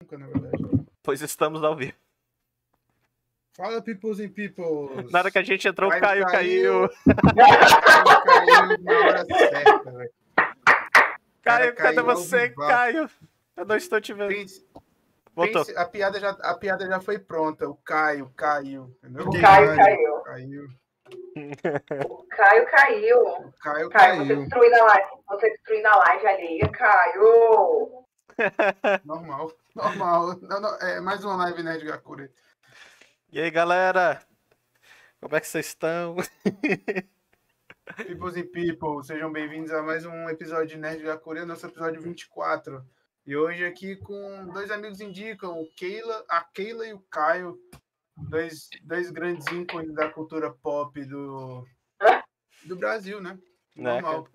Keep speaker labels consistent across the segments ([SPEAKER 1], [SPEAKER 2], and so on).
[SPEAKER 1] época, na verdade.
[SPEAKER 2] Pois estamos ao vivo.
[SPEAKER 1] Fala, Peoples and Peoples.
[SPEAKER 2] Na hora que a gente entrou, o Caio caiu.
[SPEAKER 1] Caiu na hora certa, velho.
[SPEAKER 2] Caio,
[SPEAKER 1] Cara,
[SPEAKER 2] cadê
[SPEAKER 1] caiu ao
[SPEAKER 2] você,
[SPEAKER 1] vivaço.
[SPEAKER 2] Caio? Eu não estou te vendo.
[SPEAKER 1] Pense-
[SPEAKER 2] Voltou.
[SPEAKER 1] pense- A piada, já, a piada já foi pronta. O Caio caiu. entendeu?
[SPEAKER 3] O Caio caiu.
[SPEAKER 1] Caiu.
[SPEAKER 3] O Caio caiu.
[SPEAKER 1] O Caio
[SPEAKER 3] Caio, você
[SPEAKER 1] caiu.
[SPEAKER 3] destruindo a live. Você destruindo a live alheia, Caio.
[SPEAKER 1] Normal. Normal. Não, não, é mais uma live Nerd Gakure.
[SPEAKER 2] E aí, galera? Como é que vocês estão?
[SPEAKER 1] Peoples e People, sejam bem-vindos a mais um episódio de Nerd Gakure, nosso episódio 24. E hoje aqui com dois amigos indicam, o Keila, a Keila e o Caio, dois, dois grandes ícones da cultura pop do, do Brasil, né?
[SPEAKER 2] Né,
[SPEAKER 1] Normal.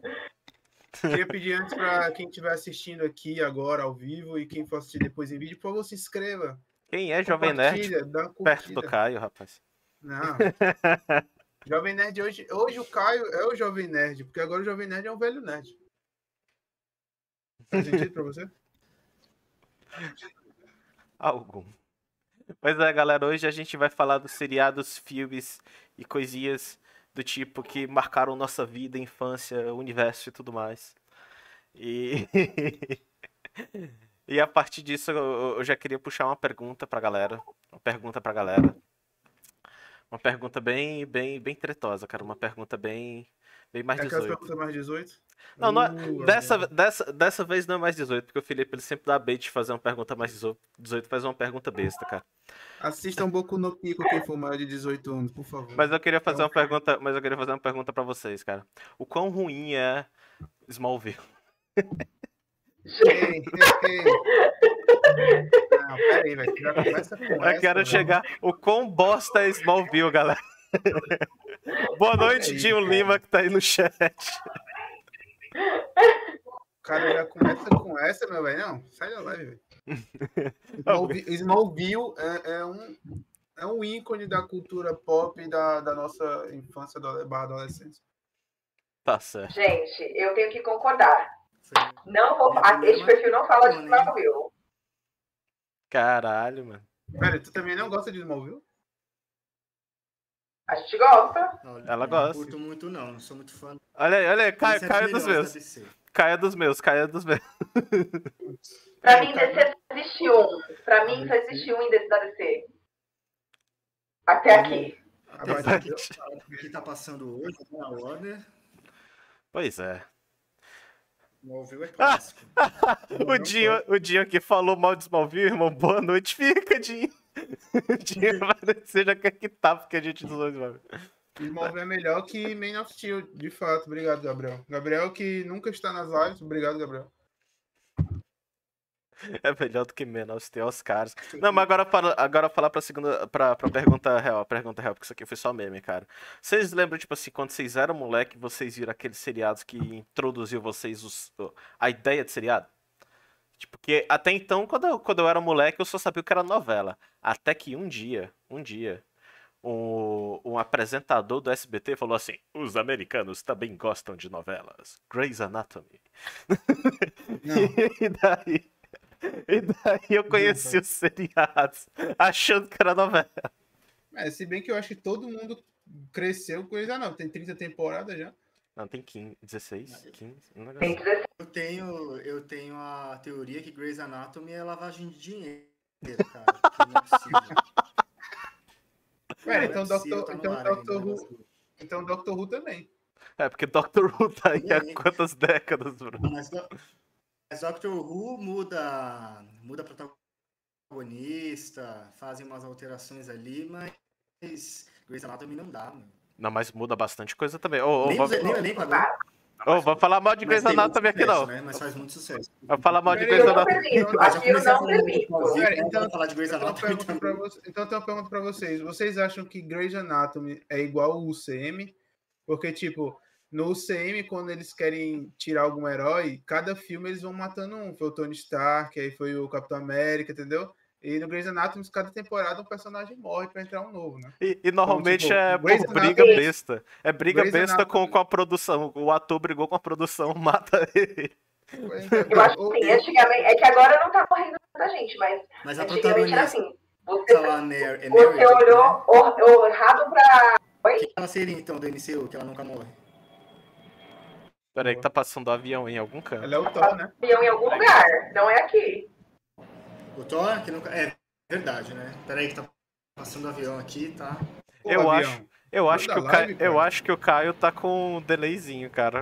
[SPEAKER 1] Queria pedir antes para quem estiver assistindo aqui agora ao vivo e quem for assistir depois em vídeo, por favor, se inscreva.
[SPEAKER 2] Quem é Jovem Nerd
[SPEAKER 1] compartilha, dá
[SPEAKER 2] perto do
[SPEAKER 1] curtida.
[SPEAKER 2] Caio, rapaz?
[SPEAKER 1] Não. Jovem Nerd hoje, hoje o Caio é o Jovem Nerd, porque agora o Jovem Nerd é um velho nerd. Faz sentido pra você?
[SPEAKER 2] Algum. Pois é, galera, hoje a gente vai falar dos seriados, filmes e coisinhas do tipo que marcaram nossa vida, infância, universo e tudo mais. E, e a partir disso, eu, eu já queria puxar uma pergunta pra galera. Uma pergunta pra galera. Uma pergunta bem, bem, bem tretosa, cara. Uma pergunta bem, bem mais
[SPEAKER 1] É aquelas
[SPEAKER 2] 18.
[SPEAKER 1] perguntas mais 18?
[SPEAKER 2] Não, não é-
[SPEAKER 1] Uh,
[SPEAKER 2] Dessa,
[SPEAKER 1] agora.
[SPEAKER 2] dessa, dessa vez não é mais 18, porque o Felipe ele sempre dá bait de fazer uma pergunta mais 18, 18, faz uma pergunta besta, cara.
[SPEAKER 1] Assistam Boku no Pico quem for maior de 18 anos, por favor.
[SPEAKER 2] Mas eu queria fazer uma pergunta, mas eu queria fazer uma pergunta para vocês, cara. O quão ruim é Smallville?
[SPEAKER 1] Ei, ei, ei. Não, peraí, velho. Já começa com essa.
[SPEAKER 2] Eu quero
[SPEAKER 1] velho.
[SPEAKER 2] chegar o quão bosta é Smallville, galera. Boa noite,
[SPEAKER 1] Aí,
[SPEAKER 2] Dinho
[SPEAKER 1] cara.
[SPEAKER 2] Lima, que tá aí no chat.
[SPEAKER 1] O cara já começa com essa, meu velho. Não, sai da live, velho. Smallville, Smallville é, é um, é um ícone da cultura pop da, da nossa infância adole- barra adolescência.
[SPEAKER 2] Tá certo.
[SPEAKER 3] Gente, eu tenho que concordar.
[SPEAKER 1] Sei.
[SPEAKER 3] Não vou. a- Esse perfil não fala de Smallville.
[SPEAKER 2] Caralho, mano.
[SPEAKER 1] Pera, tu também não gosta de Smallville?
[SPEAKER 3] A gente gosta.
[SPEAKER 4] Olha,
[SPEAKER 2] Ela
[SPEAKER 4] não
[SPEAKER 2] gosta.
[SPEAKER 4] curto muito, não. Não sou muito fã.
[SPEAKER 2] Olha aí, olha aí, Caio,
[SPEAKER 5] é
[SPEAKER 4] Sete
[SPEAKER 2] Caio dos
[SPEAKER 4] milhões
[SPEAKER 2] meus.
[SPEAKER 4] da
[SPEAKER 5] né?
[SPEAKER 4] DC.
[SPEAKER 2] Caio dos meus, Caio dos meus.
[SPEAKER 3] Pra
[SPEAKER 1] Não,
[SPEAKER 3] mim,
[SPEAKER 1] cara,
[SPEAKER 3] DC só existe um. Pra mim, só existe um em DC da DC. Até aqui.
[SPEAKER 4] Apesar que o que tá passando hoje, na Warner,
[SPEAKER 2] Pois é.
[SPEAKER 4] não ouviu é clássico.
[SPEAKER 2] O Dinho, o Dinho que falou mal de Smallville, irmão, boa noite, fica, Dinho. O Dinho vai já quer que tá, porque a gente usou Smallville.
[SPEAKER 1] Smallville é melhor que Man of Steel, de fato. Obrigado, Gabriel. Gabriel que nunca está nas lives. Obrigado, Gabriel.
[SPEAKER 2] É melhor do que menos, tem os caras. Não, mas agora para agora falar pra segunda, pra, pra pergunta real, pergunta real, porque isso aqui foi só meme, cara. Vocês lembram, tipo assim, quando vocês eram moleque, vocês viram aqueles seriados que introduziu vocês os- a ideia de seriado? Tipo, porque até então, quando eu, quando eu era moleque, eu só sabia o que era novela. Até que um dia, um dia, um, um apresentador do SBT falou assim: os americanos também gostam de novelas. Grey's Anatomy.
[SPEAKER 1] Não,
[SPEAKER 2] E daí. E daí eu conheci os seriados, achando que era novela.
[SPEAKER 1] é, se bem que eu acho que todo mundo cresceu com isso. Ah, não, tem 30 temporadas já.
[SPEAKER 2] Não, tem 15, 16, 15, um negócio
[SPEAKER 3] Tem
[SPEAKER 2] assim.
[SPEAKER 3] 16.
[SPEAKER 4] Eu tenho, eu tenho a teoria que Grey's Anatomy é lavagem de dinheiro, cara. que não é possível.
[SPEAKER 1] Pera,
[SPEAKER 4] Não é
[SPEAKER 1] então
[SPEAKER 4] possível,
[SPEAKER 1] Doctor,
[SPEAKER 4] tá no
[SPEAKER 1] então,
[SPEAKER 4] ar ainda,
[SPEAKER 1] Doctor
[SPEAKER 4] um
[SPEAKER 1] Who,
[SPEAKER 4] negócio desse.
[SPEAKER 1] então Doctor Who também.
[SPEAKER 2] É, porque Doctor Who tá aí há
[SPEAKER 4] Sim.
[SPEAKER 2] quantas décadas, bro?
[SPEAKER 4] Mas, Do- mas Doctor Who muda, muda protagonista, fazem umas alterações ali, mas Grey's Anatomy não dá, mano.
[SPEAKER 2] Não, mas muda bastante coisa também. Ô, ô,
[SPEAKER 4] nem, os-
[SPEAKER 2] vamos
[SPEAKER 4] nem o elenco agora.
[SPEAKER 2] ô, vamos falar mal de
[SPEAKER 4] mas
[SPEAKER 2] Grey's
[SPEAKER 4] tem muito
[SPEAKER 2] Anatomy aqui,
[SPEAKER 4] sucesso,
[SPEAKER 2] não.
[SPEAKER 4] Né? Mas faz muito sucesso.
[SPEAKER 2] Vamos falar mal de
[SPEAKER 1] Peraí,
[SPEAKER 3] Eu
[SPEAKER 2] Grey's
[SPEAKER 1] eu
[SPEAKER 2] Anatomy.
[SPEAKER 3] não permito.
[SPEAKER 1] Mas
[SPEAKER 4] Ah, já
[SPEAKER 3] Aquilo
[SPEAKER 4] comecei a
[SPEAKER 3] não
[SPEAKER 4] falar de
[SPEAKER 3] permito.
[SPEAKER 4] Brasil,
[SPEAKER 1] Pera,
[SPEAKER 4] né?
[SPEAKER 1] então-
[SPEAKER 4] Vou falar de Grey's
[SPEAKER 1] Eu tenho uma
[SPEAKER 4] Anatomy
[SPEAKER 1] pergunta pra
[SPEAKER 4] também.
[SPEAKER 1] vo- Então eu tenho uma pergunta pra vocês. Vocês acham que Grey's Anatomy é igual ao UCM? Porque, tipo, no UCM, quando eles querem tirar algum herói, cada filme eles vão matando um. Foi o Tony Stark, aí foi o Capitão América, entendeu? E no Grey's Anatomy, cada temporada um personagem morre pra entrar um novo, né?
[SPEAKER 2] E, e normalmente
[SPEAKER 1] tipo,
[SPEAKER 2] é
[SPEAKER 1] Grey's
[SPEAKER 2] por briga
[SPEAKER 3] Anatomy-
[SPEAKER 2] besta. É briga
[SPEAKER 1] Grey's
[SPEAKER 2] besta com,
[SPEAKER 1] Anatomy-
[SPEAKER 2] com a produção. O ator brigou com a produção, mata ele.
[SPEAKER 1] é
[SPEAKER 3] Eu acho que sim. Antigamente. É que agora não tá morrendo tanta gente, mas
[SPEAKER 4] Mas a
[SPEAKER 3] Antigamente
[SPEAKER 4] protagonista,
[SPEAKER 3] era assim. Você,
[SPEAKER 4] lá, Ner- é
[SPEAKER 3] você
[SPEAKER 4] Meredith,
[SPEAKER 3] olhou or- or- errado pra.
[SPEAKER 4] né?
[SPEAKER 3] Oi?
[SPEAKER 4] Que ela seria então do MCU, que ela nunca morre.
[SPEAKER 2] Peraí, que tá passando avião em algum canto.
[SPEAKER 1] Ela é o Thor, né?
[SPEAKER 3] Viam em algum lugar, não é aqui.
[SPEAKER 4] O Thor, que nunca. É verdade, né? Peraí, que tá passando avião aqui, tá?
[SPEAKER 1] Pô,
[SPEAKER 2] Eu
[SPEAKER 1] avião.
[SPEAKER 2] acho- Eu acho, que
[SPEAKER 1] Manda
[SPEAKER 2] o Caio,
[SPEAKER 1] live, cara.
[SPEAKER 2] eu acho que o Caio tá com um delayzinho, cara.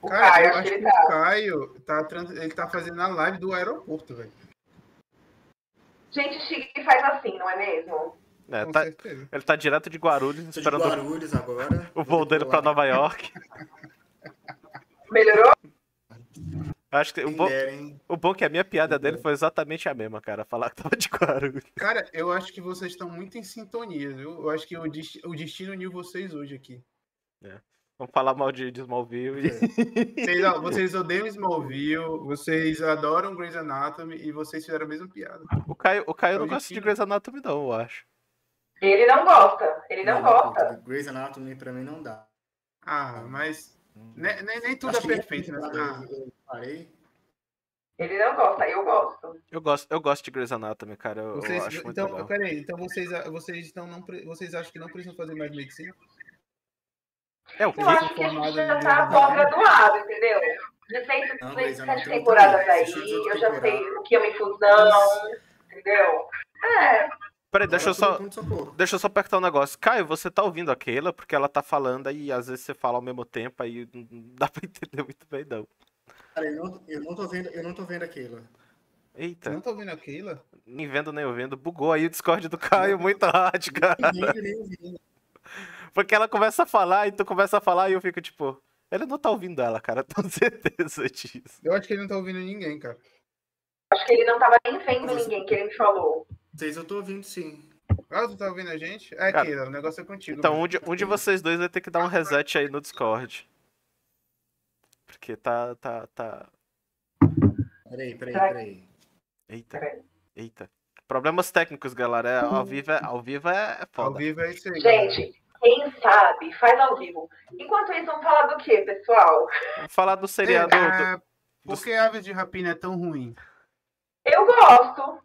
[SPEAKER 3] O
[SPEAKER 1] Cara,
[SPEAKER 3] Caio,
[SPEAKER 1] eu
[SPEAKER 3] acho que ele
[SPEAKER 1] o
[SPEAKER 3] tá.
[SPEAKER 1] Caio tá, trans- ele tá fazendo a live do aeroporto, velho.
[SPEAKER 3] Gente, Chique faz assim, não é mesmo?
[SPEAKER 2] É,
[SPEAKER 1] Com
[SPEAKER 2] tá-
[SPEAKER 1] certeza.
[SPEAKER 2] ele tá direto de Guarulhos
[SPEAKER 4] Tô de
[SPEAKER 2] esperando
[SPEAKER 4] Guarulhos agora.
[SPEAKER 2] o voo dele pra Nova York.
[SPEAKER 3] Melhorou?
[SPEAKER 2] Acho que o
[SPEAKER 4] Quem
[SPEAKER 2] bom,
[SPEAKER 4] dera, hein?
[SPEAKER 2] o bom é que a minha piada dele foi exatamente a mesma, cara. Falar que tava de Guarulhos.
[SPEAKER 1] Cara, eu acho que vocês estão muito em sintonia, viu? Eu acho que o, desti- o destino uniu vocês hoje aqui.
[SPEAKER 2] Vamos falar mal de, de Smallville. e-
[SPEAKER 1] Vocês, ó, vocês odeiam Smallville, vocês adoram Grey's Anatomy e vocês fizeram a mesma piada.
[SPEAKER 2] O Caio, o Caio
[SPEAKER 1] É o
[SPEAKER 2] não gosta de
[SPEAKER 1] destino.
[SPEAKER 2] Grey's Anatomy, não, eu acho.
[SPEAKER 3] Ele não gosta. Ele não gosta.
[SPEAKER 4] do Grey's Anatomy pra mim não dá.
[SPEAKER 1] Ah, mas ne- ne- nem tudo
[SPEAKER 4] Acho
[SPEAKER 1] é
[SPEAKER 4] que
[SPEAKER 1] perfeito, né? Ah,
[SPEAKER 4] Eu, eu parei.
[SPEAKER 3] Ele não gosta, eu gosto.
[SPEAKER 2] Eu gosto, eu gosto de Grey's Anatomy, cara. Eu, eu
[SPEAKER 1] vocês,
[SPEAKER 2] acho muito
[SPEAKER 1] então,
[SPEAKER 2] legal.
[SPEAKER 1] peraí, então vocês, a- vocês, então não, pre- vocês acham que não precisam fazer mais medicina?
[SPEAKER 2] É o
[SPEAKER 3] Eu
[SPEAKER 1] Fico
[SPEAKER 2] quê?
[SPEAKER 3] acho que a gente
[SPEAKER 1] formado
[SPEAKER 3] já
[SPEAKER 1] em
[SPEAKER 3] tá
[SPEAKER 1] jornalismo.
[SPEAKER 3] pós-graduado, entendeu? De seis,
[SPEAKER 4] Não,
[SPEAKER 3] de
[SPEAKER 4] mas eu não
[SPEAKER 3] sete
[SPEAKER 4] tenho
[SPEAKER 3] temporadas
[SPEAKER 4] também,
[SPEAKER 3] aí,
[SPEAKER 4] assisti todas as
[SPEAKER 3] eu já sei
[SPEAKER 4] temporadas.
[SPEAKER 3] o que é uma infusão, entendeu? É,
[SPEAKER 2] Peraí, deixa eu só.
[SPEAKER 4] Todo mundo socorro.
[SPEAKER 2] Deixa eu só apertar um negócio. Caio, você tá ouvindo a Keila? Porque ela tá falando e às vezes você fala ao mesmo tempo, aí não não dá pra entender muito bem, não.
[SPEAKER 4] Cara, eu não, eu não tô vendo, eu não tô vendo aquilo.
[SPEAKER 2] Eita,
[SPEAKER 1] Não tá ouvindo a Keila?
[SPEAKER 2] nem vendo nem ouvindo. Bugou aí o Discord do Caio muito hard, cara.
[SPEAKER 4] Nem vendo, nem ouvindo.
[SPEAKER 2] Porque ela começa a falar e tu começa a falar e eu fico tipo, ele não tá ouvindo ela, cara, eu tenho certeza disso.
[SPEAKER 1] Eu acho que ele não tá ouvindo ninguém, cara.
[SPEAKER 3] acho que ele não tava nem vendo ninguém que ele me falou.
[SPEAKER 4] Vocês eu tô ouvindo sim.
[SPEAKER 1] Ah, tu tá ouvindo a gente? É,
[SPEAKER 2] Cara,
[SPEAKER 1] Keila, o negócio é contigo.
[SPEAKER 2] Então,
[SPEAKER 1] mano.
[SPEAKER 2] um de, um de vocês dois vai ter que dar um reset aí no Discord. Porque tá, tá, tá.
[SPEAKER 4] Peraí, peraí,
[SPEAKER 3] Tá.
[SPEAKER 4] peraí.
[SPEAKER 2] Eita,
[SPEAKER 3] Peraí.
[SPEAKER 2] eita. Problemas técnicos, galera. É, ao vivo é, ao vivo é é
[SPEAKER 1] Ao
[SPEAKER 2] foda.
[SPEAKER 1] vivo é isso aí. galera.
[SPEAKER 3] Gente, quem sabe, faz ao vivo. Enquanto isso, vamos falar do que, pessoal?
[SPEAKER 2] Vamos falar do seriado. do-
[SPEAKER 1] Ah, Por que Aves de Rapina é tão ruim?
[SPEAKER 3] Eu gosto.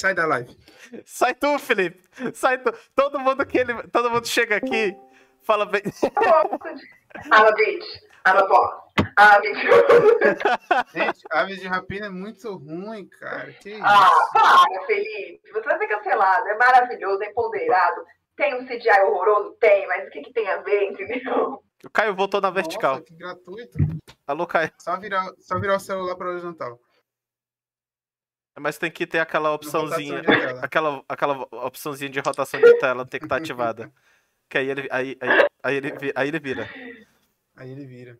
[SPEAKER 1] Sai da live.
[SPEAKER 2] Sai tu, Felipe! Sai tu! Todo mundo que ele. Todo mundo chega aqui, fala bem.
[SPEAKER 3] Eu gosto de... I'm a bitch. I'm a boss. I'm a bitch.
[SPEAKER 1] Gente, Aves de Rapina é muito ruim, cara. Que isso?
[SPEAKER 3] Ah, para, Felipe. Você vai ser cancelado. É maravilhoso, é empoderado. Tem um CGI horroroso? Tem, mas o que, que tem a ver, entendeu?
[SPEAKER 2] O Caio voltou na
[SPEAKER 1] Nossa,
[SPEAKER 2] vertical.
[SPEAKER 1] que gratuito.
[SPEAKER 2] Alô, Caio.
[SPEAKER 1] Só virar, só virar o celular pra horizontal.
[SPEAKER 2] Mas tem que ter aquela opçãozinha.
[SPEAKER 1] Rotação de tela.
[SPEAKER 2] Aquela, aquela opçãozinha de rotação de tela tem que estar ativada. Que aí ele. Aí, aí, aí ele, vi- aí ele vira.
[SPEAKER 1] Aí ele vira.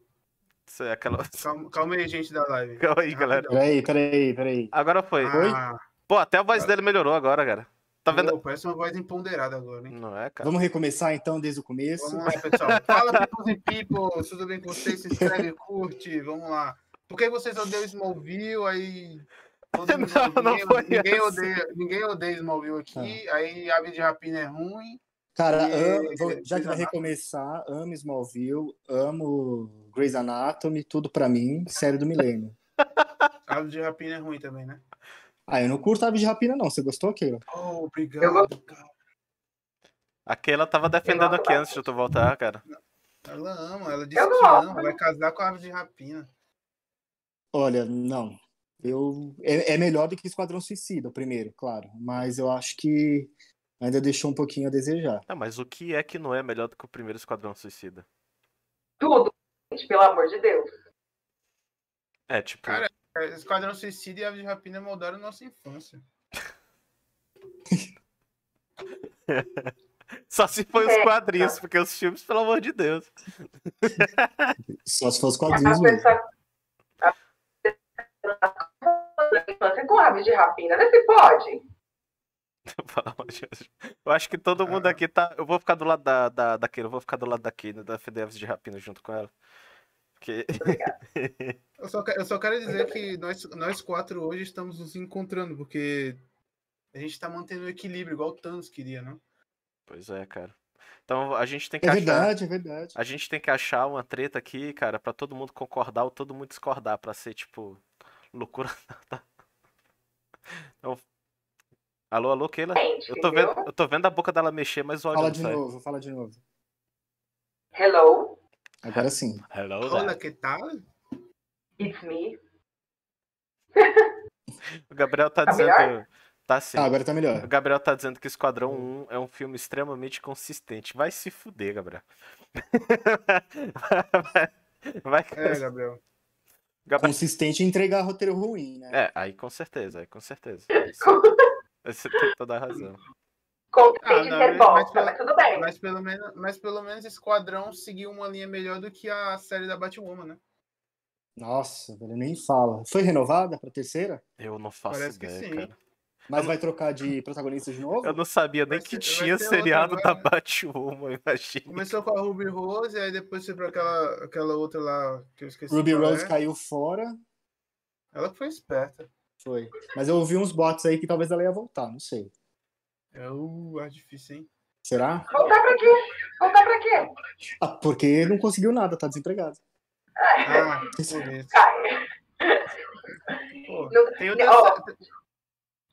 [SPEAKER 2] Isso é aquela.
[SPEAKER 1] Calma, calma aí, gente da live.
[SPEAKER 2] Calma aí, galera.
[SPEAKER 5] Peraí, peraí, peraí.
[SPEAKER 2] Agora foi.
[SPEAKER 1] Ah,
[SPEAKER 2] Pô, até a voz dele melhorou agora, cara. Tá vendo?
[SPEAKER 1] pô, parece uma voz empoderada agora, hein?
[SPEAKER 2] Não é, cara?
[SPEAKER 5] Vamos recomeçar então desde o começo.
[SPEAKER 1] Vamos lá, pessoal. Fala, people e people. Tudo bem com vocês? Se inscreve, curte. Vamos lá. Por que vocês odeiam Smallville? Aí. todo mundo-
[SPEAKER 2] Não, não
[SPEAKER 1] ninguém,
[SPEAKER 2] foi
[SPEAKER 1] ninguém
[SPEAKER 2] essa.
[SPEAKER 1] odeia, ninguém odeia Smallville aqui. Aí a de rapina é ruim.
[SPEAKER 5] Cara,
[SPEAKER 1] E-
[SPEAKER 5] am- vou- já que vai
[SPEAKER 1] Grey's Anatomy.
[SPEAKER 5] recomeçar, amo Smallville, amo Grey's Anatomy, tudo pra mim, série do milênio.
[SPEAKER 1] Aves de rapina é ruim também, né?
[SPEAKER 5] Ah, eu não curto Aves de Rapina não, você gostou, Keila?
[SPEAKER 1] Oh,
[SPEAKER 3] Eu
[SPEAKER 1] obrigado, cara.
[SPEAKER 2] Aqui ela tava defendendo aqui antes de tu voltar, cara.
[SPEAKER 1] Ela ama, ela disse
[SPEAKER 3] Eu
[SPEAKER 1] que
[SPEAKER 3] gosto.
[SPEAKER 1] não, vai casar com a ave de rapina.
[SPEAKER 5] Olha, não. Eu, é, é melhor do que Esquadrão Suicida, o primeiro, claro. Mas eu acho que ainda deixou um pouquinho a desejar.
[SPEAKER 2] Ah, mas o que é que não é melhor do que o primeiro Esquadrão Suicida?
[SPEAKER 3] Tudo, gente, pelo amor de Deus.
[SPEAKER 2] É, tipo.
[SPEAKER 1] Cara, É, Esquadrão Suicida e Aves de Rapina moldaram nossa infância.
[SPEAKER 2] Só se foi os
[SPEAKER 3] É,
[SPEAKER 2] quadrinhos, porque os filmes, pelo amor de Deus.
[SPEAKER 5] Só se fosse
[SPEAKER 3] A
[SPEAKER 5] quadrinhos mesmo.
[SPEAKER 3] pessoa... a pessoa com aves de rapina, né? Se pode.
[SPEAKER 2] Pelo amor de Deus. Eu acho que todo
[SPEAKER 1] Ah.
[SPEAKER 2] mundo aqui tá. Eu vou ficar do lado da, da, da Keila, eu vou ficar do lado da Keila, da Fedeves de Rapina junto com ela. Porque
[SPEAKER 1] Eu só, que- eu só quero dizer que nós, nós quatro hoje estamos nos encontrando, porque a gente tá mantendo o equilíbrio, igual o Thanos queria, né?
[SPEAKER 2] Pois é, cara. Então a gente tem que
[SPEAKER 5] É
[SPEAKER 2] achar.
[SPEAKER 5] verdade, é verdade.
[SPEAKER 2] A gente tem que achar uma treta aqui, cara, pra todo mundo concordar ou todo mundo discordar, pra ser, tipo, loucura. Eu- Alô, alô, Keila?
[SPEAKER 3] Gente,
[SPEAKER 2] Eu tô, vendo,
[SPEAKER 3] entendeu?
[SPEAKER 2] eu tô vendo a boca dela mexer, mas o áudio
[SPEAKER 5] Fala
[SPEAKER 2] não
[SPEAKER 5] de
[SPEAKER 2] sai.
[SPEAKER 5] novo, fala de novo.
[SPEAKER 3] Hello,
[SPEAKER 5] Agora sim.
[SPEAKER 2] Hello there.
[SPEAKER 1] Olha, que tá. tal?
[SPEAKER 3] it's me.
[SPEAKER 2] O Gabriel tá
[SPEAKER 3] Tá
[SPEAKER 2] dizendo.
[SPEAKER 3] melhor?
[SPEAKER 2] Tá sim.
[SPEAKER 5] Ah, agora tá
[SPEAKER 2] O
[SPEAKER 5] melhor.
[SPEAKER 2] Gabriel tá dizendo que Esquadrão 1 é um filme extremamente consistente. Vai se fuder, Gabriel. Vai.
[SPEAKER 1] É, Gabriel.
[SPEAKER 2] Gabriel...
[SPEAKER 5] Consistente em entregar roteiro ruim, né?
[SPEAKER 2] É, aí com certeza, aí com certeza. Você tem toda a razão.
[SPEAKER 3] Contente
[SPEAKER 1] Ah,
[SPEAKER 3] de
[SPEAKER 1] não,
[SPEAKER 3] ser
[SPEAKER 1] mas-
[SPEAKER 3] bosta,
[SPEAKER 1] mas-
[SPEAKER 3] mas, tudo bem.
[SPEAKER 1] Mas pelo, menos, mas pelo menos Esquadrão seguiu uma linha melhor do que a série da Batwoman, né?
[SPEAKER 5] Nossa, velho, nem fala. Foi renovada pra terceira?
[SPEAKER 2] Eu não faço
[SPEAKER 1] Parece que
[SPEAKER 2] ideia,
[SPEAKER 1] sim.
[SPEAKER 2] cara.
[SPEAKER 5] Mas vai trocar de protagonista de novo?
[SPEAKER 2] Eu não sabia nem
[SPEAKER 1] Vai
[SPEAKER 2] que
[SPEAKER 1] ser- vai
[SPEAKER 2] tinha
[SPEAKER 1] ser outra
[SPEAKER 2] seriado da
[SPEAKER 1] agora, né?
[SPEAKER 2] Batwoman, imagina.
[SPEAKER 1] Começou com a Ruby Rose, aí depois foi pra aquela, aquela outra lá que eu esqueci.
[SPEAKER 5] Ruby
[SPEAKER 1] qual é.
[SPEAKER 5] Rose caiu fora.
[SPEAKER 1] Ela que foi esperta.
[SPEAKER 5] Foi. Mas eu ouvi uns bots aí que talvez ela ia voltar, não sei.
[SPEAKER 1] Eu acho É, uh, difícil, hein?
[SPEAKER 5] Será?
[SPEAKER 3] Voltar pra quê? Voltar pra quê?
[SPEAKER 5] Ah, porque não conseguiu nada, tá desempregado.
[SPEAKER 1] Ah, por isso.
[SPEAKER 3] Ai,
[SPEAKER 1] Pô,
[SPEAKER 3] não-
[SPEAKER 1] tem
[SPEAKER 3] ó,
[SPEAKER 1] outra é,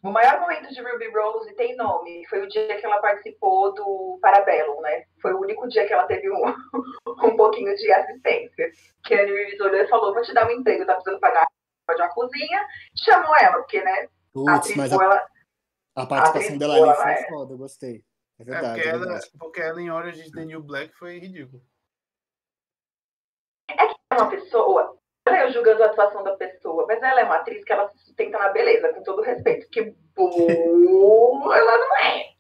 [SPEAKER 3] o maior momento de Ruby Rose tem nome. Foi o dia que ela participou do Parabellum, né? Foi o único dia que ela teve um, um pouquinho de assistência. Que a Annie Reeves olhou e falou, vou te dar um emprego, tá precisando pagar a de uma cozinha. Chamou ela, porque, né? a
[SPEAKER 5] Putz,
[SPEAKER 3] atriz
[SPEAKER 5] mas
[SPEAKER 3] boa,
[SPEAKER 5] a,
[SPEAKER 3] ela...
[SPEAKER 5] a participação
[SPEAKER 3] atriz
[SPEAKER 5] dela
[SPEAKER 3] boa,
[SPEAKER 5] ali foi
[SPEAKER 3] né?
[SPEAKER 5] foda, eu gostei. É
[SPEAKER 1] É,
[SPEAKER 5] verdade.
[SPEAKER 1] porque,
[SPEAKER 5] é
[SPEAKER 1] ela,
[SPEAKER 5] verdade.
[SPEAKER 1] porque ela em Orange The New Black foi ridículo.
[SPEAKER 3] é uma pessoa, ela é eu julgando a atuação da pessoa, mas ela é uma atriz que ela se sustenta na beleza, com todo respeito. Que boa ela não é.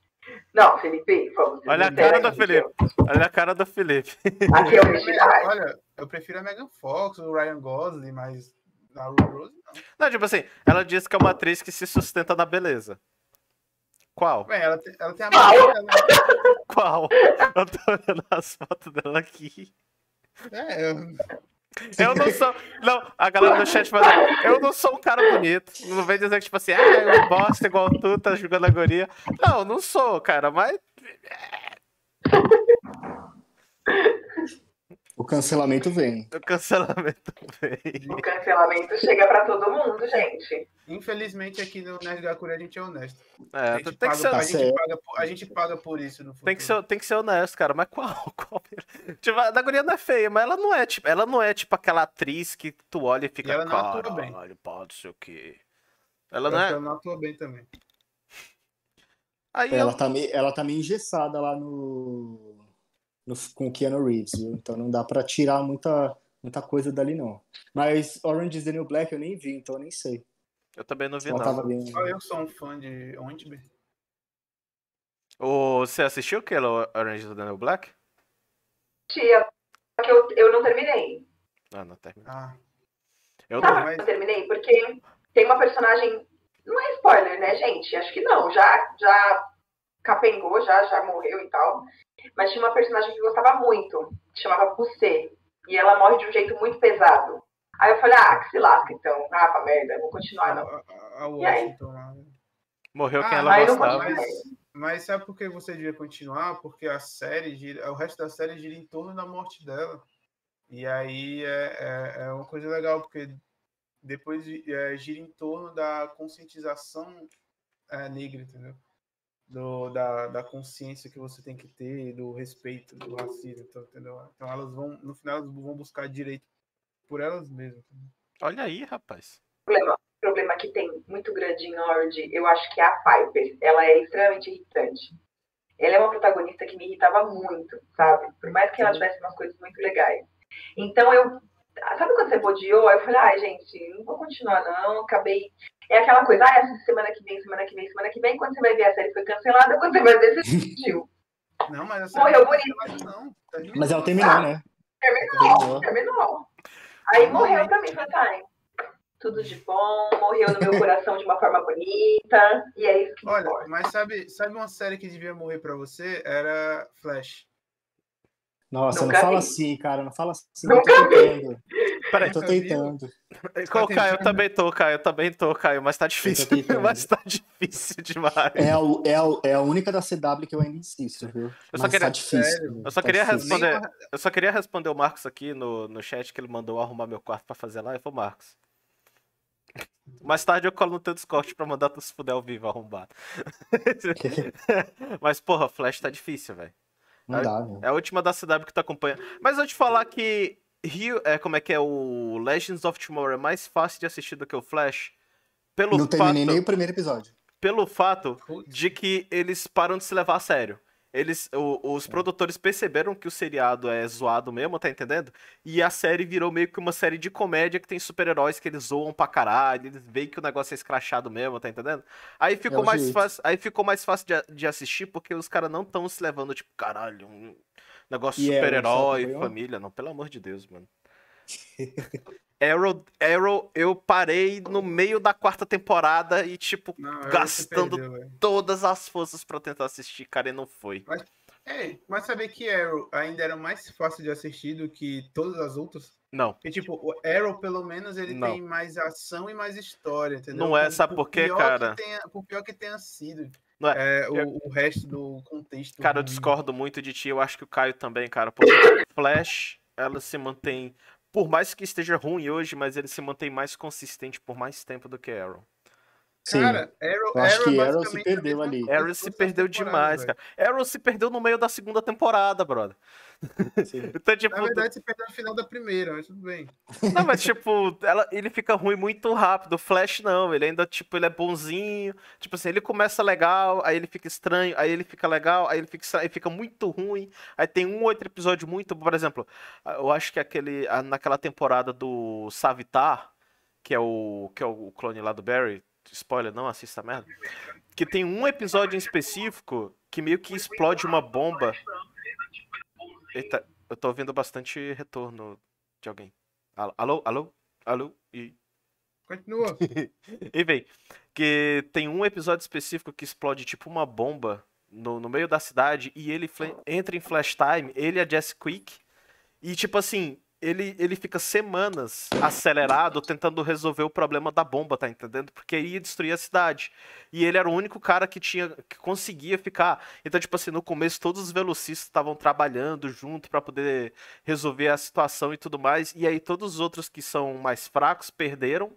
[SPEAKER 3] Não, Felipe, vamos ser
[SPEAKER 2] Olha a
[SPEAKER 3] sinceros
[SPEAKER 2] cara do
[SPEAKER 3] aqui,
[SPEAKER 2] Felipe. Olha a cara do Felipe.
[SPEAKER 3] Aqui é
[SPEAKER 1] Eu prefiro-
[SPEAKER 3] original.
[SPEAKER 1] olha, eu prefiro a Megan Fox, o Ryan Gosling, mas a Ruby Rose não.
[SPEAKER 2] Não, tipo assim, ela diz que é uma atriz que se sustenta na beleza. Qual?
[SPEAKER 1] Bem, ela tem, ela tem a
[SPEAKER 3] Ah,
[SPEAKER 1] marca dela.
[SPEAKER 2] Qual? Eu tô olhando as fotos dela aqui.
[SPEAKER 1] É, eu-
[SPEAKER 2] Eu não sou. Não, a galera do chat fala. Eu não sou um cara bonito. Não vem dizer que, tipo assim, ah, eu bosta igual tu, tá julgando a guria. Não, não sou, cara, mas.
[SPEAKER 5] O cancelamento vem.
[SPEAKER 2] O cancelamento veio.
[SPEAKER 3] O cancelamento chega pra todo mundo, gente.
[SPEAKER 1] infelizmente aqui no Nerd Gakuri a gente é honesto.
[SPEAKER 2] É,
[SPEAKER 1] A
[SPEAKER 2] tu
[SPEAKER 1] gente,
[SPEAKER 2] tem
[SPEAKER 1] paga,
[SPEAKER 2] que ser
[SPEAKER 1] a,
[SPEAKER 2] honesto.
[SPEAKER 1] gente paga, por- a gente paga por isso no futuro.
[SPEAKER 2] Tem que, ser, tem que ser honesto, cara, mas qual? qual? Tipo, a da guria não é feia, mas ela não é, tipo, ela não é tipo aquela atriz que tu olha e fica.
[SPEAKER 1] E ela não atua
[SPEAKER 2] Caralho, pode ser o quê? Ela
[SPEAKER 1] Eu
[SPEAKER 2] não
[SPEAKER 1] acho que
[SPEAKER 2] é.
[SPEAKER 1] ela não atua bem também.
[SPEAKER 2] Aí
[SPEAKER 5] Ela
[SPEAKER 2] eu,
[SPEAKER 5] tá, meio, ela tá meio engessada lá no, no- com o Keanu Reeves, viu? Então não dá pra tirar muita, muita coisa dali, não. Mas Orange is the New Black eu nem vi, então eu nem sei.
[SPEAKER 2] eu também não vi,
[SPEAKER 5] Ela
[SPEAKER 2] não.
[SPEAKER 5] tava bem.
[SPEAKER 1] Só
[SPEAKER 2] Ah,
[SPEAKER 1] eu sou um fã de Ontbe.
[SPEAKER 2] Ô, você assistiu aquele Orange do Daniel Black?
[SPEAKER 3] Tia, só que eu, eu não terminei.
[SPEAKER 2] Ah, não terminou.
[SPEAKER 1] Ah,
[SPEAKER 2] Eu
[SPEAKER 1] Tá.
[SPEAKER 2] não.
[SPEAKER 1] mas-
[SPEAKER 3] Sabe por que eu terminei? Porque tem uma personagem. Não é spoiler, né, gente? Acho que não. Já, já capengou, já, já morreu e tal. Mas tinha uma personagem que eu gostava muito, que chamava Bucê. E ela morre de um jeito muito pesado. Aí eu falei, ah, que se lasca então. Ah, pra merda, eu vou continuar não.
[SPEAKER 1] a, a- a
[SPEAKER 3] E aí?
[SPEAKER 1] Washington lá.
[SPEAKER 2] Morreu quem
[SPEAKER 1] Ah,
[SPEAKER 2] ela
[SPEAKER 3] mas eu
[SPEAKER 2] gostava.
[SPEAKER 3] continuei.
[SPEAKER 1] Mas, mas sabe por que você devia continuar? Porque a série gira, o resto da série gira em torno da morte dela. E aí é, é, é uma coisa legal, porque depois é, gira em torno da conscientização é, negra, entendeu? Do, da, da consciência que você tem que ter, do respeito, do racismo, então, entendeu? Então elas vão, no final, elas vão buscar direito por elas mesmas. entendeu?
[SPEAKER 2] Olha aí, rapaz.
[SPEAKER 3] problema, problema que tem muito grande em Orange, eu acho que é a Piper. Ela é extremamente irritante. Ela é uma protagonista que me irritava muito, sabe? Por mais que ela tivesse umas coisas muito legais. Então eu. ah, Sabe quando você bodeou? Aí eu falei, ai, gente, não vou continuar, não. Acabei. É aquela coisa, ah, essa semana que vem, semana que vem, semana que vem, quando você vai ver a série foi cancelada, quando você vai ver, você assistiu.
[SPEAKER 1] Não, mas a
[SPEAKER 3] Morreu
[SPEAKER 1] não tem mais, não. Tá
[SPEAKER 5] Mas ela terminou, né?
[SPEAKER 3] Terminou, terminou. Aí morreu pra mim, falei, ai, tudo de bom, morreu no meu coração de uma forma bonita, e é isso que me importa.
[SPEAKER 1] Olha, mas sabe, sabe uma série que devia morrer pra você? Era Flash.
[SPEAKER 5] Nossa,
[SPEAKER 3] Nunca
[SPEAKER 5] não fala
[SPEAKER 3] vi.
[SPEAKER 5] assim, cara. Não fala assim.
[SPEAKER 3] Nunca
[SPEAKER 5] Eu tô tentando.
[SPEAKER 2] Peraí.
[SPEAKER 5] Eu tô
[SPEAKER 1] Nunca vi.
[SPEAKER 5] tentando.
[SPEAKER 2] Ô,
[SPEAKER 1] tá
[SPEAKER 2] Caio, eu
[SPEAKER 1] tentando?
[SPEAKER 2] também tô, Caio, eu também tô, Caio, mas tá difícil.
[SPEAKER 5] tentando.
[SPEAKER 2] mas tá difícil demais.
[SPEAKER 5] É a, é, a, é a única da CW que eu ainda insisto, viu?
[SPEAKER 2] Eu só
[SPEAKER 5] Mas
[SPEAKER 2] queria-
[SPEAKER 5] tá difícil.
[SPEAKER 1] Sério?
[SPEAKER 5] meu,
[SPEAKER 2] Eu só
[SPEAKER 5] tá
[SPEAKER 2] queria
[SPEAKER 5] difícil.
[SPEAKER 2] responder. Eu só queria responder o Marcos aqui no, no chat que ele mandou arrumar meu quarto pra fazer lá. Eu falei, Marcos. Mais tarde eu colo no teu Discord pra mandar tu se fuder ao vivo arrombado. Mas, porra, Flash tá difícil, velho.
[SPEAKER 5] Não dá, né? meu.
[SPEAKER 2] É a última da CW que tu acompanha. Mas eu te falar que Rio, é, como é que é o Legends of Tomorrow é mais fácil de assistir do que o Flash. Pelo
[SPEAKER 5] Não
[SPEAKER 2] fato,
[SPEAKER 5] terminei nem o primeiro episódio.
[SPEAKER 2] pelo fato
[SPEAKER 1] Putz.
[SPEAKER 2] de que eles param de se levar a sério. Eles, o-
[SPEAKER 5] É.
[SPEAKER 2] os produtores perceberam que o seriado é zoado mesmo, tá entendendo? E a série virou meio que uma série de comédia que tem super-heróis que eles zoam pra caralho, eles veem que o negócio é escrachado mesmo, tá entendendo? Aí ficou
[SPEAKER 5] É o
[SPEAKER 2] mais
[SPEAKER 5] jeito.
[SPEAKER 2] fácil, aí ficou mais fácil de, a- de assistir porque os caras não estão se levando tipo, caralho, um negócio
[SPEAKER 5] E é, Arrow, você
[SPEAKER 2] super-herói,
[SPEAKER 5] acompanhou?
[SPEAKER 2] família, não, pelo amor de Deus, mano. Arrow, Arrow, eu parei no meio da quarta temporada e tipo,
[SPEAKER 1] Não, eu-
[SPEAKER 2] Gastando-
[SPEAKER 1] você perdeu, velho.
[SPEAKER 2] todas as forças pra eu tentar assistir, cara, e não foi.
[SPEAKER 1] É, mas saber que Arrow ainda era mais fácil de assistir do que todas as outras.
[SPEAKER 2] Não.
[SPEAKER 1] Porque, tipo, o Arrow, pelo menos, ele
[SPEAKER 2] Não.
[SPEAKER 1] tem mais ação e mais história, entendeu?
[SPEAKER 2] Não é, sabe por quê,
[SPEAKER 1] pior que
[SPEAKER 2] cara?
[SPEAKER 1] tenha- por pior que tenha sido.
[SPEAKER 2] Não
[SPEAKER 1] É, o, o resto do contexto.
[SPEAKER 2] Cara, eu
[SPEAKER 1] ruim.
[SPEAKER 2] discordo muito de ti, eu acho que o Caio também, cara, porque Flash, ela se mantém, por mais que esteja ruim hoje, mas ele se mantém mais consistente por mais tempo do que Arrow.
[SPEAKER 5] Sim.
[SPEAKER 1] Cara, Arrow,
[SPEAKER 5] Eu acho
[SPEAKER 1] Arrow
[SPEAKER 5] que
[SPEAKER 1] é
[SPEAKER 5] Arrow se
[SPEAKER 1] basicamente a
[SPEAKER 5] perdeu
[SPEAKER 1] mesma
[SPEAKER 5] ali.
[SPEAKER 1] coisa
[SPEAKER 2] Arrow se
[SPEAKER 1] todas as
[SPEAKER 2] perdeu
[SPEAKER 1] temporadas,
[SPEAKER 2] demais,
[SPEAKER 1] velho.
[SPEAKER 2] cara. Arrow se perdeu no meio da segunda temporada, brother.
[SPEAKER 5] Sim.
[SPEAKER 2] Então, tipo,
[SPEAKER 1] Na verdade, se perdeu no final da primeira, mas tudo bem.
[SPEAKER 2] Não, mas tipo, ela- ele fica ruim muito rápido. O Flash não, ele ainda, tipo, ele é bonzinho. Tipo assim, ele começa legal, aí ele fica estranho, aí ele fica legal, aí ele fica estranho, aí fica muito ruim. Aí tem um outro episódio muito. Por exemplo, eu acho que aquele, a- naquela temporada do Savitar, que é o, que é o clone lá do Barry, spoiler, não assista a merda. Que tem um episódio em específico que meio que explode uma bomba. Eita, eu tô ouvindo bastante retorno de alguém. Al- Alô, alô, alô, e.
[SPEAKER 1] Continua.
[SPEAKER 2] Enfim, que tem um episódio específico que explode tipo uma bomba no, no meio da cidade e ele fle- entra em flash time, ele e a Jess Quick. E tipo assim, ele, ele fica semanas acelerado tentando resolver o problema da bomba, tá entendendo? Porque ia destruir a cidade. E ele era o único cara que tinha que conseguia ficar. Então, tipo assim, no começo todos os velocistas estavam trabalhando junto pra poder resolver a situação e tudo mais. E aí todos os outros que são mais fracos perderam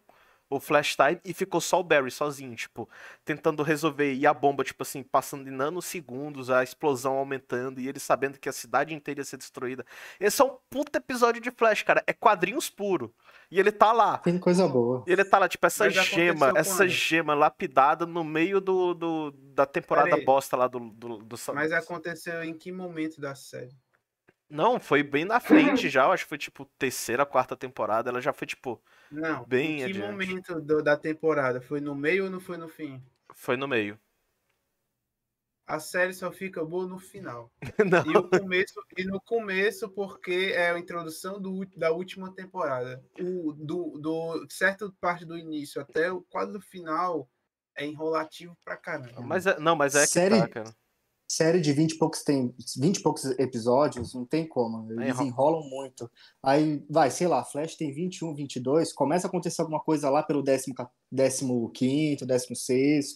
[SPEAKER 2] o Flash Time e ficou só o Barry sozinho, tipo, tentando resolver. E a bomba, tipo assim, passando em nanosegundos, a explosão aumentando e ele sabendo que a cidade inteira ia ser destruída. Esse é um puta episódio de Flash, cara. É quadrinhos puro. E ele tá lá.
[SPEAKER 5] Tem coisa boa.
[SPEAKER 2] E ele tá lá, tipo, essa
[SPEAKER 1] Mas aconteceu
[SPEAKER 2] gema,
[SPEAKER 1] quando?
[SPEAKER 2] essa gema lapidada no meio do, do- da temporada
[SPEAKER 1] Peraí.
[SPEAKER 2] bosta lá do, do, do Sam-
[SPEAKER 1] Mas é aconteceu em que momento da série?
[SPEAKER 2] Não, foi bem na frente já, eu acho que foi tipo terceira, quarta temporada, ela já foi tipo,
[SPEAKER 1] Não. em
[SPEAKER 2] Bem
[SPEAKER 1] que
[SPEAKER 2] adiante.
[SPEAKER 1] momento do- da temporada? Foi no meio ou não foi no fim?
[SPEAKER 2] foi no meio.
[SPEAKER 1] A série só fica boa no final.
[SPEAKER 2] Não.
[SPEAKER 1] E, o começo, e no começo, porque é a introdução do ú- da última temporada. O, do, do certa parte do início até o quase o final é enrolativo pra caramba.
[SPEAKER 2] Mas é, não, mas é que
[SPEAKER 5] Série-
[SPEAKER 2] tá, cara.
[SPEAKER 5] Série de 20 e poucos, tem, 20 e poucos episódios, não tem como. Eles
[SPEAKER 2] Enro-
[SPEAKER 5] enrolam muito. Aí, vai, sei lá, Flash tem 21, 22, começa a acontecer alguma coisa lá pelo 15, 16.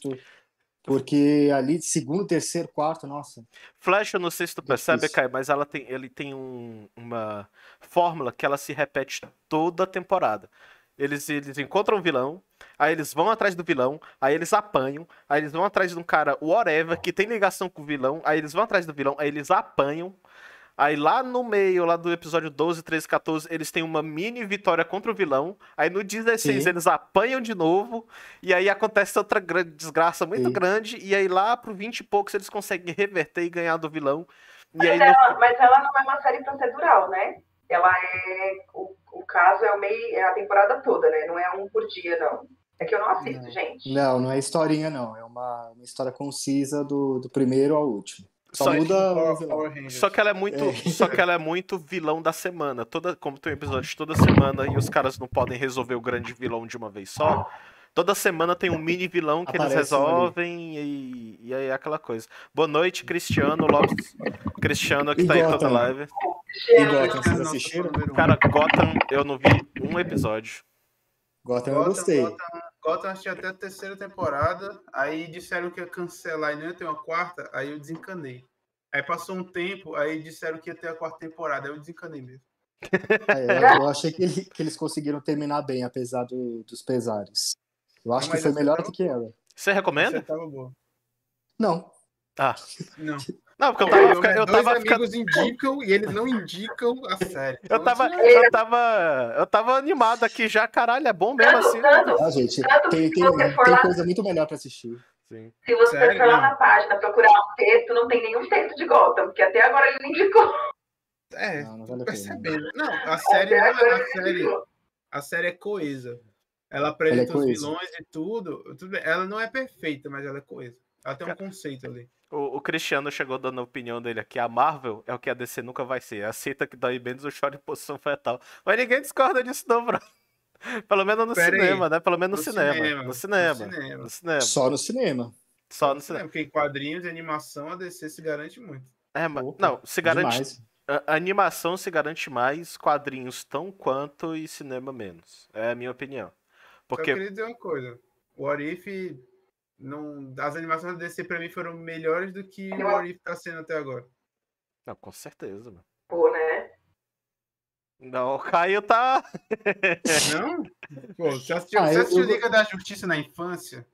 [SPEAKER 5] Porque ali, segundo, terceiro, quarto, nossa.
[SPEAKER 2] Flash, eu não sei se tu percebe,
[SPEAKER 5] Difícil.
[SPEAKER 2] Kai, mas ela tem, ele tem um- uma fórmula que ela se repete toda a temporada. Eles, eles encontram um vilão, aí eles vão atrás do vilão, aí eles apanham, aí eles vão atrás de um cara, whatever, que tem ligação com o vilão, aí eles vão atrás do vilão, aí eles apanham. Aí lá no meio, lá do episódio 12, 13, 14, eles têm uma mini vitória contra o vilão. Aí no 16
[SPEAKER 5] Sim.
[SPEAKER 2] eles apanham de novo. E aí acontece outra gran- desgraça muito
[SPEAKER 5] Sim.
[SPEAKER 2] grande. E aí lá pro 20 e poucos eles conseguem reverter e ganhar do vilão. E aí
[SPEAKER 3] Mas,
[SPEAKER 2] no-
[SPEAKER 3] ela, mas ela não é uma série procedural, né? Ela é. O, o caso é o meio. É a temporada toda, né? Não é um por dia, não. É que eu não assisto,
[SPEAKER 5] Não.
[SPEAKER 3] gente.
[SPEAKER 5] Não, não é historinha, não. É uma, uma história concisa do, do primeiro ao último. Só,
[SPEAKER 2] Só-
[SPEAKER 5] muda o
[SPEAKER 1] Power-
[SPEAKER 5] vilão.
[SPEAKER 1] Power Rangers.
[SPEAKER 2] Só que ela é muito,
[SPEAKER 5] É.
[SPEAKER 2] só que ela é muito vilão da semana. Toda, como tem um episódio toda semana e os caras não podem resolver o grande vilão de uma vez só. Toda semana tem um mini vilão que eles
[SPEAKER 5] Aparece um ali.
[SPEAKER 2] resolvem e, e aí é aquela coisa. Boa noite, Cristiano Lopes. Cristiano que
[SPEAKER 5] E
[SPEAKER 2] tá aí toda
[SPEAKER 5] Gotham?
[SPEAKER 2] live.
[SPEAKER 5] Igual
[SPEAKER 1] Essa
[SPEAKER 5] que
[SPEAKER 1] é a
[SPEAKER 5] vocês
[SPEAKER 1] nossa
[SPEAKER 5] assistiram.
[SPEAKER 1] número um.
[SPEAKER 2] Cara, Gotham, eu não vi um episódio.
[SPEAKER 5] Gotham Então, eu
[SPEAKER 1] Gotham-
[SPEAKER 5] gostei.
[SPEAKER 1] Gotham, Gotham assisti até a terceira temporada, aí disseram que ia cancelar e não ia ter uma quarta, aí eu desencanei. Aí passou um tempo, aí disseram que ia ter a quarta temporada, aí eu desencanei mesmo.
[SPEAKER 5] É, eu achei que, ele- que eles conseguiram terminar bem, apesar do- dos pesares. Eu acho
[SPEAKER 1] Não,
[SPEAKER 5] que
[SPEAKER 1] mas
[SPEAKER 5] foi
[SPEAKER 1] essa
[SPEAKER 5] melhor
[SPEAKER 1] não-
[SPEAKER 5] do que ela.
[SPEAKER 2] Você recomenda?
[SPEAKER 1] Essa tava boa.
[SPEAKER 5] Não.
[SPEAKER 2] Ah.
[SPEAKER 1] Não.
[SPEAKER 2] Não, porque eu
[SPEAKER 1] Cara,
[SPEAKER 2] tava,
[SPEAKER 1] eu,
[SPEAKER 2] fica- eu
[SPEAKER 1] dois
[SPEAKER 2] tava ficando.
[SPEAKER 1] amigos indicam e eles não indicam a série.
[SPEAKER 2] Eu
[SPEAKER 1] Então,
[SPEAKER 2] tava,
[SPEAKER 1] isso
[SPEAKER 2] eu tava, eu tava animado aqui já, caralho, é bom mesmo
[SPEAKER 3] Tanto,
[SPEAKER 2] assim.
[SPEAKER 3] tanto,
[SPEAKER 5] Ah, gente,
[SPEAKER 3] Tanto
[SPEAKER 5] tem,
[SPEAKER 3] que
[SPEAKER 5] tem-
[SPEAKER 3] você for
[SPEAKER 5] tem
[SPEAKER 3] lá-
[SPEAKER 5] coisa muito melhor pra assistir.
[SPEAKER 2] Sim.
[SPEAKER 3] se você
[SPEAKER 1] Sério?
[SPEAKER 3] for lá
[SPEAKER 1] Não.
[SPEAKER 3] na página procurar um texto, não tem nenhum texto de Gotham, porque até agora ele não indicou.
[SPEAKER 1] É,
[SPEAKER 5] Não, não vale a pena.
[SPEAKER 1] percebendo. Não, a série,
[SPEAKER 3] até
[SPEAKER 1] não é-
[SPEAKER 3] agora
[SPEAKER 1] a
[SPEAKER 3] ele não
[SPEAKER 1] série
[SPEAKER 3] indicou.
[SPEAKER 1] a série é coesa. Ela apresenta os
[SPEAKER 5] é coesa.
[SPEAKER 1] vilões e tudo. tudo bem. Ela não é perfeita, mas ela é coesa. Ela tem um
[SPEAKER 2] Cara,
[SPEAKER 1] conceito ali.
[SPEAKER 2] O, o Cristiano chegou dando a opinião dele aqui. A Marvel é o que a DC nunca vai ser. Aceita que dói menos ou chora em posição fetal. Mas ninguém discorda disso, não, bro. Pelo menos no
[SPEAKER 1] Pera aí.
[SPEAKER 2] cinema, né? Pelo menos no, cinema, No
[SPEAKER 1] No
[SPEAKER 2] cinema.
[SPEAKER 1] cinema.
[SPEAKER 2] No cinema.
[SPEAKER 5] Só no cinema.
[SPEAKER 2] Só no
[SPEAKER 1] É,
[SPEAKER 2] cinema.
[SPEAKER 1] porque em quadrinhos e animação a DC se garante muito.
[SPEAKER 2] É, mas,
[SPEAKER 5] Opa,
[SPEAKER 2] não, se garante.
[SPEAKER 5] Demais.
[SPEAKER 2] a- a animação se garante mais, quadrinhos tão quanto e cinema menos. É a minha opinião.
[SPEAKER 1] Só
[SPEAKER 2] Porque.
[SPEAKER 1] queria dizer uma coisa. O Orif. Não, as animações da DC pra mim foram melhores do que o Orif tá sendo até agora.
[SPEAKER 2] Não, com certeza, mano.
[SPEAKER 3] Pô, né?
[SPEAKER 2] Não, o Caio tá.
[SPEAKER 1] Não? Pô, você assistiu,
[SPEAKER 5] Ah,
[SPEAKER 1] você
[SPEAKER 5] eu-
[SPEAKER 1] assistiu
[SPEAKER 5] eu-
[SPEAKER 1] Liga da Justiça na infância?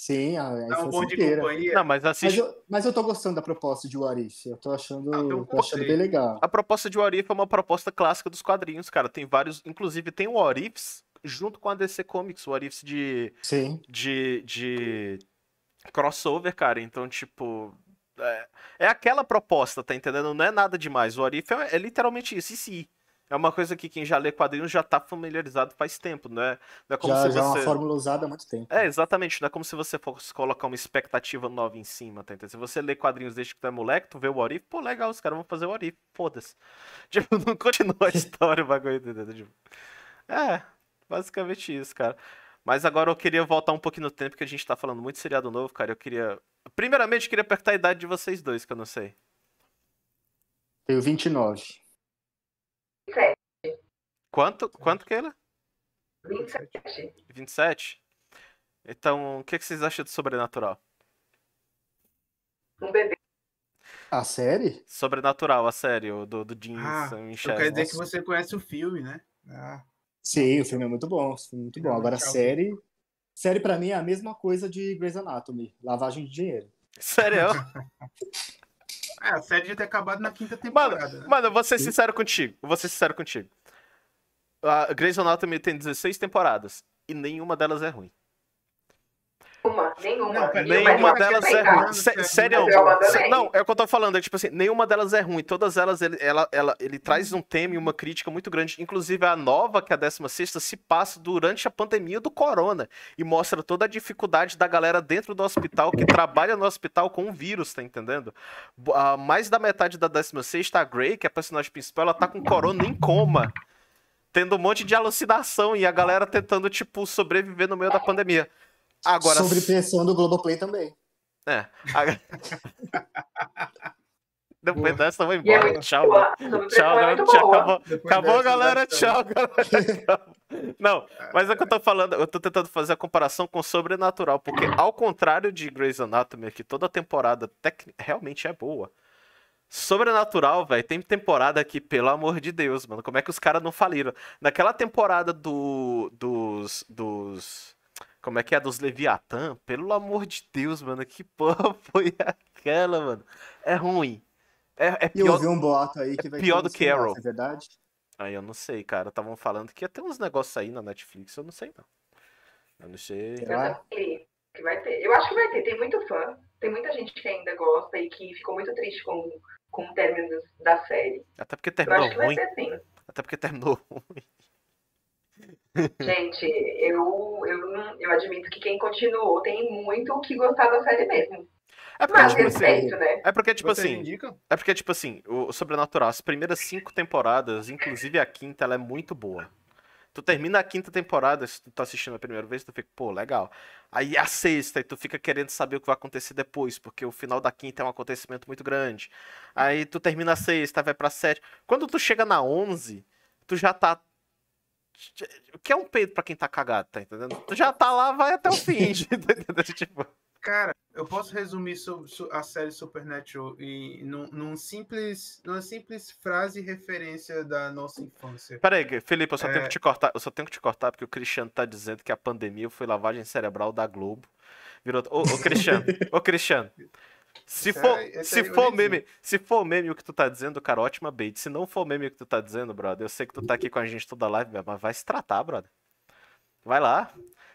[SPEAKER 5] Sim, a, a
[SPEAKER 1] É um
[SPEAKER 5] infância
[SPEAKER 1] bom de
[SPEAKER 5] inteira.
[SPEAKER 1] companhia.
[SPEAKER 2] Não, mas
[SPEAKER 5] Mas
[SPEAKER 2] assiste.
[SPEAKER 5] eu, mas eu tô gostando da proposta de Warif. Eu tô achando,
[SPEAKER 1] Ah, então
[SPEAKER 5] eu tô achando
[SPEAKER 1] gostei.
[SPEAKER 5] bem legal.
[SPEAKER 2] A proposta de Warif é uma proposta clássica dos quadrinhos, cara. Tem vários. Inclusive, tem o Warifs junto com a DC Comics, o Warifs de,
[SPEAKER 5] Sim.
[SPEAKER 2] de, de crossover, cara. Então, tipo. É, é aquela proposta, tá entendendo? Não é nada demais. O Warif é, é literalmente isso. E se? É uma coisa que quem já lê quadrinhos já tá familiarizado faz tempo, não é? Não é como
[SPEAKER 5] já
[SPEAKER 2] se
[SPEAKER 5] já é
[SPEAKER 2] você.
[SPEAKER 5] uma fórmula usada há muito tempo.
[SPEAKER 2] É, exatamente. Não é como se você fosse colocar uma expectativa nova em cima, tá entendendo? Se você lê quadrinhos desde que tu é moleque, tu vê o Orif, pô, legal, os caras vão fazer o Orif, foda-se. Tipo, não continua a história, o bagulho, entendeu? Tipo, é, basicamente isso, cara. Mas agora eu queria voltar um pouquinho no tempo, que a gente tá falando muito seriado novo, cara. Eu queria. Primeiramente, eu queria apertar a idade de vocês dois, que eu não sei.
[SPEAKER 5] Tenho 29.
[SPEAKER 3] 27.
[SPEAKER 2] Quanto? Quanto que é ele?
[SPEAKER 3] 27.
[SPEAKER 2] 27? Então, o que, que vocês acham de sobrenatural?
[SPEAKER 3] Um bebê.
[SPEAKER 5] A série?
[SPEAKER 2] Sobrenatural, a série, o do, do Jim
[SPEAKER 1] Ah,
[SPEAKER 2] Sam
[SPEAKER 1] Eu quero dizer
[SPEAKER 2] Winchester.
[SPEAKER 1] que você conhece o filme, né? Ah,
[SPEAKER 5] Sim, o filme é muito bom. o filme é muito bom. Agora, a
[SPEAKER 1] Tchau.
[SPEAKER 5] série. Série pra mim é a mesma coisa de Grey's Anatomy, lavagem de dinheiro.
[SPEAKER 2] Sério?
[SPEAKER 1] é, a série já ter acabado na quinta
[SPEAKER 2] Mano,
[SPEAKER 1] temporada. né?
[SPEAKER 2] mano, eu vou ser sincero contigo. Eu vou ser sincero contigo. A Grey's Anatomy tem 16 temporadas e nenhuma delas é ruim.
[SPEAKER 3] Uma. Nenhuma.
[SPEAKER 1] Não, pera,
[SPEAKER 3] Nenhuma.
[SPEAKER 2] Nenhuma
[SPEAKER 1] mas
[SPEAKER 2] delas
[SPEAKER 1] tá
[SPEAKER 2] é
[SPEAKER 1] errado,
[SPEAKER 2] ruim. Sé-
[SPEAKER 1] tá
[SPEAKER 2] Sério.
[SPEAKER 3] errado. Eu abandonei.
[SPEAKER 2] Não, é o que eu tô falando. É que, tipo assim, nenhuma delas é ruim. Todas elas, ele, ela, ela- ele traz um tema e uma crítica muito grande. Inclusive, a nova, que é a 16, se passa durante a pandemia do corona. E mostra toda a dificuldade da galera dentro do hospital, que trabalha no hospital com o vírus, tá entendendo? Bo- ah, mais da metade da 16, a Grey, que é a personagem principal, ela tá com corona em coma. Tendo um monte de alucinação e a galera tentando, tipo, sobreviver no meio da pandemia. Agora,
[SPEAKER 5] Sobre pressão do Globoplay também.
[SPEAKER 2] é. A- Depois dessa eu vou
[SPEAKER 3] E é
[SPEAKER 2] embora.
[SPEAKER 3] muito
[SPEAKER 2] Tchau.
[SPEAKER 3] boa. Sobre
[SPEAKER 2] Tchau,
[SPEAKER 3] pressão é
[SPEAKER 2] galera.
[SPEAKER 3] muito
[SPEAKER 2] Tchau,
[SPEAKER 3] boa.
[SPEAKER 2] acabou.
[SPEAKER 1] Depois dessa,
[SPEAKER 2] Acabou,
[SPEAKER 1] né?
[SPEAKER 2] galera.
[SPEAKER 1] vai,
[SPEAKER 2] Tchau, galera. Não, mas é o que eu tô falando. Eu tô tentando fazer a comparação com Sobrenatural, porque ao contrário de Grey's Anatomy, que toda temporada tec- realmente é boa. Sobrenatural, velho, tem temporada aqui, pelo amor de Deus, mano. Como é que os caras não faliram? Naquela temporada do. dos. dos. Como é que é? Dos Leviatã? Pelo amor de Deus, mano. Que porra foi aquela, mano? É ruim. É, é
[SPEAKER 5] E eu
[SPEAKER 2] pior.
[SPEAKER 5] ouvi um boato aí que vai
[SPEAKER 2] pior
[SPEAKER 5] ter
[SPEAKER 2] do
[SPEAKER 5] uns
[SPEAKER 2] que
[SPEAKER 5] spin-off,
[SPEAKER 2] Arrow.
[SPEAKER 5] É verdade?
[SPEAKER 2] Aí eu não sei, cara. Estavam falando que ia ter uns negócios aí na Netflix, eu não sei não. Eu não sei.
[SPEAKER 5] Será?
[SPEAKER 3] Eu também queria que vai ter. Eu acho que vai ter. Tem muito fã. Tem muita gente que ainda gosta e que ficou muito triste com, com o término da série.
[SPEAKER 2] Até porque
[SPEAKER 3] Eu acho
[SPEAKER 2] terminou
[SPEAKER 3] que vai
[SPEAKER 2] É ruim.
[SPEAKER 3] ter sim.
[SPEAKER 2] Até porque terminou ruim.
[SPEAKER 3] Gente, eu, eu, não- eu admito que quem continuou tem muito o que gostar da série mesmo.
[SPEAKER 2] É porque,
[SPEAKER 3] Mas
[SPEAKER 2] tipo assim.
[SPEAKER 3] respeito, né?
[SPEAKER 2] É porque, tipo
[SPEAKER 1] Vocês
[SPEAKER 2] assim.
[SPEAKER 1] indicam?
[SPEAKER 2] É porque, tipo assim, o Sobrenatural, as primeiras cinco temporadas, inclusive a quinta, ela é muito boa. Tu termina a quinta temporada, se tu tá assistindo a primeira vez, tu fica, pô, legal. Aí a sexta, e tu fica querendo saber o que vai acontecer depois, porque o final da quinta é um acontecimento muito grande. Aí tu termina a sexta, vai pra sétima. Quando tu chega na onze, tu já tá. O que é um peito pra quem tá cagado, tá entendendo? Tu já tá lá, vai até o fim, tá entendendo? Tipo.
[SPEAKER 1] Cara, eu posso resumir sobre su- a série Supernatural em, num, num simples, numa simples frase e referência da nossa infância.
[SPEAKER 2] Peraí, Gui- Felipe, eu só, tenho
[SPEAKER 1] É.
[SPEAKER 2] que te cortar, eu só tenho que te cortar porque o Cristiano tá dizendo que a pandemia foi lavagem cerebral da Globo. Virou. Ô, ô Cristiano, ô Cristiano. Se
[SPEAKER 1] Cara,
[SPEAKER 2] for,
[SPEAKER 1] esse
[SPEAKER 2] se
[SPEAKER 1] aí é eu
[SPEAKER 2] for
[SPEAKER 1] nem vi.
[SPEAKER 2] meme, se for meme o que tu tá dizendo, cara, ótima bait. Se não for meme o que tu tá dizendo, brother, eu sei que tu tá aqui com a gente toda live, mas vai se tratar, brother. Vai lá.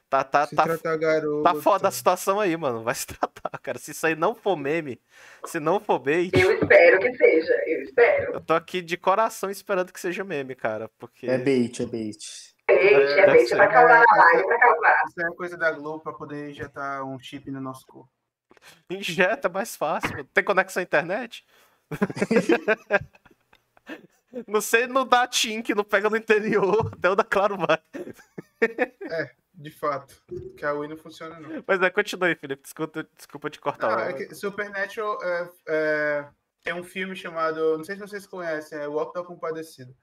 [SPEAKER 2] Tá, tá,
[SPEAKER 1] Se
[SPEAKER 2] tá,
[SPEAKER 1] tratar garoto.
[SPEAKER 2] tá foda a situação aí, mano. Vai se tratar, cara. Se isso aí não for meme, se não for bait,
[SPEAKER 3] Eu espero que seja, eu espero.
[SPEAKER 2] eu tô aqui de coração esperando que seja meme, cara. Porque.
[SPEAKER 5] É bait, é bait.
[SPEAKER 3] Beijo, é
[SPEAKER 2] deve
[SPEAKER 3] beijo
[SPEAKER 2] ser.
[SPEAKER 3] pra causar, é pra causar.
[SPEAKER 1] Isso é coisa da Globo pra poder injetar um chip no nosso corpo.
[SPEAKER 2] Injeta, é mais fácil. Tem conexão à internet? não sei, não dá TIM que não pega no interior, até o da Claro vai.
[SPEAKER 1] De fato. Que a Wii não funciona, não.
[SPEAKER 2] Mas é, continua aí, Felipe. Desculpa, desculpa te cortar.
[SPEAKER 1] Não,
[SPEAKER 2] mas-
[SPEAKER 1] é que Supernatural é, é, tem um filme chamado. Não sei se vocês conhecem, é O Alto da Compadecida.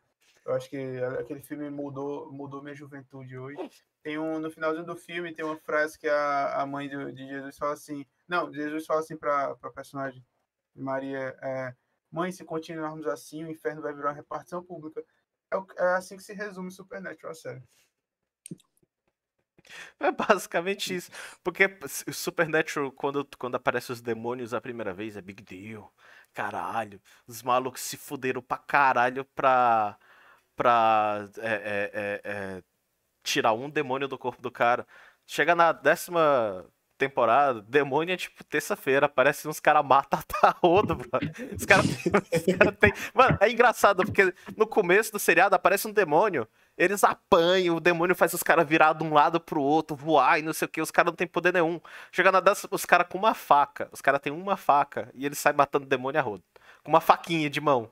[SPEAKER 1] Eu acho que a- aquele filme mudou, mudou minha juventude hoje. Tem um, no finalzinho do filme tem uma frase que a, a mãe do- de Jesus fala assim. Não, Jesus fala assim pra, pra personagem de Maria: é, Mãe, se continuarmos assim, o inferno vai virar uma repartição pública. É, o- é assim que se resume Supernatural, sério.
[SPEAKER 2] É basicamente isso. Porque o Supernatural, quando, quando aparece os demônios a primeira vez, é big deal. Caralho. Os malucos se fuderam pra caralho pra. pra. é, é, é, é, tirar um demônio do corpo do cara. Chega na décima temporada, demônio é tipo terça-feira, aparece uns caras mata a roda, brother. Os caras cara tem. Mano, é engraçado, porque no começo do seriado aparece um demônio. Eles apanham, o demônio faz os caras virar de um lado pro outro, voar e não sei o que, os caras não têm poder nenhum. Chega na dança, os caras com uma faca. Os caras têm uma faca e eles saem matando o demônio a rodo. Com uma faquinha de mão.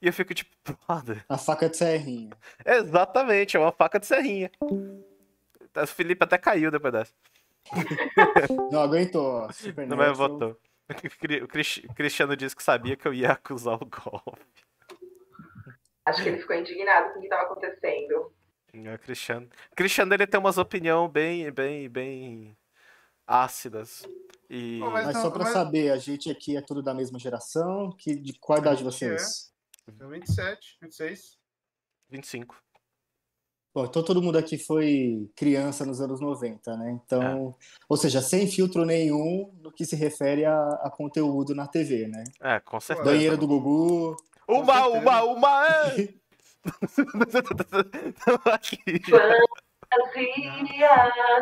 [SPEAKER 2] E eu fico tipo, brother.
[SPEAKER 5] A faca de serrinha.
[SPEAKER 2] Exatamente, é uma faca de serrinha. Tá, O Felipe até caiu depois dessa.
[SPEAKER 5] Não aguentou. Super
[SPEAKER 2] Não vai votou. O Cris- o Cristiano disse que sabia que eu ia acusar o golpe.
[SPEAKER 3] Acho que ele ficou indignado com o que tava acontecendo.
[SPEAKER 2] É, o Cristiano. O Cristiano ele tem umas opiniões bem, bem, bem ácidas. E
[SPEAKER 1] Pô, mas-
[SPEAKER 5] Mas só pra
[SPEAKER 1] Mas-
[SPEAKER 5] saber, a gente aqui é tudo da mesma geração? Que, de qual idade
[SPEAKER 1] A gente
[SPEAKER 5] vocês?
[SPEAKER 1] Então, 27, 26.
[SPEAKER 2] 25.
[SPEAKER 5] Bom, então todo mundo aqui foi criança nos anos 90, né?
[SPEAKER 2] É.
[SPEAKER 5] Então, ou seja, sem filtro nenhum no que se refere a, a conteúdo na TV, né?
[SPEAKER 2] É, com certeza.
[SPEAKER 5] Banheiro do Gugu,
[SPEAKER 2] Uma,
[SPEAKER 1] certeza.
[SPEAKER 2] uma, uma! é! Tamo aqui.
[SPEAKER 3] Fantasia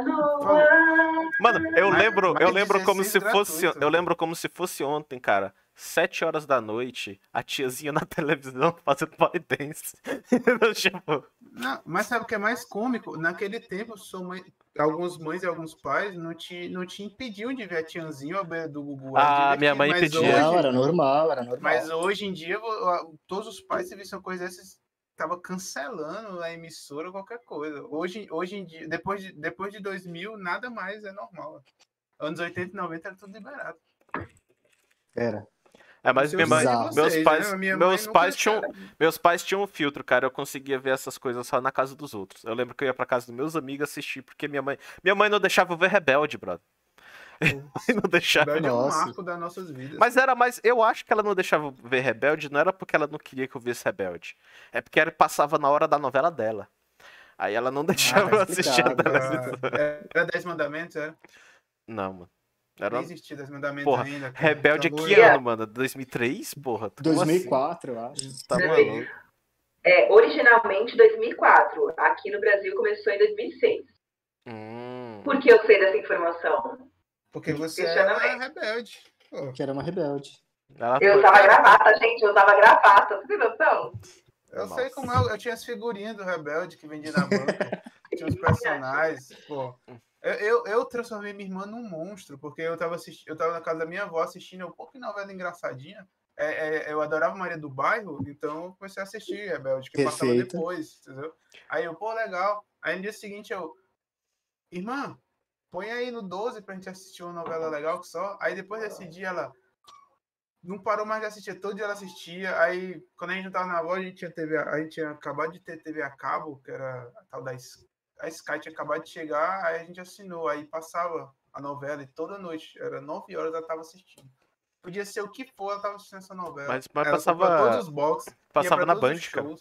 [SPEAKER 3] no
[SPEAKER 1] Fala.
[SPEAKER 3] ar.
[SPEAKER 2] Mano, eu
[SPEAKER 1] Mas-
[SPEAKER 2] lembro,
[SPEAKER 1] mas
[SPEAKER 2] eu lembro como
[SPEAKER 1] 16
[SPEAKER 2] se fosse,
[SPEAKER 1] gratuito. né?
[SPEAKER 2] eu lembro como se fosse ontem, cara. Sete horas da noite, a tiazinha na televisão fazendo pole dance. Tipo,
[SPEAKER 1] Não, mas sabe o que é mais cômico? Naquele tempo, sua mãe, algumas mães e alguns pais não te, não te impediam de ver a Tianzinha ou a beira do Gugu. Era
[SPEAKER 2] Ah,
[SPEAKER 1] divertido,
[SPEAKER 2] minha mãe
[SPEAKER 1] mas
[SPEAKER 2] impedia.
[SPEAKER 5] não,
[SPEAKER 1] é Então, Hoje,
[SPEAKER 5] era normal, era normal.
[SPEAKER 1] mas hoje em dia, vo- a- todos os pais, se vissem uma coisa dessas, tava cancelando a emissora qualquer coisa. Hoje, hoje em dia, depois de, depois de 2000, nada mais é normal. Anos 80 e 90 era tudo liberado.
[SPEAKER 5] Era.
[SPEAKER 2] é, mas
[SPEAKER 1] Não sei
[SPEAKER 2] minha
[SPEAKER 1] os
[SPEAKER 2] mãe,
[SPEAKER 5] Bizarro.
[SPEAKER 2] meus
[SPEAKER 1] né?
[SPEAKER 2] pais,
[SPEAKER 1] Minha mãe
[SPEAKER 2] meus
[SPEAKER 1] nunca-
[SPEAKER 2] pais tinham, meus pais tinham um filtro, cara. Eu conseguia ver essas coisas só na casa dos outros. Eu lembro que eu ia pra casa dos meus amigos assistir porque minha mãe, minha mãe não deixava eu ver Rebelde, brother. não deixava.
[SPEAKER 1] Rebelde é um
[SPEAKER 5] Nossa.
[SPEAKER 1] marco das nossas vidas.
[SPEAKER 2] Mas era mais. Eu acho que ela não deixava eu ver Rebelde, não era porque ela não queria que eu visse Rebelde. É porque ela passava na hora da novela dela. Aí ela não deixava eu assistir a
[SPEAKER 5] explicado,
[SPEAKER 2] televisão.
[SPEAKER 1] Ah, era 10 mandamentos, era?
[SPEAKER 2] Não, mano.
[SPEAKER 1] Não
[SPEAKER 2] Era uma-
[SPEAKER 1] existia 10 mandamentos
[SPEAKER 2] Porra,
[SPEAKER 1] ainda. cara.
[SPEAKER 2] Rebelde é
[SPEAKER 1] Tá
[SPEAKER 2] que
[SPEAKER 1] doido.
[SPEAKER 2] ano, mano? 2003? Porra. como assim?
[SPEAKER 5] 2004, eu acho.
[SPEAKER 2] Tá maluco.
[SPEAKER 3] É, originalmente 2004. Aqui no Brasil começou em 2006.
[SPEAKER 2] Hum.
[SPEAKER 3] Por que eu sei dessa informação?
[SPEAKER 1] Porque você
[SPEAKER 3] Cristiano
[SPEAKER 1] era
[SPEAKER 3] Ronaldo.
[SPEAKER 1] rebelde. Pô,
[SPEAKER 5] Que era uma rebelde.
[SPEAKER 2] Ela
[SPEAKER 3] Eu
[SPEAKER 2] foi-
[SPEAKER 3] usava gravata, gente. Eu usava gravata. Vocês têm noção?
[SPEAKER 1] Eu
[SPEAKER 2] Nossa.
[SPEAKER 1] sei como eu, eu tinha as figurinhas do Rebelde que vendia na banca. tinha os personagens, pô. Eu, eu, eu transformei minha irmã num monstro, porque eu tava, assisti- eu tava na casa da minha avó assistindo, eu, pô, que novela engraçadinha. É, é, eu adorava Maria do Bairro, então eu comecei a assistir Rebelde, que passava
[SPEAKER 5] Perfeito.
[SPEAKER 1] depois, entendeu? Aí eu, pô, legal. Aí no dia seguinte eu, irmã, põe aí no 12 pra gente assistir uma novela legal que só. Aí depois desse dia ela não parou mais de assistir, todo dia ela assistia. Aí, quando a gente não tava na voz, a gente tinha TV, a a gente tinha acabado de ter TV a cabo, que era a tal da S- a Sky tinha acabado de chegar, aí a gente assinou, aí passava a novela e toda noite, era 9 horas, ela tava assistindo. Podia ser o que for, ela tava assistindo essa novela.
[SPEAKER 2] Mas, mas
[SPEAKER 1] ela
[SPEAKER 2] passava-
[SPEAKER 1] comprou todos os boxes, ia
[SPEAKER 2] Passava
[SPEAKER 1] pra
[SPEAKER 2] na
[SPEAKER 1] todos
[SPEAKER 2] Band,
[SPEAKER 1] os
[SPEAKER 2] cara.
[SPEAKER 1] shows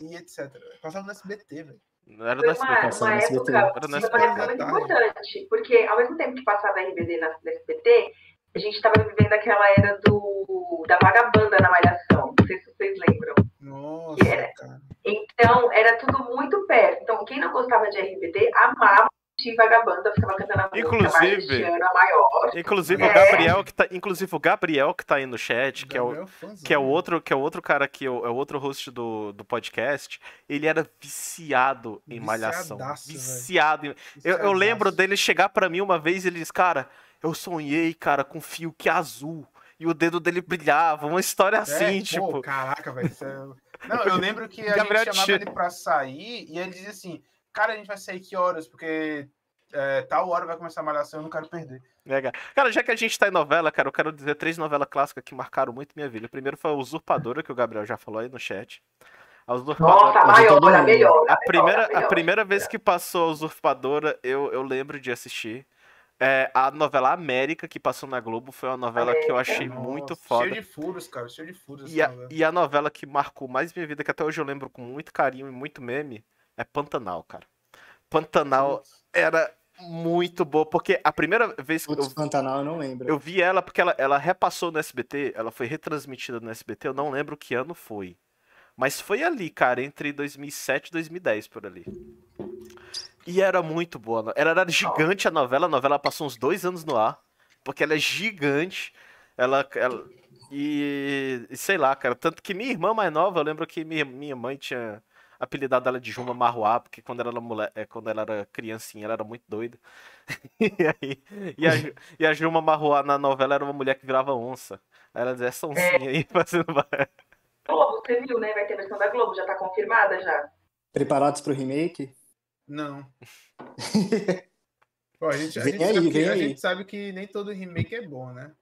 [SPEAKER 1] E etc. Passava no SBT, velho.
[SPEAKER 2] Não era do
[SPEAKER 3] Foi
[SPEAKER 2] SBT.
[SPEAKER 3] uma,
[SPEAKER 5] passava
[SPEAKER 3] uma
[SPEAKER 5] no SBT.
[SPEAKER 3] época
[SPEAKER 2] Era no
[SPEAKER 3] que
[SPEAKER 2] SBT.
[SPEAKER 3] pareceu muito importante, porque ao mesmo tempo que passava RBD na, na SBT, a gente estava vivendo aquela era do, da vagabanda na Malhação, não sei se vocês lembram.
[SPEAKER 1] Nossa,
[SPEAKER 3] Era.
[SPEAKER 1] cara.
[SPEAKER 3] Então, era tudo muito perto. Então, quem não gostava de RBD, amava assistir vagabanda, ficava cantando a música
[SPEAKER 2] Inclusive-
[SPEAKER 3] Marciana maior.
[SPEAKER 2] Inclusive
[SPEAKER 3] É.
[SPEAKER 2] o Gabriel que tá, inclusive o Gabriel que tá aí no chat, que é o
[SPEAKER 1] Gabriel Fanzão.
[SPEAKER 2] que é o outro, que é o outro cara que é o, é o outro host do, do podcast, ele era viciado em malhação.
[SPEAKER 1] Viciadaço, velho.
[SPEAKER 2] Viciado. Em... Eu,
[SPEAKER 1] é
[SPEAKER 2] eu lembro dele chegar pra mim uma vez e ele disse, cara, eu sonhei, cara, com fio que é azul. E o dedo dele brilhava, uma história assim,
[SPEAKER 1] É,
[SPEAKER 2] tipo.
[SPEAKER 1] Pô, caraca, velho. isso é- Não, eu lembro que a
[SPEAKER 2] Gabriel
[SPEAKER 1] gente chamava
[SPEAKER 2] Tchê.
[SPEAKER 1] ele pra sair e ele dizia assim: Cara, a gente vai sair que horas? Porque é, tal hora vai começar a malhação, eu não quero perder.
[SPEAKER 2] né, cara? Cara, já que a gente tá em novela, cara, eu quero dizer três novelas clássicas que marcaram muito minha vida. O primeiro foi a Usurpadora, que o Gabriel já falou aí no chat. A Usurpadora.
[SPEAKER 3] Nossa, a
[SPEAKER 5] Mas eu tô
[SPEAKER 3] maior, a
[SPEAKER 5] no-
[SPEAKER 3] melhor.
[SPEAKER 2] A primeira,
[SPEAKER 3] melhor.
[SPEAKER 2] a primeira vez que passou a Usurpadora, eu, eu lembro de assistir. É, a novela América, que passou na Globo, foi uma novela que eu achei
[SPEAKER 1] Nossa,
[SPEAKER 2] muito foda.
[SPEAKER 1] Cheio de furos, cara, cheio de furos. assim, né?
[SPEAKER 2] E a,
[SPEAKER 1] essa novela.
[SPEAKER 2] e a novela que marcou mais minha vida, que até hoje eu lembro com muito carinho e muito meme, é Pantanal, cara. Pantanal era muito boa, porque a primeira vez que eu
[SPEAKER 5] Putz, Pantanal, eu não lembro.
[SPEAKER 2] eu vi ela porque ela, ela repassou no SBT, ela foi retransmitida no SBT, eu não lembro que ano foi. Mas foi ali, cara, entre 2007 e 2010, por ali. E era muito boa. no- Ela era gigante a novela, a novela passou uns dois anos no ar, porque ela é gigante. Ela. ela e, e sei lá, cara. Tanto que minha irmã mais nova, eu lembro que minha, minha mãe tinha apelidado ela de Juma Marruá, porque quando ela era, mole- é, quando ela era criancinha, ela era muito doida. e aí. E a, Ju- e a Juma Marruá na novela era uma mulher que virava onça. Aí ela dizia essa oncinha aí fazendo. ba-
[SPEAKER 3] Globo, você viu, né? Vai ter versão da Globo, já tá confirmada já.
[SPEAKER 5] Preparados pro remake?
[SPEAKER 1] Não. Pô, a gente, a
[SPEAKER 5] Vem
[SPEAKER 1] gente
[SPEAKER 5] aí,
[SPEAKER 1] sabe que,
[SPEAKER 5] vem
[SPEAKER 1] a
[SPEAKER 5] aí.
[SPEAKER 1] gente sabe que nem todo remake é bom, né?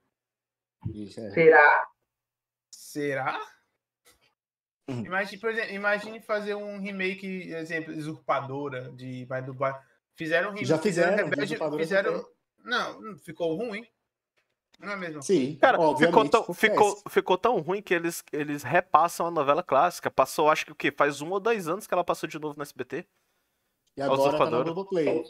[SPEAKER 5] Ixi, é.
[SPEAKER 3] Será?
[SPEAKER 1] Será?
[SPEAKER 5] Hum.
[SPEAKER 1] Imagine, por exemplo, imagine fazer um remake, exemplo, usurpadora de Vai do Bar. Fizeram um remake.
[SPEAKER 5] Já fizeram, de
[SPEAKER 1] Rebelde,
[SPEAKER 5] Usurpadora já
[SPEAKER 1] fizeram... Não, ficou ruim. Não é mesmo?
[SPEAKER 5] Sim,
[SPEAKER 2] Cara, ficou
[SPEAKER 5] obviamente,
[SPEAKER 2] tão,
[SPEAKER 5] acontece.
[SPEAKER 2] ficou, ficou tão ruim que eles, eles repassam a novela clássica. Passou, acho que o quê? Faz um ou dois anos que ela passou de novo no SBT.
[SPEAKER 5] E
[SPEAKER 2] a
[SPEAKER 5] agora tá no
[SPEAKER 2] usurpadora.
[SPEAKER 5] Globoplay.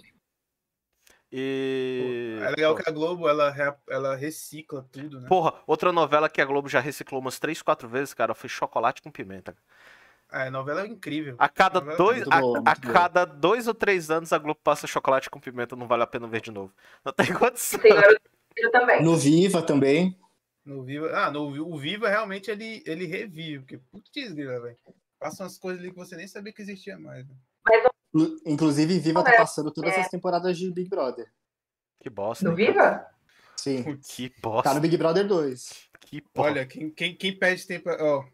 [SPEAKER 2] E.
[SPEAKER 1] É legal que a Globo ela, re- ela recicla tudo, né?
[SPEAKER 2] Porra, outra novela que a Globo já reciclou umas três, quatro vezes, cara, foi Chocolate com Pimenta.
[SPEAKER 1] É, a novela é incrível.
[SPEAKER 2] A cada
[SPEAKER 1] Novela
[SPEAKER 2] dois,
[SPEAKER 5] muito
[SPEAKER 2] a,
[SPEAKER 5] boa,
[SPEAKER 2] a
[SPEAKER 5] muito boa.
[SPEAKER 2] cada dois ou três anos a Globo passa Chocolate com Pimenta, não vale a pena ver de novo. Não tem condição.
[SPEAKER 3] Senhora do também.
[SPEAKER 5] No Viva também.
[SPEAKER 1] No Viva. Ah, no Vi- o Viva realmente ele, ele revive, porque putz, grila, velho. Passa umas coisas ali que você nem sabia que existia mais. né?
[SPEAKER 5] Lu- Inclusive, Viva tá
[SPEAKER 3] É.
[SPEAKER 5] passando todas as temporadas de Big Brother.
[SPEAKER 2] Que bosta.
[SPEAKER 3] No
[SPEAKER 2] hein, cara?
[SPEAKER 3] Viva?
[SPEAKER 5] Sim.
[SPEAKER 2] Que
[SPEAKER 5] Tá no
[SPEAKER 2] bosta.
[SPEAKER 5] Big Brother 2.
[SPEAKER 2] Que bosta.
[SPEAKER 1] Olha, quem, quem, quem perde tempo. Ó,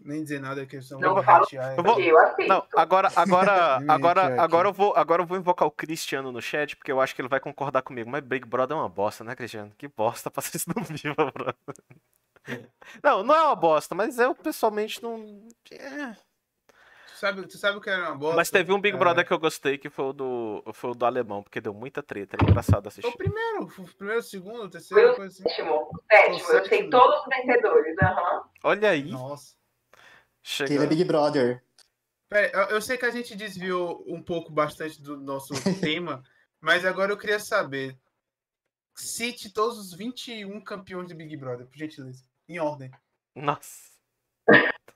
[SPEAKER 1] nem dizer nada que eles são
[SPEAKER 3] Não
[SPEAKER 1] vão
[SPEAKER 3] falo-
[SPEAKER 1] hatear,
[SPEAKER 2] eu
[SPEAKER 1] é.
[SPEAKER 2] vou-
[SPEAKER 3] Eu aceito.
[SPEAKER 2] Não, agora, agora,
[SPEAKER 1] Deixa
[SPEAKER 2] agora,
[SPEAKER 1] aqui.
[SPEAKER 2] agora eu vou, agora eu vou invocar o Cristiano no chat, porque eu acho que ele vai concordar comigo. Mas Big Brother é uma bosta, né, Cristiano? Que bosta passar isso no Viva, bro. Não, não é uma bosta, mas eu pessoalmente não. é.
[SPEAKER 1] Tu sabe, tu sabe o que era uma bosta?
[SPEAKER 2] Mas teve um Big
[SPEAKER 1] É,
[SPEAKER 2] Brother que eu gostei, que foi o do, foi o do alemão, porque deu muita treta. Era engraçado
[SPEAKER 1] Foi o
[SPEAKER 2] assistir.
[SPEAKER 1] primeiro, o primeiro, o segundo, o terceiro,
[SPEAKER 3] Eu-
[SPEAKER 1] coisa assim.
[SPEAKER 3] Sétimo. Sétimo. Eu sei todos os vencedores. Aham.
[SPEAKER 2] Olha aí,
[SPEAKER 1] Nossa.
[SPEAKER 5] Que ele é
[SPEAKER 2] chegou.
[SPEAKER 5] Big Brother.
[SPEAKER 1] Pera, eu, eu sei que a gente desviou um pouco bastante do nosso tema, mas agora eu queria saber. Cite todos os 21 campeões de Big Brother, por gentileza. Em ordem.
[SPEAKER 2] Nossa.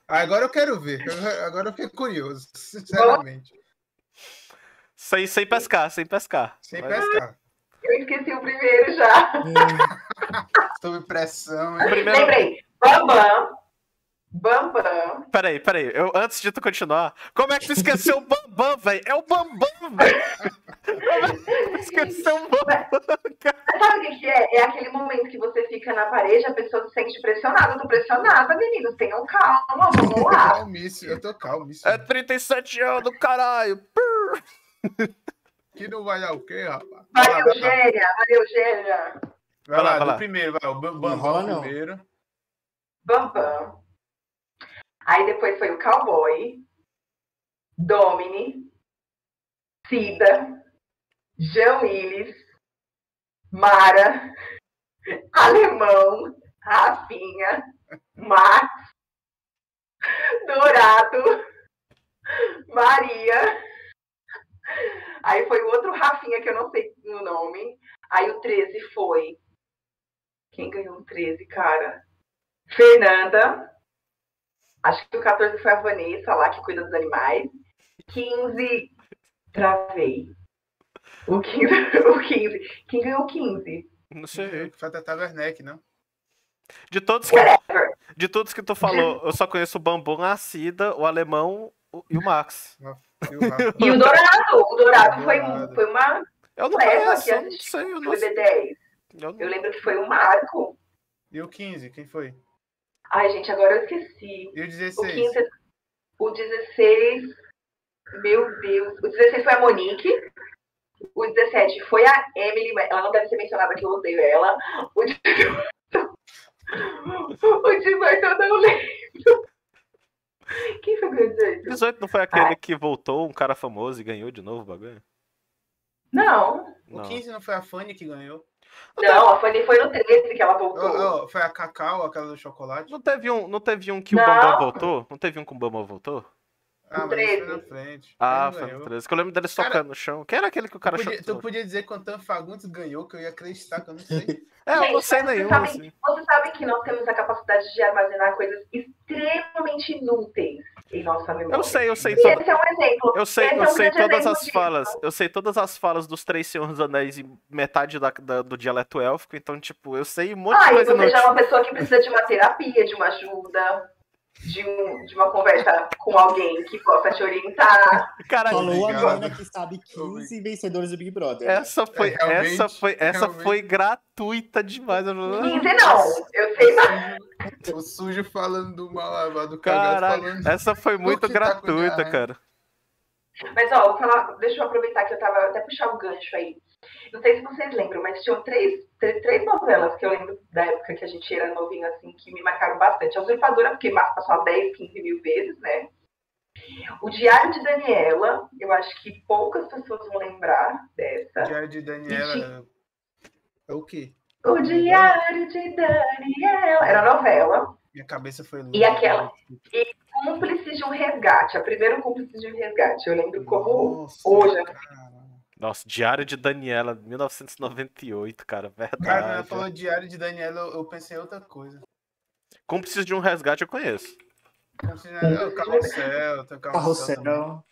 [SPEAKER 1] Agora eu quero ver. eu- Agora eu fiquei curioso, sinceramente.
[SPEAKER 2] Sem, sem pescar, sem pescar.
[SPEAKER 1] Sem
[SPEAKER 2] Mas-
[SPEAKER 1] pescar.
[SPEAKER 3] Eu esqueci o primeiro já.
[SPEAKER 5] Hum,
[SPEAKER 1] Sob pressão, hein?
[SPEAKER 2] Primeiro-
[SPEAKER 3] Lembrei. Bambam. Bambam.
[SPEAKER 2] Peraí, peraí. Eu, antes de tu continuar, como é que tu esqueceu o Bambam, velho? É o Bambam, velho! Como é que tu Esqueceu o Bambam, cara.
[SPEAKER 3] Mas sabe o que que é? É aquele momento que você fica na parede, a pessoa se sente pressionada. Eu tô pressionada, meninos. Tenham calma, vamos lá.
[SPEAKER 1] Calmíssimo, eu tô calmíssimo.
[SPEAKER 2] É 37 anos, caralho.
[SPEAKER 1] Que não vai dar o quê, rapaz? Vai lá,
[SPEAKER 3] Valeu,
[SPEAKER 1] vai lá.
[SPEAKER 3] Eugênia. Valeu, Eugênia.
[SPEAKER 1] Vai lá,
[SPEAKER 2] Vai lá.
[SPEAKER 1] do primeiro, vai. O Bam- Bam-
[SPEAKER 5] rola, não.
[SPEAKER 1] primeiro.
[SPEAKER 3] Bambam. Aí depois foi o Cowboy, Domini, Cida, Jean Willis, Mara, Alemão, Rafinha, Max, Dourado, Maria. Aí foi o outro Rafinha que eu não sei o nome. Aí o 13 foi. Quem ganhou o 13, cara? Fernanda. Acho que o 14 foi a Vanessa lá que cuida dos animais. 15. Travei. O 15. O 15. Quem ganhou o 15?
[SPEAKER 2] Não sei.
[SPEAKER 1] Foi a Tata Werneck, não?
[SPEAKER 2] De todos que,
[SPEAKER 3] Whatever.
[SPEAKER 2] de todos que tu falou, eu só conheço o Bambam, a Cida, o Alemão o- e o Max.
[SPEAKER 1] E o Rafa.
[SPEAKER 3] E o Dourado. O Dourado foi,
[SPEAKER 1] Dourado.
[SPEAKER 3] foi uma.
[SPEAKER 2] Eu não
[SPEAKER 3] Leva
[SPEAKER 2] conheço,
[SPEAKER 3] que
[SPEAKER 2] eu não
[SPEAKER 3] assiste
[SPEAKER 2] sei, eu não
[SPEAKER 3] Foi
[SPEAKER 2] sei.
[SPEAKER 3] B10.
[SPEAKER 2] Eu
[SPEAKER 3] Eu
[SPEAKER 2] não...
[SPEAKER 3] lembro que foi o Marco.
[SPEAKER 1] E o 15, quem foi?
[SPEAKER 3] Ai, gente, agora eu esqueci.
[SPEAKER 1] E o
[SPEAKER 3] O é
[SPEAKER 1] 16?
[SPEAKER 3] 15, o 16, meu Deus. O 16 foi a Monique. O 17 foi a Emily, mas ela não deve ser mencionada que eu odeio ela. O 18, o 18 eu não lembro. Quem foi o 18?
[SPEAKER 2] 18 não foi aquele que voltou, um cara famoso e ganhou de novo o bagulho?
[SPEAKER 3] Não,
[SPEAKER 1] O
[SPEAKER 2] Não.
[SPEAKER 1] 15 não foi a Fanny que ganhou?
[SPEAKER 3] não, a Fanny foi no 13 que ela voltou.
[SPEAKER 1] Ô, ô, foi a Cacau, aquela do chocolate?
[SPEAKER 2] Não teve um, não teve um que o
[SPEAKER 3] Não.
[SPEAKER 2] Bambam voltou? Não teve um que o Bambam voltou?
[SPEAKER 1] Ah,
[SPEAKER 3] O
[SPEAKER 1] mas isso
[SPEAKER 3] 13.
[SPEAKER 1] foi na frente.
[SPEAKER 2] Ah,
[SPEAKER 1] Quem
[SPEAKER 2] foi no
[SPEAKER 1] ganhou?
[SPEAKER 2] 13. Que eu lembro dele
[SPEAKER 1] Cara,
[SPEAKER 2] socando no chão. Quem era aquele que o cara
[SPEAKER 1] Podia- tu
[SPEAKER 2] chutou?
[SPEAKER 1] podia dizer que o Antônio Fagundes ganhou, que eu ia acreditar, que eu não sei.
[SPEAKER 2] É, eu não
[SPEAKER 3] Gente,
[SPEAKER 2] sei
[SPEAKER 3] vocês
[SPEAKER 2] nenhum.
[SPEAKER 3] sabem-
[SPEAKER 2] Assim.
[SPEAKER 3] Vocês sabem que nós temos a capacidade de armazenar coisas extremamente inúteis em nossa memória.
[SPEAKER 2] Eu sei, eu sei
[SPEAKER 3] E
[SPEAKER 2] todo.
[SPEAKER 3] esse é um exemplo.
[SPEAKER 2] Eu sei,
[SPEAKER 3] Esse é
[SPEAKER 2] eu
[SPEAKER 3] um
[SPEAKER 2] sei
[SPEAKER 3] grande
[SPEAKER 2] todas
[SPEAKER 3] exemplo
[SPEAKER 2] as
[SPEAKER 3] disso.
[SPEAKER 2] falas. Eu sei todas as falas dos três Senhores dos Anéis e metade da- da- do dialeto élfico, então, tipo, eu sei um monte de
[SPEAKER 3] Ah, e
[SPEAKER 2] coisa
[SPEAKER 3] você já é
[SPEAKER 2] inútil.
[SPEAKER 3] uma pessoa que precisa de uma terapia, de uma ajuda, de, um- de uma conversa com alguém que possa te orientar.
[SPEAKER 2] Caralho,
[SPEAKER 5] Falou assim. a
[SPEAKER 1] Obrigado.
[SPEAKER 5] Nana que sabe 15 vencedores do Big Brother.
[SPEAKER 2] essa foi,
[SPEAKER 1] É, realmente,
[SPEAKER 2] essa foi, essa
[SPEAKER 1] realmente.
[SPEAKER 2] foi gratuita demais. Eu não-
[SPEAKER 3] 15 não, eu sei mais.
[SPEAKER 1] O sujo falando do malabar, do cagado
[SPEAKER 2] Caralho,
[SPEAKER 1] falando.
[SPEAKER 2] "Ah, essa foi muito
[SPEAKER 1] que tá com
[SPEAKER 2] gratuita,
[SPEAKER 1] diarreia.
[SPEAKER 2] cara.
[SPEAKER 3] Mas ó, vou falar, deixa eu aproveitar que eu tava até puxar o gancho aí. Não sei se vocês lembram, mas tinham três, três, três novelas que eu lembro da época que a gente era novinho, assim, que me marcaram bastante. A Usurpadora, porque passou 10, 15 mil vezes, né? O Diário de Daniela, eu acho que poucas pessoas vão lembrar dessa.
[SPEAKER 1] Diário de Daniela. É o quê?
[SPEAKER 3] O Diário de Daniel. Era novela.
[SPEAKER 1] Minha cabeça foi
[SPEAKER 3] E aquela? Cúmplices de um Resgate. A primeira Cúmplices de um Resgate. Eu lembro como
[SPEAKER 1] Nossa,
[SPEAKER 3] hoje. né?
[SPEAKER 1] cara.
[SPEAKER 2] Nossa, Diário de Daniela, 1998, cara,
[SPEAKER 1] Cara, quando ela
[SPEAKER 2] verdade.
[SPEAKER 1] falou Diário de Daniela, eu, eu pensei em outra coisa.
[SPEAKER 2] Cúmplices de um resgate eu conheço.
[SPEAKER 1] Como se- ah,
[SPEAKER 3] Hum.
[SPEAKER 1] o Carrossel, tem o
[SPEAKER 5] Tá
[SPEAKER 1] carrossel.
[SPEAKER 5] Carrossel.
[SPEAKER 1] também.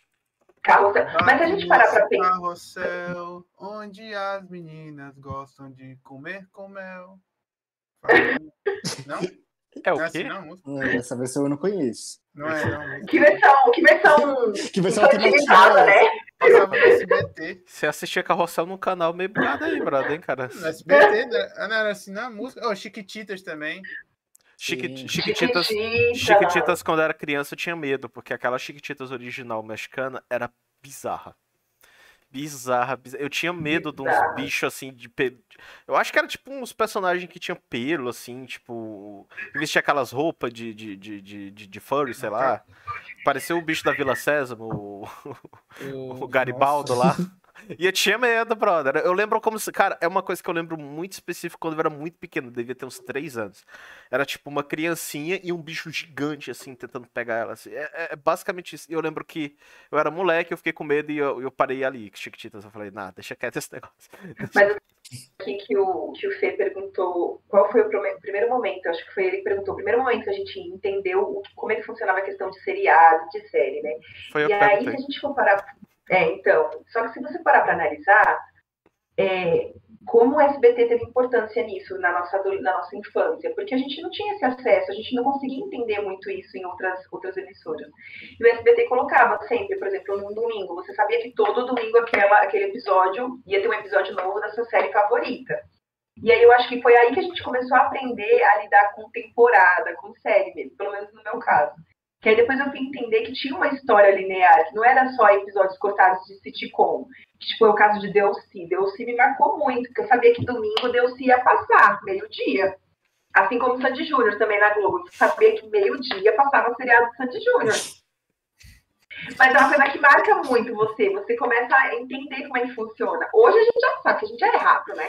[SPEAKER 3] Carro...
[SPEAKER 2] Ah,
[SPEAKER 3] Mas se a gente parar pra
[SPEAKER 1] Carrossel,
[SPEAKER 3] pensar.
[SPEAKER 1] Carrossel, onde as meninas gostam de comer com mel. Fala- Não?
[SPEAKER 2] É
[SPEAKER 1] Não é
[SPEAKER 2] o
[SPEAKER 1] assim,
[SPEAKER 2] quê?
[SPEAKER 1] não? música?
[SPEAKER 5] Hum, Essa versão eu não conheço.
[SPEAKER 1] Não é, não. música.
[SPEAKER 3] Que versão, que versão
[SPEAKER 5] Que versão
[SPEAKER 3] infantilizada,
[SPEAKER 5] alternativa é
[SPEAKER 3] né?
[SPEAKER 1] Passava no SBT.
[SPEAKER 2] Você assistia Carrossel num canal meio bugado aí, brother, hein, cara?
[SPEAKER 1] No SBT, né? Ah, não era assim, na música. Oh, Chiquititas também.
[SPEAKER 2] Chiquit-
[SPEAKER 5] Sim.
[SPEAKER 2] Chiquititas,
[SPEAKER 3] Chiquitita.
[SPEAKER 2] Chiquititas, quando eu era criança, eu tinha medo, porque aquela Chiquititas original mexicana era bizarra. Bizarra, bizarra. Eu tinha medo de uns
[SPEAKER 3] Bizarra.
[SPEAKER 2] bichos assim de. pe- Eu acho que era tipo uns personagens que tinham pelo, assim, tipo. Que vestia aquelas roupas de, de, de, de, de, de furry, sei lá. Pareceu o bicho da Vila Sésamo, o, o Garibaldo lá. E eu tinha medo, brother. Eu lembro como se. Cara, é uma coisa que eu lembro muito específico quando eu era muito pequeno, devia ter uns 3 anos. Era tipo uma criancinha e um bicho gigante, assim, tentando pegar ela. assim. É, é- é basicamente isso. E eu lembro que eu era moleque, eu fiquei com medo e eu, eu parei ali, Chiquititas. Eu falei, nada, deixa quieto esse negócio.
[SPEAKER 3] Aqui que o, que o Fê perguntou qual foi o prome- primeiro momento. Acho que foi ele que perguntou. O primeiro momento que a gente entendeu o- como é que funcionava a questão de seriado, de série, né?
[SPEAKER 2] Foi eu
[SPEAKER 3] E
[SPEAKER 2] que
[SPEAKER 3] aí, se a
[SPEAKER 2] perguntei.
[SPEAKER 3] gente for parar. É, então. Só que se você parar para analisar, é, como o SBT teve importância nisso na nossa, ado- na nossa infância, porque a gente não tinha esse acesso, a gente não conseguia entender muito isso em outras, outras emissoras. E o SBT colocava sempre, por exemplo, num domingo, você sabia que todo domingo aquela, aquele episódio ia ter um episódio novo da sua série favorita. E aí eu acho que foi aí que a gente começou a aprender a lidar com temporada, com série mesmo, pelo menos no meu caso. Que aí depois eu fui entender que tinha uma história linear, que não era só episódios cortados de sitcom. Que, tipo, é o caso de Delcy. Delcy me marcou muito, porque eu sabia que domingo Delcy ia passar, meio-dia. Assim como Sandy Júnior também na Globo. Eu sabia que meio-dia passava o seriado de Sandy Júnior. Mas é uma coisa que marca muito você. Você começa a entender como é que funciona. Hoje a gente já sabe que a gente é errado, né?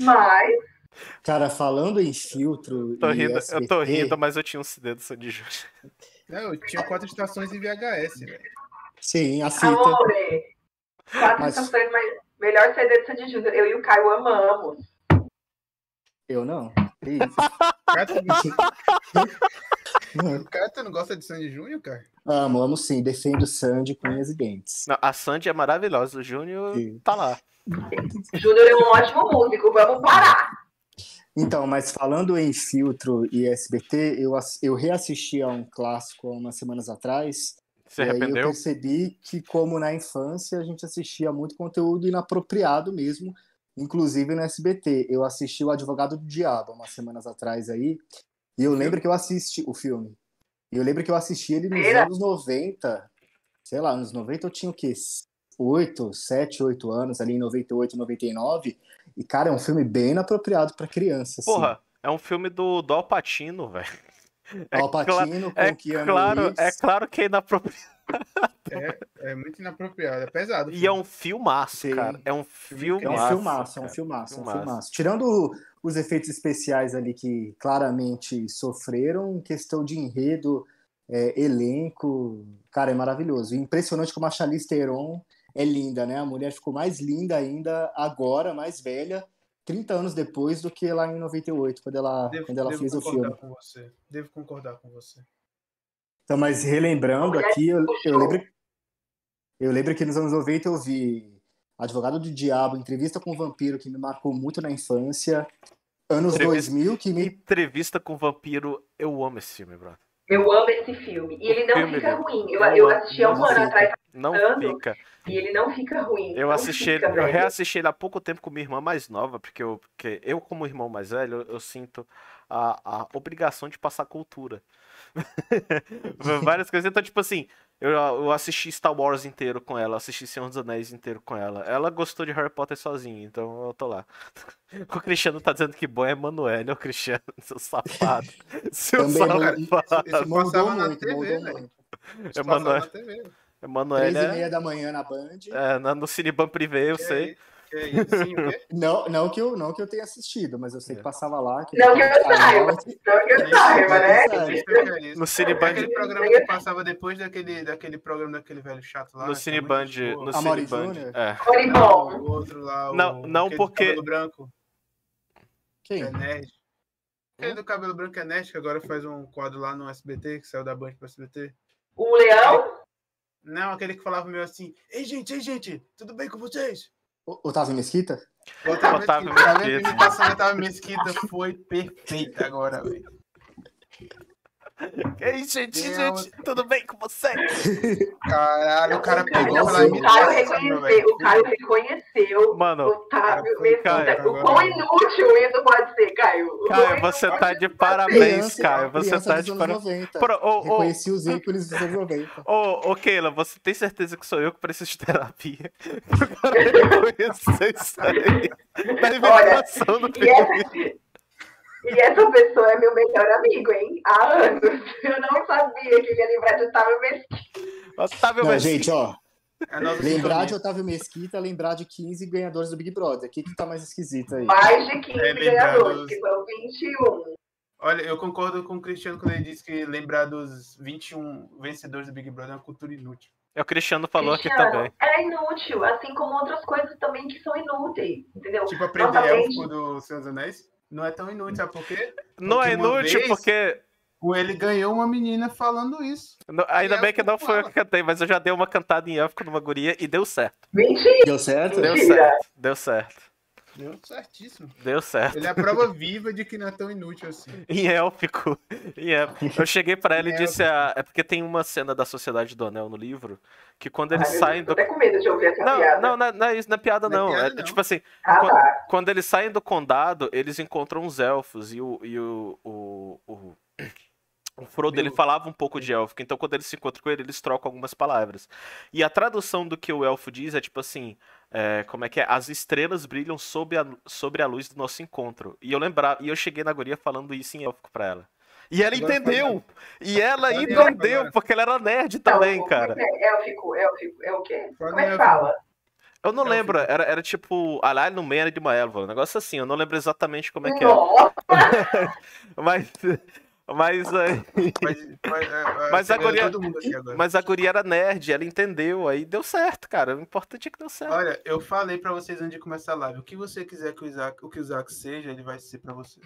[SPEAKER 3] Mas,
[SPEAKER 5] Cara, falando em filtro.
[SPEAKER 2] Tô
[SPEAKER 5] e
[SPEAKER 2] rindo, eu tô
[SPEAKER 5] SBT,
[SPEAKER 2] rindo, mas eu tinha um dedo de Jorge.
[SPEAKER 1] Não, eu tinha quatro estações em VHS, velho.
[SPEAKER 5] Sim, a fita.
[SPEAKER 3] amore, quatro
[SPEAKER 5] Mas-
[SPEAKER 3] estações, mas melhor CD do Sandy Júnior. Eu e o Caio amamos.
[SPEAKER 5] Eu não. Que isso?
[SPEAKER 1] Cata, Cata não gosta de Sandy Júnior, cara?
[SPEAKER 5] Amo, amo sim. Defendo Sandy com unhas e dentes.
[SPEAKER 2] Não, a Sandy é maravilhosa, o Júnior
[SPEAKER 5] Sim.
[SPEAKER 2] tá lá.
[SPEAKER 3] Júnior é um ótimo músico, vamos parar.
[SPEAKER 5] Então, mas falando em filtro e SBT, eu, ass- eu reassisti a um clássico há umas semanas atrás.
[SPEAKER 2] Se
[SPEAKER 5] e aí eu
[SPEAKER 2] arrependeu?
[SPEAKER 5] percebi que, como na infância, a gente assistia muito conteúdo inapropriado mesmo, inclusive no SBT. Eu assisti O Advogado do Diabo umas semanas atrás aí, e eu lembro que eu assisti o filme. E eu lembro que eu assisti ele nos
[SPEAKER 3] Era?
[SPEAKER 5] anos 90, sei lá, nos 90 eu tinha o quê? 8, 7, 8 anos, ali em 98, 99. E, cara, é um filme bem inapropriado pra criança, assim.
[SPEAKER 2] Porra, é um filme do, do Alpatino, velho. é
[SPEAKER 5] Al Pacino com
[SPEAKER 2] é
[SPEAKER 5] Keanu
[SPEAKER 2] Claro, é
[SPEAKER 5] Reeves.
[SPEAKER 2] claro que é inapropriado.
[SPEAKER 1] É muito inapropriado, é pesado.
[SPEAKER 2] E é um filmaço,
[SPEAKER 5] Sim.
[SPEAKER 2] cara. É um filmaço.
[SPEAKER 5] É um filmaço,
[SPEAKER 2] cara.
[SPEAKER 5] é um filmaço, é um
[SPEAKER 2] Filmaço.
[SPEAKER 5] filmaço. Tirando o- os efeitos especiais ali que claramente sofreram, em questão de enredo, é, elenco, cara, é maravilhoso. E impressionante como a Charlize Theron é linda, né? A mulher ficou mais linda ainda agora, mais velha, 30 anos depois do que lá em 98, quando ela,
[SPEAKER 1] Devo,
[SPEAKER 5] quando ela
[SPEAKER 1] devo
[SPEAKER 5] fez o
[SPEAKER 1] concordar
[SPEAKER 5] filme.
[SPEAKER 1] com você. Devo concordar com você.
[SPEAKER 5] Então, mas relembrando
[SPEAKER 3] Mulher
[SPEAKER 5] aqui, eu,
[SPEAKER 3] do
[SPEAKER 5] eu
[SPEAKER 3] show.
[SPEAKER 5] lembro, eu lembro que nos anos 90 eu vi Advogado do Diabo, Entrevista com o Vampiro, que me marcou muito na infância. Anos
[SPEAKER 2] Entrevista-
[SPEAKER 5] 2000, que me...
[SPEAKER 2] Entrevista com o Vampiro, eu amo esse filme, brother.
[SPEAKER 3] Eu amo esse filme. E ele não
[SPEAKER 2] Filme
[SPEAKER 3] fica
[SPEAKER 2] dele.
[SPEAKER 3] ruim. Eu,
[SPEAKER 2] Eu
[SPEAKER 3] eu
[SPEAKER 2] amo,
[SPEAKER 3] assisti há um
[SPEAKER 5] não
[SPEAKER 3] ano
[SPEAKER 5] fica.
[SPEAKER 3] atrás
[SPEAKER 2] Não
[SPEAKER 3] Mano,
[SPEAKER 2] fica.
[SPEAKER 3] e ele não fica ruim.
[SPEAKER 2] Eu
[SPEAKER 5] Então,
[SPEAKER 3] não
[SPEAKER 2] assisti ele,
[SPEAKER 3] fica,
[SPEAKER 2] eu
[SPEAKER 3] velho.
[SPEAKER 2] reassisti ele há pouco tempo com minha irmã mais nova, porque eu, porque eu como irmão mais velho, eu, eu sinto a, a obrigação de passar cultura. Várias coisas. Então, tipo assim, eu, eu assisti Star Wars inteiro com ela, assisti Senhor dos Anéis inteiro com ela. Ela gostou de Harry Potter sozinha, então eu tô lá. O Cristiano tá dizendo que bom é Emanuel, o Cristiano, seu safado. Seu
[SPEAKER 5] Também não-
[SPEAKER 2] safado.
[SPEAKER 1] Isso
[SPEAKER 5] mudou
[SPEAKER 1] passava na
[SPEAKER 5] muito,
[SPEAKER 1] TV,
[SPEAKER 5] mudou
[SPEAKER 1] velho.
[SPEAKER 5] muito.
[SPEAKER 1] Isso passava
[SPEAKER 2] Emanuel.
[SPEAKER 1] na TV.
[SPEAKER 2] Emanuel
[SPEAKER 5] Três e
[SPEAKER 2] é,
[SPEAKER 5] meia da manhã na Band.
[SPEAKER 2] é, na- no Cineban Privé, eu
[SPEAKER 1] Que
[SPEAKER 2] sei.
[SPEAKER 1] é- que é isso, sim, o quê?
[SPEAKER 5] Não, não, que eu, não que eu tenha assistido, mas eu sei que passava lá. Que
[SPEAKER 3] Não que eu
[SPEAKER 5] Star
[SPEAKER 3] saiba.
[SPEAKER 5] Wars.
[SPEAKER 3] Não que eu
[SPEAKER 1] Isso,
[SPEAKER 3] saiba, né?
[SPEAKER 1] isso,
[SPEAKER 5] né?
[SPEAKER 1] isso, que é isso.
[SPEAKER 2] No
[SPEAKER 1] É
[SPEAKER 2] Cineban de-
[SPEAKER 1] aquele programa que passava depois daquele, daquele programa daquele velho chato lá.
[SPEAKER 2] No
[SPEAKER 1] que é
[SPEAKER 2] Cineband.
[SPEAKER 1] muito de boa.
[SPEAKER 3] Ah,
[SPEAKER 2] No
[SPEAKER 5] Amaury
[SPEAKER 2] Cineband.
[SPEAKER 5] Júnior?
[SPEAKER 2] É.
[SPEAKER 1] Não,
[SPEAKER 3] Oribom.
[SPEAKER 1] o outro lá, o-
[SPEAKER 2] Não, não,
[SPEAKER 1] aquele do
[SPEAKER 2] porque-
[SPEAKER 1] cabelo branco
[SPEAKER 5] Quem?
[SPEAKER 1] é nerd.
[SPEAKER 3] Hum?
[SPEAKER 1] Aquele do cabelo branco é nerd, que agora faz um quadro lá no SBT, que saiu da Band pro SBT.
[SPEAKER 3] O leão?
[SPEAKER 1] Não, aquele que falava meio assim, ei gente, ei gente, tudo bem com vocês?
[SPEAKER 5] O- Otávio Mesquita?
[SPEAKER 1] Otávio
[SPEAKER 2] Otávio
[SPEAKER 1] Mesquita, tá vendo?
[SPEAKER 2] Mesquita.
[SPEAKER 1] A imitação do Otávio Mesquita foi perfeita agora, velho.
[SPEAKER 2] Ei, gente,
[SPEAKER 1] Tem a
[SPEAKER 2] gente, tudo bem com vocês?
[SPEAKER 1] Caralho, o cara pegou
[SPEAKER 3] Não,
[SPEAKER 1] pela
[SPEAKER 3] o Caio reconheceu.
[SPEAKER 1] é velho.
[SPEAKER 3] O Caio reconheceu.
[SPEAKER 2] Mano,
[SPEAKER 3] Otávio
[SPEAKER 1] Caio,
[SPEAKER 3] Mesquita. O quão
[SPEAKER 1] agora-
[SPEAKER 3] inútil isso pode ser, Caio. O quão
[SPEAKER 2] Caio,
[SPEAKER 3] inútil
[SPEAKER 2] você
[SPEAKER 3] pode
[SPEAKER 2] tá
[SPEAKER 3] ser.
[SPEAKER 2] de parabéns,
[SPEAKER 5] Criança-
[SPEAKER 2] Caio. Você
[SPEAKER 5] criança
[SPEAKER 2] tá
[SPEAKER 5] dos
[SPEAKER 2] de
[SPEAKER 5] anos
[SPEAKER 2] parabéns.
[SPEAKER 5] 90.
[SPEAKER 2] Pro- Ô, ô,
[SPEAKER 5] Reconheci os ícones dos anos 90.
[SPEAKER 2] ô, ô, Keila, você tem certeza que sou eu que preciso de terapia? O cara reconheceu isso aí. Tá Na alimentação do
[SPEAKER 3] E
[SPEAKER 2] filme.
[SPEAKER 3] essa, e essa pessoa é meu melhor amigo, hein? Há anos. Eu não sabia que ele ia lembrar de Otávio Mesquita.
[SPEAKER 2] Otávio
[SPEAKER 5] Não,
[SPEAKER 2] Messi.
[SPEAKER 5] gente, ó.
[SPEAKER 1] É a nossa
[SPEAKER 5] Lembrar de
[SPEAKER 1] sintonia.
[SPEAKER 5] Otávio Mesquita, lembrar de 15 ganhadores do Big Brother. O que, que tá mais esquisito aí?
[SPEAKER 3] Mais de 15
[SPEAKER 1] É, lembrar
[SPEAKER 3] ganhadores,
[SPEAKER 1] dos-
[SPEAKER 3] que foram 21.
[SPEAKER 1] Olha, eu concordo com o Cristiano quando ele disse que lembrar dos 21 vencedores do Big Brother é uma cultura inútil.
[SPEAKER 2] É, O Cristiano falou aqui
[SPEAKER 3] Cristiano,
[SPEAKER 2] também.
[SPEAKER 3] É inútil, assim como outras coisas também que são inúteis, entendeu?
[SPEAKER 1] Tipo, aprender
[SPEAKER 3] Nossa,
[SPEAKER 1] élfico
[SPEAKER 3] gente.
[SPEAKER 1] do Senhor dos Anéis não é tão inútil, sabe por quê?
[SPEAKER 2] Não é
[SPEAKER 1] Porque uma
[SPEAKER 2] inútil
[SPEAKER 1] vez-
[SPEAKER 2] porque.
[SPEAKER 1] O ele ganhou uma menina falando isso.
[SPEAKER 2] não- Ainda
[SPEAKER 1] E
[SPEAKER 2] bem
[SPEAKER 1] eu
[SPEAKER 2] que não
[SPEAKER 1] falo.
[SPEAKER 2] foi eu que cantei, mas eu já dei uma cantada em élfico numa guria e deu certo.
[SPEAKER 3] Mentira!
[SPEAKER 5] Deu certo?
[SPEAKER 2] Deu
[SPEAKER 3] Mentira.
[SPEAKER 2] certo. Deu certo.
[SPEAKER 1] Deu certíssimo.
[SPEAKER 2] Deu certo.
[SPEAKER 1] Ele é a prova viva de que não é tão inútil assim.
[SPEAKER 2] Em élfico. Em élfico. Eu cheguei pra ela e
[SPEAKER 1] Em
[SPEAKER 2] disse: ah, é porque tem uma cena da Sociedade do Anel no livro que
[SPEAKER 1] Ah,
[SPEAKER 2] quando
[SPEAKER 3] Ai,
[SPEAKER 2] eles
[SPEAKER 3] meu Deus,
[SPEAKER 2] saem
[SPEAKER 3] tô
[SPEAKER 2] do.
[SPEAKER 3] até com medo de ouvir essa piada.
[SPEAKER 2] Não, não, não, não é isso, não é piada,
[SPEAKER 1] Não é
[SPEAKER 2] não.
[SPEAKER 1] piada,
[SPEAKER 2] É,
[SPEAKER 1] não.
[SPEAKER 2] tipo assim,
[SPEAKER 3] ah,
[SPEAKER 2] quan-
[SPEAKER 3] tá.
[SPEAKER 2] quando eles saem do condado, eles encontram os elfos e o. E o, o, o... o Frodo, ele
[SPEAKER 1] Bilbo.
[SPEAKER 2] falava um pouco de élfico, então quando eles se encontram com ele, eles trocam algumas palavras. E a tradução do que o elfo diz é tipo assim, é, como é que é? As estrelas brilham sobre a, sobre a luz do nosso encontro. E eu lembrava, e eu cheguei na guria falando isso em élfico pra ela. E ela
[SPEAKER 1] Agora
[SPEAKER 2] entendeu! E ela
[SPEAKER 1] Fala em élfico
[SPEAKER 2] entendeu,
[SPEAKER 1] agora.
[SPEAKER 3] Então,
[SPEAKER 2] porque ela era nerd também,
[SPEAKER 3] Não,
[SPEAKER 2] cara.
[SPEAKER 3] É élfico, élfico, é o quê?
[SPEAKER 1] Fala
[SPEAKER 3] Como é que
[SPEAKER 1] em élfico.
[SPEAKER 3] fala?
[SPEAKER 2] Eu não lembro, era, era tipo, a Lyle no meio era de uma élvora, um negócio assim, eu não lembro exatamente como é que era.
[SPEAKER 3] Nossa,
[SPEAKER 2] Mas. Mas,
[SPEAKER 5] Ah,
[SPEAKER 2] aí-
[SPEAKER 1] Mas, mas, é, é,
[SPEAKER 2] Mas a
[SPEAKER 1] entendeu?
[SPEAKER 2] guria-
[SPEAKER 1] Todo mundo aqui
[SPEAKER 5] tá.
[SPEAKER 1] agora.
[SPEAKER 2] mas a guria era nerd, ela entendeu, aí deu certo, cara. O importante é que deu certo.
[SPEAKER 1] Olha, eu falei pra vocês antes de começar a live. O que você quiser que o Isaac, o que o Isaac seja, ele vai ser pra você.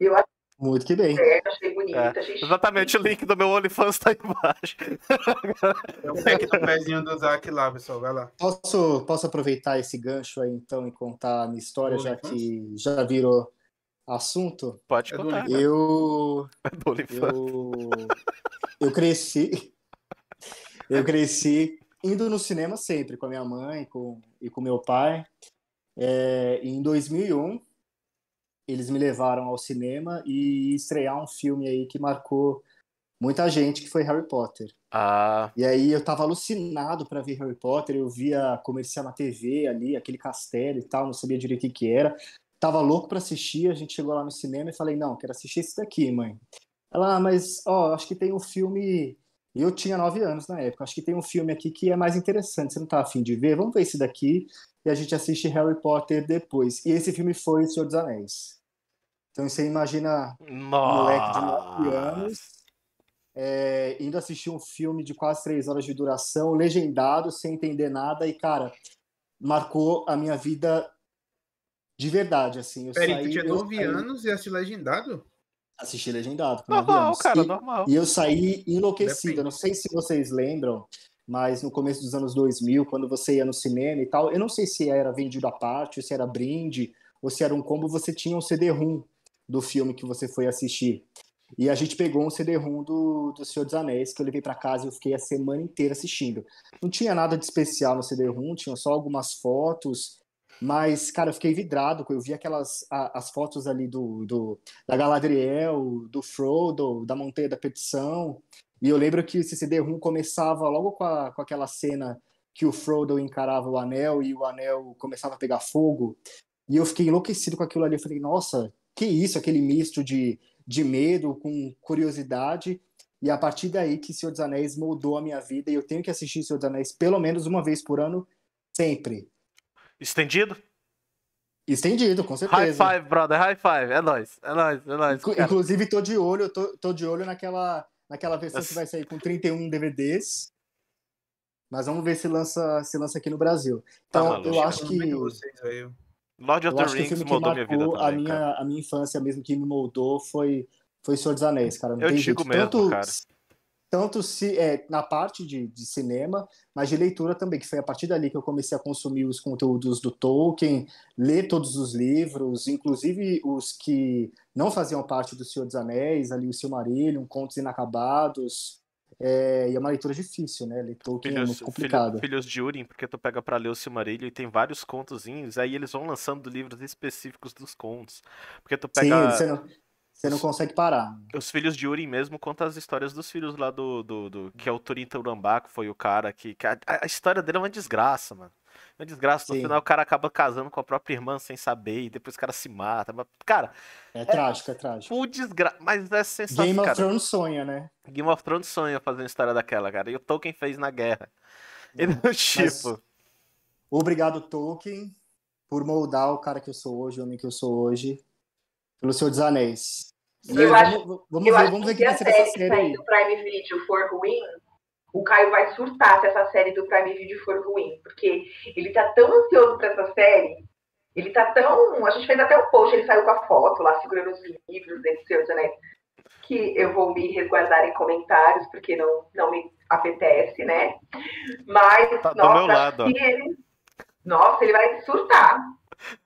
[SPEAKER 3] eu achei,
[SPEAKER 5] Muito que bem.
[SPEAKER 3] eu achei bonito,
[SPEAKER 2] É,
[SPEAKER 3] achei chique.
[SPEAKER 2] Exatamente, o link do meu OnlyFans tá aí embaixo.
[SPEAKER 1] Eu pego É o pezinho do Isaac lá, pessoal. Vai lá.
[SPEAKER 5] Posso, posso aproveitar esse gancho aí, então, e contar a minha história,
[SPEAKER 1] Boa,
[SPEAKER 5] já
[SPEAKER 1] então.
[SPEAKER 5] que já virou assunto?
[SPEAKER 2] Pode
[SPEAKER 1] É do
[SPEAKER 2] contar.
[SPEAKER 1] Tá.
[SPEAKER 5] Eu,
[SPEAKER 2] É do OnlyFans.
[SPEAKER 5] eu, eu cresci, eu cresci indo no cinema sempre, com a minha mãe com, e com meu pai. É, em 2001, eles me levaram ao cinema e estrear um filme aí que marcou muita gente, que foi Harry Potter.
[SPEAKER 2] Ah,
[SPEAKER 5] E aí eu tava alucinado pra ver Harry Potter, eu via comercial na TV ali, aquele castelo e tal, não sabia direito o que que era. Tava louco pra assistir, a gente chegou lá no cinema e falei, não, quero assistir esse daqui, mãe. Ela, ah, mas, ó, acho que tem um filme... e Eu tinha nove anos na época, acho que tem um filme aqui que é mais interessante, você não tá afim de ver? Vamos ver esse daqui e a gente assiste Harry Potter depois. E esse filme foi O Senhor dos Anéis. Então você imagina moleque de nove
[SPEAKER 2] Ah.
[SPEAKER 5] anos,
[SPEAKER 2] nossa.
[SPEAKER 5] é, indo assistir um filme de quase três horas de duração, legendado, sem entender nada, e, cara, marcou a minha vida de verdade, assim. Eu
[SPEAKER 1] Peraí,
[SPEAKER 5] saí,
[SPEAKER 1] tu tinha
[SPEAKER 5] eu
[SPEAKER 1] 9
[SPEAKER 5] saí-
[SPEAKER 1] anos e assistiu legendado?
[SPEAKER 5] Assisti legendado. com nove
[SPEAKER 2] Normal,
[SPEAKER 5] anos.
[SPEAKER 2] cara,
[SPEAKER 5] E-
[SPEAKER 2] normal.
[SPEAKER 5] e eu saí enlouquecido.
[SPEAKER 1] Depende.
[SPEAKER 5] Eu não sei se vocês lembram, mas no começo dos anos 2000, quando você ia no cinema e tal, eu não sei se era vendido à parte, ou se era brinde, ou se era um combo, você tinha um CD-ROM do filme que você foi assistir. E a gente pegou um CD-ROM do, do Senhor dos Anéis, que eu levei para casa e eu fiquei a semana inteira assistindo. Não tinha nada de especial no CD-ROM, tinha só algumas fotos, mas, cara, eu fiquei vidrado, eu vi aquelas a- as fotos ali do, do, da Galadriel, do Frodo, da Montanha da Petição. E eu lembro que esse CD-ROM um começava logo com, a- com aquela cena que o Frodo encarava o anel e o anel começava a pegar fogo. E eu fiquei enlouquecido com aquilo ali. Eu falei, nossa, que isso? Aquele misto de, de medo com curiosidade. E a partir daí que Senhor dos Anéis moldou a minha vida. E eu tenho que assistir Senhor dos Anéis pelo menos uma vez por ano, sempre.
[SPEAKER 2] Estendido?
[SPEAKER 5] Estendido, com
[SPEAKER 2] High
[SPEAKER 5] certeza.
[SPEAKER 2] five, brother, high five. É nóis, é nóis, é nóis.
[SPEAKER 5] Inclu-
[SPEAKER 2] cara.
[SPEAKER 5] Inclusive, tô de olho, eu tô, tô de olho naquela, naquela versão
[SPEAKER 2] Nossa.
[SPEAKER 5] que vai sair com 31 DVDs. Mas vamos ver se lança, se lança aqui no Brasil.
[SPEAKER 2] Tá
[SPEAKER 5] Então,
[SPEAKER 2] maluco.
[SPEAKER 5] eu acho que,
[SPEAKER 1] meio de
[SPEAKER 5] eu
[SPEAKER 1] vocês, velho.
[SPEAKER 2] Lord of the
[SPEAKER 5] acho que o
[SPEAKER 2] Rings
[SPEAKER 5] filme que
[SPEAKER 2] mudou minha vida
[SPEAKER 5] marcou
[SPEAKER 2] também,
[SPEAKER 5] a
[SPEAKER 2] cara.
[SPEAKER 5] minha, a minha infância mesmo, que me moldou, foi, foi Senhor dos Anéis, cara. Não
[SPEAKER 2] Eu
[SPEAKER 5] tem
[SPEAKER 2] digo
[SPEAKER 5] jeito.
[SPEAKER 2] mesmo,
[SPEAKER 5] tanto,
[SPEAKER 2] cara.
[SPEAKER 5] Tanto se, é, na parte de, de cinema, mas de leitura também, que foi a partir dali que eu comecei a consumir os conteúdos do Tolkien, ler todos os livros, inclusive os que não faziam parte do Senhor dos Anéis, ali o Silmarillion, Contos Inacabados. É, e é uma leitura difícil, né? Ler Tolkien é
[SPEAKER 2] Filhos,
[SPEAKER 5] muito
[SPEAKER 2] filho-
[SPEAKER 5] complicado.
[SPEAKER 2] filhos de Urim, porque tu pega pra ler o Silmarillion e tem vários contozinhos, aí eles vão lançando livros específicos dos contos. Porque tu
[SPEAKER 5] Sim,
[SPEAKER 2] pega
[SPEAKER 5] você não, você não consegue parar.
[SPEAKER 2] os filhos de Urim mesmo, conta as histórias dos filhos lá do. do, do- que é o Turin Taurambá, que foi o cara que. que a, a história dele é uma desgraça, mano. É Uma desgraça. No
[SPEAKER 5] Sim.
[SPEAKER 2] final o cara acaba casando com a própria irmã sem saber, e depois o cara se mata. Mas, cara,
[SPEAKER 5] É trágico, é trágico.
[SPEAKER 2] o desgraça. Mas é
[SPEAKER 5] Game
[SPEAKER 2] sensacional.
[SPEAKER 5] of
[SPEAKER 2] Cara.
[SPEAKER 5] Thrones sonha, né?
[SPEAKER 2] Game of Thrones sonha fazendo história daquela, cara. E o Tolkien fez na guerra. Ele é o tipo.
[SPEAKER 5] Obrigado, Tolkien, por moldar o cara que eu sou hoje, o homem que eu sou hoje, pelo Senhor dos Anéis. E
[SPEAKER 3] Eu acho-
[SPEAKER 5] vamos, vamos
[SPEAKER 3] eu
[SPEAKER 5] ver,
[SPEAKER 3] acho
[SPEAKER 5] vamos ver o
[SPEAKER 3] que
[SPEAKER 5] que vai
[SPEAKER 3] se
[SPEAKER 5] ser
[SPEAKER 3] a
[SPEAKER 5] dessa
[SPEAKER 3] série que
[SPEAKER 5] série
[SPEAKER 3] sair
[SPEAKER 5] aí.
[SPEAKER 3] do Prime Video for ruim, o Caio vai surtar se essa série do Prime Video for ruim. Porque ele tá tão ansioso pra essa série. Ele tá tão. A gente fez até um post, ele saiu com a foto lá, segurando os livros desse seus anéis. Que eu vou me resguardar em comentários, porque não, não me apetece, né? Mas,
[SPEAKER 2] Tá do
[SPEAKER 3] nossa,
[SPEAKER 2] meu lado, ó.
[SPEAKER 3] e ele- nossa, ele vai surtar.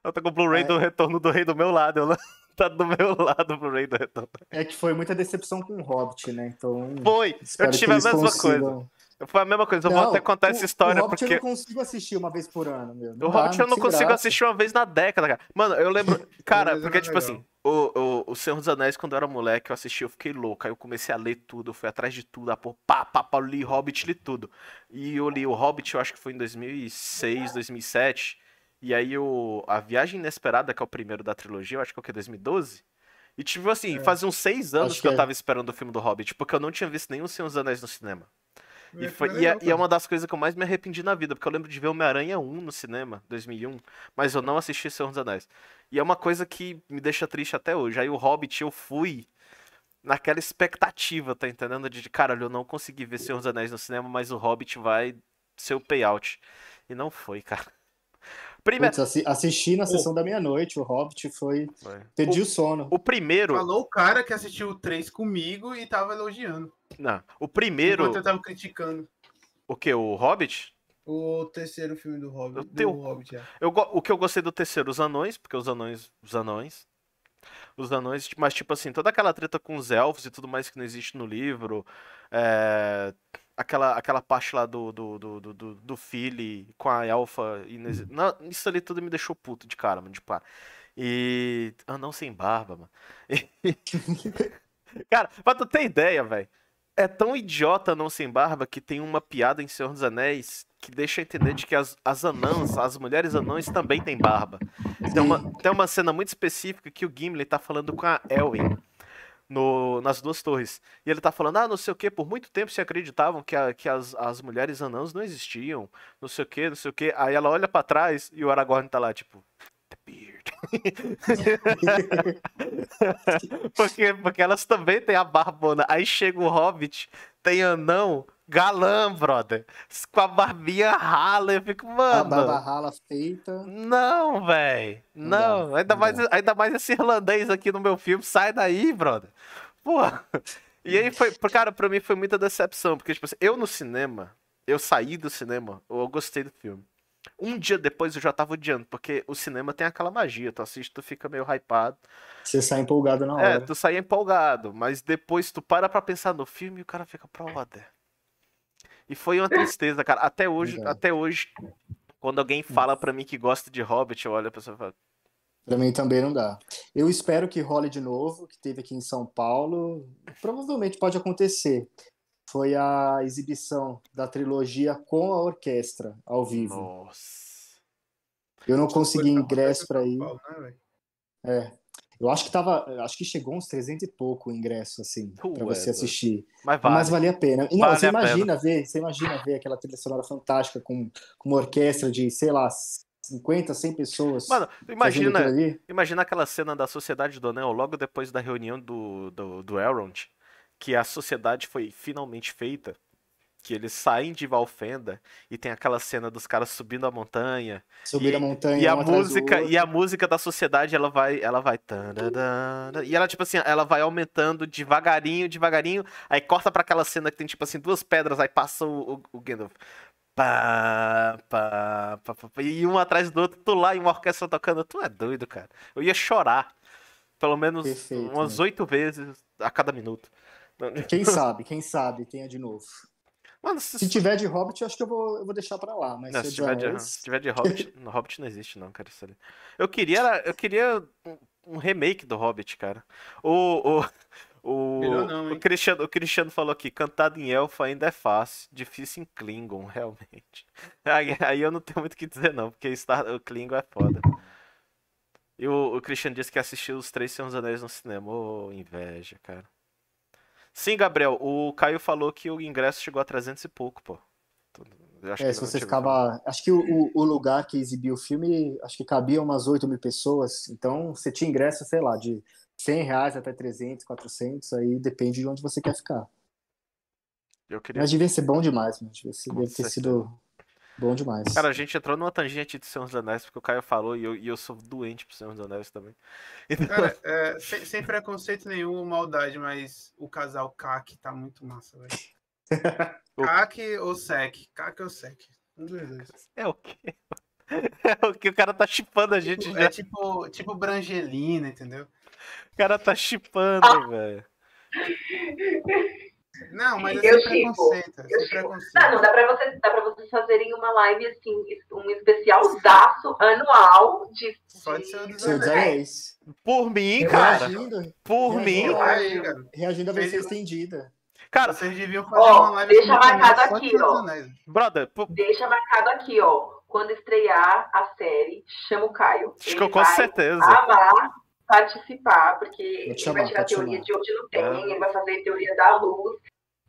[SPEAKER 2] Eu tô com o Blu-ray
[SPEAKER 5] É.
[SPEAKER 2] do Retorno do Rei do meu lado. Eu... Tá do meu lado o Blu-ray do Retorno.
[SPEAKER 5] É que foi muita decepção com o Hobbit, né? Então,
[SPEAKER 2] Foi!
[SPEAKER 5] espero
[SPEAKER 2] tive
[SPEAKER 5] que
[SPEAKER 2] a
[SPEAKER 5] eles
[SPEAKER 2] mesma
[SPEAKER 5] consigam-
[SPEAKER 2] Foi a mesma coisa. Eu
[SPEAKER 5] Não,
[SPEAKER 2] vou até contar
[SPEAKER 5] o-
[SPEAKER 2] essa história
[SPEAKER 5] o Hobbit
[SPEAKER 2] porque.
[SPEAKER 5] eu não consigo assistir uma vez por ano, meu.
[SPEAKER 2] O
[SPEAKER 5] dá,
[SPEAKER 2] Hobbit eu não
[SPEAKER 5] sem
[SPEAKER 2] consigo
[SPEAKER 5] graça.
[SPEAKER 2] assistir uma vez na década, cara. Mano, eu lembro. Cara,
[SPEAKER 1] Mas
[SPEAKER 2] porque,
[SPEAKER 1] era
[SPEAKER 2] tipo
[SPEAKER 1] legal.
[SPEAKER 2] assim, o, o, o Senhor dos Anéis, quando eu era moleque, eu assisti, eu fiquei louco. Aí eu comecei a ler tudo, eu fui atrás de tudo. Ah, pô, pá, pá, pá, eu li Hobbit, li tudo. E eu li o Hobbit, eu acho que foi em 2006, 2007. E aí o A Viagem Inesperada, que é o primeiro da trilogia, eu acho que é o que? 2012? E tipo assim,
[SPEAKER 1] É.
[SPEAKER 2] fazia uns seis anos
[SPEAKER 5] Acho
[SPEAKER 2] que eu
[SPEAKER 5] que é.
[SPEAKER 2] tava esperando o filme do Hobbit, porque eu não tinha visto nenhum Senhor dos Anéis no cinema. E, foi, e, é, e é uma das coisas que eu mais me arrependi na vida, porque eu lembro de ver Homem-Aranha 1 no cinema, 2001, mas eu não assisti Senhor dos Anéis. E é uma coisa que me deixa triste até hoje. Aí o Hobbit, eu fui naquela expectativa, tá entendendo? De, de caralho, eu não consegui ver Senhor dos Anéis no cinema, mas o Hobbit vai ser o payout. E não foi, cara. Primeiro,
[SPEAKER 5] Putz, assi- assisti na sessão da meia-noite, o Hobbit foi.
[SPEAKER 2] Foi.
[SPEAKER 5] Perdi o, sono.
[SPEAKER 2] o primeiro.
[SPEAKER 1] Falou o cara que assistiu o 3 comigo e tava elogiando.
[SPEAKER 2] Não, o primeiro.
[SPEAKER 1] Enquanto eu tava criticando
[SPEAKER 2] O que? O Hobbit?
[SPEAKER 1] o terceiro filme do Hobbit.
[SPEAKER 2] Eu
[SPEAKER 1] do
[SPEAKER 2] tenho- um
[SPEAKER 1] Hobbit, é.
[SPEAKER 2] Eu, go- o que eu gostei do terceiro, os anões, porque os anões. Os anões. Os anões, mas tipo assim, toda aquela treta com os elfos e tudo mais que não existe no livro. é, aquela, aquela parte lá do, do, do, do, do, do Philly com a elfa. Inês... Não, isso ali tudo me deixou puto de cara, mano. Tipo, ah, e. Anão sem barba, mano. cara, pra tu ter ideia, velho. É tão idiota Anão Sem Barba que tem uma piada em Senhor dos Anéis que deixa entender de que as, as anãs, as mulheres anãs também têm barba. Tem uma, tem uma cena muito específica que o Gimli tá falando com a Elwin no, nas duas torres. E ele tá falando, ah, não sei o que, por muito tempo se acreditavam que, a- que as, as mulheres anãs não existiam, não sei o que, não sei o que. Aí ela olha pra trás e o Aragorn tá lá, tipo, the beard. Porque, porque elas também têm a barbona. Aí chega o Hobbit, tem anão, galã, brother. Com a barbinha rala. Eu fico,
[SPEAKER 5] A
[SPEAKER 2] mano.
[SPEAKER 5] barba rala feita.
[SPEAKER 2] Não, velho.
[SPEAKER 5] Não dá,
[SPEAKER 2] Não. ainda,
[SPEAKER 5] não
[SPEAKER 2] mais,
[SPEAKER 5] dá.
[SPEAKER 2] ainda mais esse irlandês aqui no meu filme. Sai daí, brother. Porra. E aí foi. Cara, pra mim foi muita decepção. Porque, tipo assim, eu no cinema, eu saí do cinema, eu gostei do filme. Um dia depois eu já tava odiando, porque o cinema tem aquela magia. Tu assiste, tu fica meio hypado.
[SPEAKER 5] Você sai empolgado na
[SPEAKER 2] É,
[SPEAKER 5] hora.
[SPEAKER 2] tu sai empolgado, mas depois tu para pra pensar no filme e o cara fica, brother. E foi uma tristeza, cara. Até hoje,
[SPEAKER 5] Verdade. Hum.
[SPEAKER 2] até hoje, quando alguém fala pra mim que gosta de Hobbit, eu olho a pessoa e falo,
[SPEAKER 5] Pra mim também não dá. Eu espero que role de novo, que teve aqui em São Paulo. Provavelmente pode acontecer. Foi a exibição da trilogia com a orquestra ao vivo.
[SPEAKER 2] nossa.
[SPEAKER 5] Eu não consegui
[SPEAKER 1] Foi pra
[SPEAKER 5] ingresso pra ir.
[SPEAKER 1] Paulo, né, velho?
[SPEAKER 5] Eu acho que tava, acho que chegou uns 300 e pouco o ingresso assim
[SPEAKER 2] Ué,
[SPEAKER 5] para você
[SPEAKER 2] doido.
[SPEAKER 5] assistir.
[SPEAKER 2] Mas vale.
[SPEAKER 5] Mas valia a pena. E, Não,
[SPEAKER 2] Vale
[SPEAKER 5] você
[SPEAKER 2] a pena.
[SPEAKER 5] imagina ver, você imagina ver aquela trilha sonora fantástica com, com uma orquestra de, sei lá, 50, 100 pessoas.
[SPEAKER 2] Mano,
[SPEAKER 5] fazendo aquilo
[SPEAKER 2] imagina,
[SPEAKER 5] ali.
[SPEAKER 2] imagina aquela cena da Sociedade do Anel logo depois da reunião do, do, do Elrond, que a sociedade foi finalmente feita, que eles saem de Valfenda e tem aquela cena dos caras subindo a montanha,
[SPEAKER 5] subir
[SPEAKER 2] e-
[SPEAKER 5] a montanha
[SPEAKER 2] E a
[SPEAKER 5] um atrás do
[SPEAKER 2] música,
[SPEAKER 5] outro.
[SPEAKER 2] e a música da sociedade, ela vai, ela vai tanadana, e ela tipo assim, ela vai aumentando devagarinho, devagarinho, aí corta pra aquela cena que tem tipo assim duas pedras, aí passa o, o, o Gandalf. Pá, pá, pá, pá, pá, e um atrás do outro, tu lá e uma orquestra tocando, tu é doido, cara. Eu ia chorar. Pelo menos
[SPEAKER 5] Perfeito,
[SPEAKER 2] umas oito vezes a cada minuto.
[SPEAKER 5] Quem sabe, quem sabe tenha de novo.
[SPEAKER 2] Mano, se,
[SPEAKER 5] Se tiver de Hobbit, eu acho que eu vou, eu vou deixar pra lá, mas
[SPEAKER 2] Não,
[SPEAKER 5] se
[SPEAKER 2] se tiver, de,
[SPEAKER 5] Anéis-
[SPEAKER 2] se tiver de Hobbit, no Hobbit não existe, não, cara. Isso ali. Eu queria, era- eu queria um- um remake do Hobbit, cara. O, o, o,
[SPEAKER 1] Melhor não,
[SPEAKER 2] o,
[SPEAKER 1] hein?
[SPEAKER 2] Cristiano, o Cristiano falou aqui: cantado em elfo ainda é fácil, difícil em Klingon, realmente. Aí, aí eu não tenho muito o que dizer, não, porque Star, o Klingon é foda. E o, o Cristiano disse que assistiu os três Senhor dos Anéis no cinema. Ô, inveja, cara. Sim, Gabriel, o Caio falou que o ingresso chegou a 300 e pouco, pô. Eu acho
[SPEAKER 5] É,
[SPEAKER 2] que
[SPEAKER 5] se
[SPEAKER 2] não
[SPEAKER 5] você
[SPEAKER 2] chegou a falar.
[SPEAKER 5] ficava. Acho que o, o- o lugar que exibiu o filme, acho que cabia umas 8 mil pessoas. Então você tinha ingresso, sei lá, de 100 reais até 300, 400. Aí depende de onde você quer ficar.
[SPEAKER 2] Eu queria.
[SPEAKER 5] Mas devia ser bom demais, mano. Devia, ser-
[SPEAKER 2] Com
[SPEAKER 5] deve ter
[SPEAKER 2] certeza.
[SPEAKER 5] sido bom demais.
[SPEAKER 2] Cara, a gente entrou numa tangente de Senhor dos Anéis, porque o Caio falou e eu, e eu sou doente pro Senhor dos Anéis também. Então,
[SPEAKER 1] Cara, é, sem, sem preconceito nenhum, maldade, mas o casal Kak tá muito massa, velho. Kak ou Sec? Kak ou Sec? Um dos dois.
[SPEAKER 2] é o quê? É o que o cara tá chipando a gente
[SPEAKER 1] É
[SPEAKER 2] já.
[SPEAKER 1] tipo, tipo Brangelina, entendeu?
[SPEAKER 2] O cara tá
[SPEAKER 1] Ah!
[SPEAKER 2] chipando, velho.
[SPEAKER 1] Não, mas é
[SPEAKER 3] Eu
[SPEAKER 1] sem
[SPEAKER 3] chipo.
[SPEAKER 1] preconceito. é
[SPEAKER 3] Eu
[SPEAKER 1] sem
[SPEAKER 3] chipo. Ah, não,
[SPEAKER 1] preconceito.
[SPEAKER 3] dá pra, vocês, dá pra vocês fazerem uma live, assim, um especialzaço anual de...
[SPEAKER 1] Só de Senhor dos
[SPEAKER 5] Senhor dos
[SPEAKER 1] Anéis.
[SPEAKER 5] Anéis.
[SPEAKER 2] Por mim, cara.
[SPEAKER 5] é Reagindo,
[SPEAKER 2] Por
[SPEAKER 5] Eu
[SPEAKER 2] mim.
[SPEAKER 5] acho-
[SPEAKER 1] Eu acho, cara.
[SPEAKER 5] reagindo à
[SPEAKER 1] Fez
[SPEAKER 5] versão
[SPEAKER 1] isso.
[SPEAKER 5] estendida.
[SPEAKER 2] Cara,
[SPEAKER 1] Vocês deviam fazer
[SPEAKER 3] Ó,
[SPEAKER 1] uma live
[SPEAKER 3] deixa
[SPEAKER 1] com todo mundo
[SPEAKER 3] marcado
[SPEAKER 1] só de
[SPEAKER 3] aqui,
[SPEAKER 1] Senhor dos
[SPEAKER 3] ó.
[SPEAKER 1] Anéis.
[SPEAKER 2] brother, pô,
[SPEAKER 3] Deixa marcado aqui, ó. Quando estrear a série, chama o Caio.
[SPEAKER 2] acho
[SPEAKER 3] Ele
[SPEAKER 2] que eu com
[SPEAKER 3] vai
[SPEAKER 2] certeza.
[SPEAKER 3] amar participar, porque
[SPEAKER 5] Vou te
[SPEAKER 3] ele vai
[SPEAKER 5] chamar,
[SPEAKER 3] tirar
[SPEAKER 5] pode
[SPEAKER 3] teoria
[SPEAKER 5] chamar.
[SPEAKER 3] de onde não tem,
[SPEAKER 2] Ah.
[SPEAKER 3] ele vai fazer teoria da luz.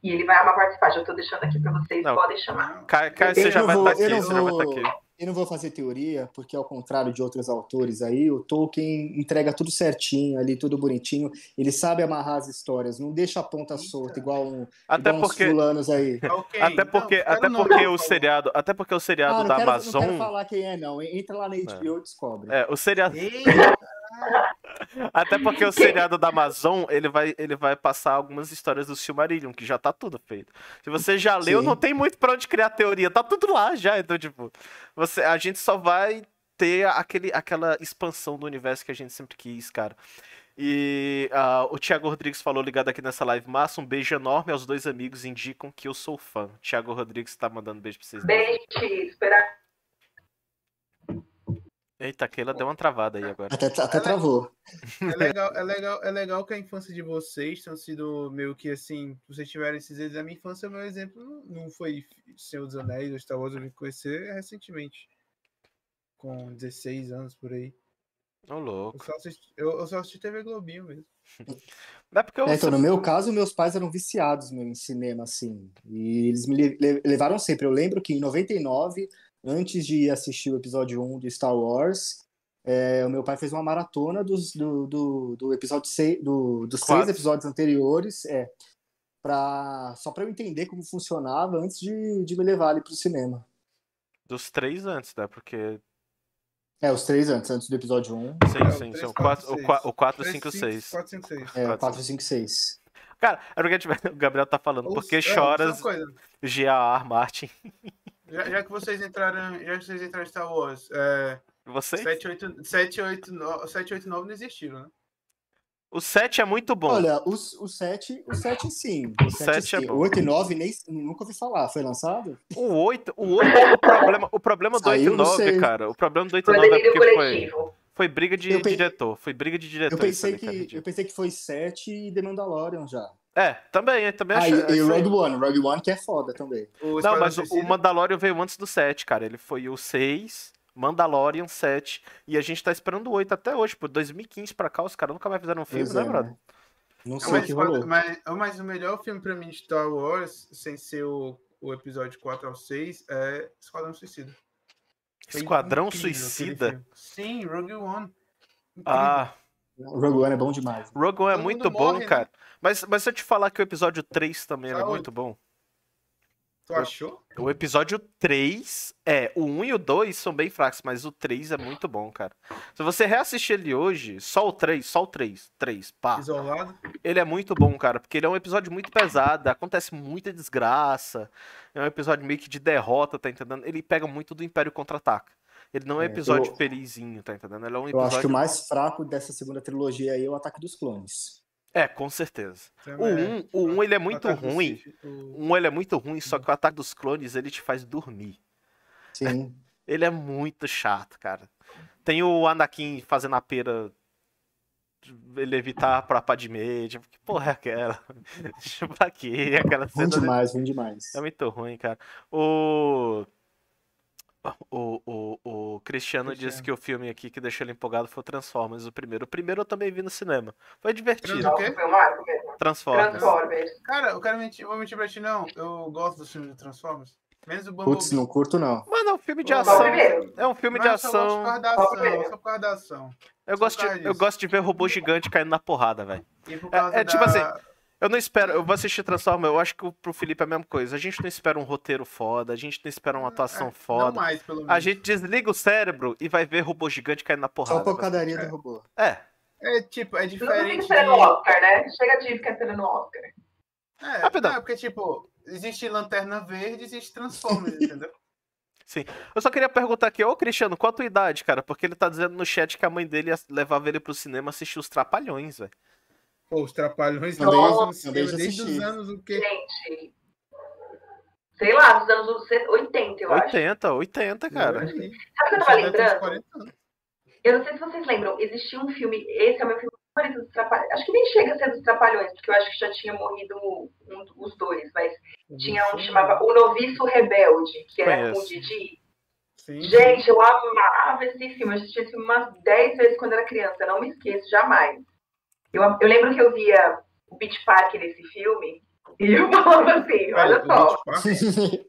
[SPEAKER 3] E ele vai amar participar. Já tô deixando aqui pra vocês,
[SPEAKER 2] Não.
[SPEAKER 3] podem
[SPEAKER 1] Ah,
[SPEAKER 3] chamar.
[SPEAKER 2] Caio, Caio,
[SPEAKER 5] Eu
[SPEAKER 2] você já
[SPEAKER 5] não
[SPEAKER 2] vai
[SPEAKER 5] vou-
[SPEAKER 2] estar
[SPEAKER 5] eu
[SPEAKER 2] aqui,
[SPEAKER 5] não
[SPEAKER 2] você já vai
[SPEAKER 5] vou-
[SPEAKER 2] estar aqui.
[SPEAKER 5] Eu não vou fazer teoria, porque ao contrário de outros autores aí, o Tolkien entrega tudo certinho ali, tudo bonitinho. Ele sabe amarrar as histórias, não deixa a ponta solta, igual, um,
[SPEAKER 2] Até
[SPEAKER 5] igual
[SPEAKER 2] porque,
[SPEAKER 5] uns fulanos aí.
[SPEAKER 1] Ok,
[SPEAKER 2] até
[SPEAKER 1] então,
[SPEAKER 2] porque,
[SPEAKER 1] cara,
[SPEAKER 2] até
[SPEAKER 1] não,
[SPEAKER 2] porque
[SPEAKER 1] não,
[SPEAKER 2] o seriado, até porque o seriado
[SPEAKER 5] Ah, não
[SPEAKER 2] da
[SPEAKER 5] quero,
[SPEAKER 2] Amazon,
[SPEAKER 5] não quero falar quem é, não. Entra lá na HBO e descobre.
[SPEAKER 2] é, o seriado,
[SPEAKER 1] Eita,
[SPEAKER 2] até porque o seriado da Amazon, ele vai, ele vai passar algumas histórias do Silmarillion, que já tá tudo feito. Se você já leu,
[SPEAKER 5] Sim.
[SPEAKER 2] não tem muito pra onde criar teoria, tá tudo lá já, então tipo, você, a gente só vai ter aquele, aquela expansão do universo que a gente sempre quis, cara. E ah, o Thiago Rodrigues falou ligado aqui nessa live massa. Um beijo enorme aos dois amigos, indicam que eu sou fã. Thiago Rodrigues tá mandando beijo pra vocês. dois.
[SPEAKER 3] Beijo, esperar.
[SPEAKER 2] Eita, a Keila deu uma travada aí agora.
[SPEAKER 5] Até, até travou.
[SPEAKER 1] É legal, é legal, é legal que a infância de vocês tenha sido meio que assim, vocês tiveram esses exemplos. A minha infância, meu exemplo, não- não foi Senhor dos Anéis ou Star Wars, eu vim conhecer recentemente. Com 16 anos por aí.
[SPEAKER 2] Ô, louco.
[SPEAKER 1] Eu só assisti, eu, eu só assisti TV Globinho mesmo.
[SPEAKER 2] Não é porque eu.
[SPEAKER 5] É, então, no meu caso, meus pais eram viciados meu, em cinema, assim. E eles me le- le- levaram sempre. Eu lembro que em 99, antes de ir assistir o episódio 1 do Star Wars, é, o meu pai fez uma maratona dos, do, do, do episódio 6, do, dos
[SPEAKER 2] Quatro.
[SPEAKER 5] seis episódios anteriores, é, pra, só para eu entender como funcionava antes de, de me levar ali pro cinema.
[SPEAKER 2] Dos três antes, né? Porque.
[SPEAKER 5] É, os três antes, antes do episódio 1.
[SPEAKER 2] Sim,
[SPEAKER 1] É, o
[SPEAKER 2] sim,
[SPEAKER 1] três,
[SPEAKER 2] são
[SPEAKER 1] quatro,
[SPEAKER 2] quatro, o
[SPEAKER 1] seis.
[SPEAKER 2] qua- o 4,
[SPEAKER 1] 3,
[SPEAKER 2] 5,
[SPEAKER 1] cinco,
[SPEAKER 2] 6.
[SPEAKER 1] quatro, cinco, seis.
[SPEAKER 5] É,
[SPEAKER 2] Quatro,
[SPEAKER 5] 4, 5, 6.
[SPEAKER 2] Cara, era o que o Gabriel tá falando.
[SPEAKER 1] Ou
[SPEAKER 2] Porque
[SPEAKER 1] se- é,
[SPEAKER 2] choras
[SPEAKER 1] só uma coisa,
[SPEAKER 2] G.A.R. Martin.
[SPEAKER 1] Já, já que vocês entraram, já que vocês entraram em Star Wars, é,
[SPEAKER 2] Você?
[SPEAKER 1] 789 789 não existiram, né?
[SPEAKER 2] O 7 é muito bom.
[SPEAKER 5] Olha, os- o 7, o 7 sim.
[SPEAKER 2] O
[SPEAKER 5] O
[SPEAKER 2] sete é bom.
[SPEAKER 5] 8 e 9 nem, nunca ouvi falar. Foi lançado?
[SPEAKER 2] O 8, o 8, o problema, o problema do 8 e
[SPEAKER 5] Saiu no
[SPEAKER 2] 9,
[SPEAKER 5] seis.
[SPEAKER 2] cara. O problema do 8 e
[SPEAKER 3] Foi
[SPEAKER 2] 9 é
[SPEAKER 3] delírio
[SPEAKER 2] porque foi.
[SPEAKER 3] coletivo.
[SPEAKER 2] Foi briga de
[SPEAKER 5] Eu pe-
[SPEAKER 2] diretor. Foi briga de diretor.
[SPEAKER 5] Eu pensei,
[SPEAKER 2] isso ali,
[SPEAKER 5] que, eu pensei que foi 7 e The Mandalorian já.
[SPEAKER 2] cara. É, também, eu também
[SPEAKER 5] Ah,
[SPEAKER 2] achei.
[SPEAKER 5] e, e
[SPEAKER 2] achei-
[SPEAKER 5] Rogue One. Rogue One que é foda também.
[SPEAKER 1] O
[SPEAKER 2] Não,
[SPEAKER 1] Esquadrão
[SPEAKER 2] mas o, o
[SPEAKER 1] Suicida,
[SPEAKER 2] Mandalorian veio antes do 7, cara. Ele foi o 6, Mandalorian 7. E a gente tá esperando o 8 até hoje. Por 2015 pra cá, os caras nunca mais fizeram um filme,
[SPEAKER 5] Pois
[SPEAKER 2] né,
[SPEAKER 5] é,
[SPEAKER 2] brother?
[SPEAKER 5] né?
[SPEAKER 2] É
[SPEAKER 5] Não
[SPEAKER 1] Não,
[SPEAKER 5] sei o
[SPEAKER 1] mas,
[SPEAKER 5] que
[SPEAKER 1] quando-
[SPEAKER 5] rolou.
[SPEAKER 1] mas- mas É o melhor filme pra mim de Star Wars, sem ser o, o episódio 4 ao 6, é Esquadrão Suicida. Foi
[SPEAKER 2] Esquadrão
[SPEAKER 1] incrível aquele
[SPEAKER 2] Suicida.
[SPEAKER 1] filme. Sim, Rogue One. Incrível.
[SPEAKER 2] Ah,
[SPEAKER 5] Rogue One é bom demais.
[SPEAKER 2] Rogue One é
[SPEAKER 1] Todo
[SPEAKER 2] muito
[SPEAKER 1] mundo
[SPEAKER 2] bom,
[SPEAKER 1] morre, né?
[SPEAKER 2] cara. Mas, mas se eu te falar que o episódio 3 também era
[SPEAKER 1] Saúde.
[SPEAKER 2] muito bom.
[SPEAKER 1] Tu achou?
[SPEAKER 2] O episódio 3, é, o 1 e o 2 são bem fracos, mas o 3 é muito bom, cara. Se você reassistir ele hoje, só o 3, só o 3, 3, pá.
[SPEAKER 1] Isolado?
[SPEAKER 2] Ele é muito bom, cara, porque ele é um episódio muito pesado, acontece muita desgraça, é um episódio meio que de derrota, tá entendendo? Ele pega muito do Império Contra-Ataca. Ele não é um
[SPEAKER 5] É,
[SPEAKER 2] episódio
[SPEAKER 5] eu-
[SPEAKER 2] felizinho, tá entendendo? Ele é um
[SPEAKER 5] Eu acho que
[SPEAKER 2] episódio...
[SPEAKER 5] o mais fraco dessa segunda trilogia aí é o Ataque dos Clones.
[SPEAKER 2] É, com certeza.
[SPEAKER 1] Você
[SPEAKER 2] O
[SPEAKER 1] merece.
[SPEAKER 2] 1, o 1 ele é muito
[SPEAKER 1] Ataque do
[SPEAKER 2] ruim.
[SPEAKER 1] Sith, o-
[SPEAKER 2] O 1 ele é muito ruim, só que o Ataque dos Clones ele te faz dormir.
[SPEAKER 5] Sim.
[SPEAKER 2] Ele é muito chato, cara. Tem o Anakin fazendo a pera ele evitar pra Padme, tipo, que porra é aquela? Tipo, pra quê? Aquela
[SPEAKER 5] Ruim
[SPEAKER 2] cena ali
[SPEAKER 5] demais, ruim demais.
[SPEAKER 2] é muito ruim, cara. O... O, o, o Cristiano disse
[SPEAKER 1] Cristiano.
[SPEAKER 2] que o filme aqui que deixou ele empolgado foi o Transformers, o primeiro. O primeiro eu também vi no cinema. Foi divertido.
[SPEAKER 1] Transformers.
[SPEAKER 3] Nossa, foi um marco mesmo.
[SPEAKER 2] Transformers.
[SPEAKER 3] Transformers.
[SPEAKER 1] Cara, eu quero mentir, vou mentir pra ti, não. Eu gosto dos filmes do Transformers. Menos do Bumblebee.
[SPEAKER 5] Putz, não curto não.
[SPEAKER 2] Mano, é um filme de
[SPEAKER 1] Só o
[SPEAKER 2] ação.
[SPEAKER 3] primeiro.
[SPEAKER 2] É um filme
[SPEAKER 1] Mas
[SPEAKER 2] de
[SPEAKER 1] eu só gosto por
[SPEAKER 2] ação.
[SPEAKER 1] causa da
[SPEAKER 3] Só o
[SPEAKER 1] ação,
[SPEAKER 3] primeiro.
[SPEAKER 1] só por causa da ação.
[SPEAKER 2] Eu gosto, de, eu
[SPEAKER 1] disso.
[SPEAKER 2] gosto de ver robô gigante caindo na porrada, velho.
[SPEAKER 1] E por causa
[SPEAKER 2] é
[SPEAKER 1] da-
[SPEAKER 2] tipo assim, Eu não espero, eu vou assistir Transformers, eu acho que o- pro Felipe é a mesma coisa. A gente não espera um roteiro foda, a gente não espera uma atuação
[SPEAKER 1] é, Não
[SPEAKER 2] foda.
[SPEAKER 1] mais, pelo menos.
[SPEAKER 2] A gente desliga o cérebro e vai ver robô gigante caindo na
[SPEAKER 5] Só
[SPEAKER 2] porrada.
[SPEAKER 5] a pancadaria do robô.
[SPEAKER 2] É,
[SPEAKER 1] É tipo, é
[SPEAKER 3] Tudo tem que
[SPEAKER 1] diferente.
[SPEAKER 3] ser no
[SPEAKER 1] de-
[SPEAKER 3] Oscar, né? Chega de ficar sendo no Oscar.
[SPEAKER 1] É,
[SPEAKER 2] Rapidão.
[SPEAKER 1] não, é porque, tipo, existe Lanterna Verde, existe Transformers, entendeu?
[SPEAKER 2] eu só queria perguntar aqui, ô Cristiano, qual a tua idade, cara? Porque ele tá dizendo no chat que a mãe dele ia- levava ele pro cinema assistir os Trapalhões, velho.
[SPEAKER 1] Pô, os Trapalhões
[SPEAKER 5] Também-
[SPEAKER 1] nossa,
[SPEAKER 5] também já
[SPEAKER 1] desde
[SPEAKER 5] assisti.
[SPEAKER 1] os anos o quê?
[SPEAKER 3] Gente. Sei lá, dos anos 80, eu acho.
[SPEAKER 2] 80, 80, cara.
[SPEAKER 1] Por aí.
[SPEAKER 3] Sabe o que eu
[SPEAKER 1] Isso
[SPEAKER 3] tava
[SPEAKER 1] deve ter uns
[SPEAKER 3] lembrando?
[SPEAKER 1] 40 anos.
[SPEAKER 3] Eu não sei se vocês lembram, existia um filme, esse é o meu filme favorito dos Trapalhões. Acho que nem chega a ser dos Trapalhões, porque eu acho que já tinha morrido um- um- os dois, mas tinha um que chamava O Noviço Rebelde, que era com o
[SPEAKER 2] Conheço.
[SPEAKER 3] Didi.
[SPEAKER 1] Sim, sim.
[SPEAKER 3] Gente, eu amava esse filme, eu assisti esse filme umas 10 vezes quando era criança, não me esqueço, jamais. Eu, eu lembro que eu via o Beach Park nesse filme, E eu falava assim, olha
[SPEAKER 1] do
[SPEAKER 3] só.
[SPEAKER 1] Beach Park.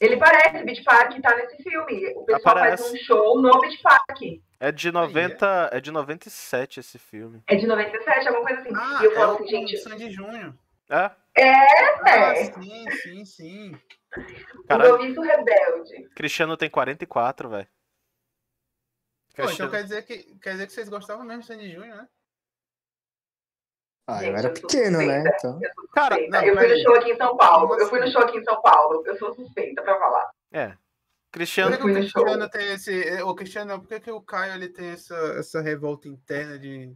[SPEAKER 3] Ele parece, Beach Park tá nesse filme. O pessoal faz
[SPEAKER 2] Aparece.
[SPEAKER 3] um show no Beach Park.
[SPEAKER 2] É de 90, é de 97 esse filme.
[SPEAKER 3] É de 97, alguma coisa assim.
[SPEAKER 1] Ah,
[SPEAKER 3] e eu
[SPEAKER 1] é
[SPEAKER 3] falo
[SPEAKER 1] o
[SPEAKER 3] assim, gente,
[SPEAKER 1] Sandy Júnior.
[SPEAKER 2] É,
[SPEAKER 1] Ah,
[SPEAKER 3] é.
[SPEAKER 1] sim, sim, sim.
[SPEAKER 3] o
[SPEAKER 2] caralho,
[SPEAKER 3] noviço rebelde.
[SPEAKER 2] Cristiano tem 44, velho.
[SPEAKER 1] Pô, então
[SPEAKER 2] Cristiano-
[SPEAKER 1] quer dizer, que, quer dizer que vocês gostavam mesmo de Sandy Júnior, né?
[SPEAKER 5] Ah,
[SPEAKER 3] Gente,
[SPEAKER 5] eu era
[SPEAKER 3] eu sou
[SPEAKER 5] pequeno, né?
[SPEAKER 3] suspeita.
[SPEAKER 5] Então.
[SPEAKER 3] Eu sou
[SPEAKER 2] Cara,
[SPEAKER 3] suspeita.
[SPEAKER 1] não,
[SPEAKER 3] eu fui no
[SPEAKER 1] peraí.
[SPEAKER 3] show aqui em São Paulo. Eu fui no
[SPEAKER 1] Como assim?
[SPEAKER 3] show aqui em São Paulo. Eu sou suspeita pra falar.
[SPEAKER 2] É.
[SPEAKER 1] Por
[SPEAKER 2] Cristiano,
[SPEAKER 1] que, que o
[SPEAKER 3] fui no show.
[SPEAKER 1] Cristiano tem esse. eh, O Cristiano, por que, que o Caio ele tem essa, essa revolta interna de.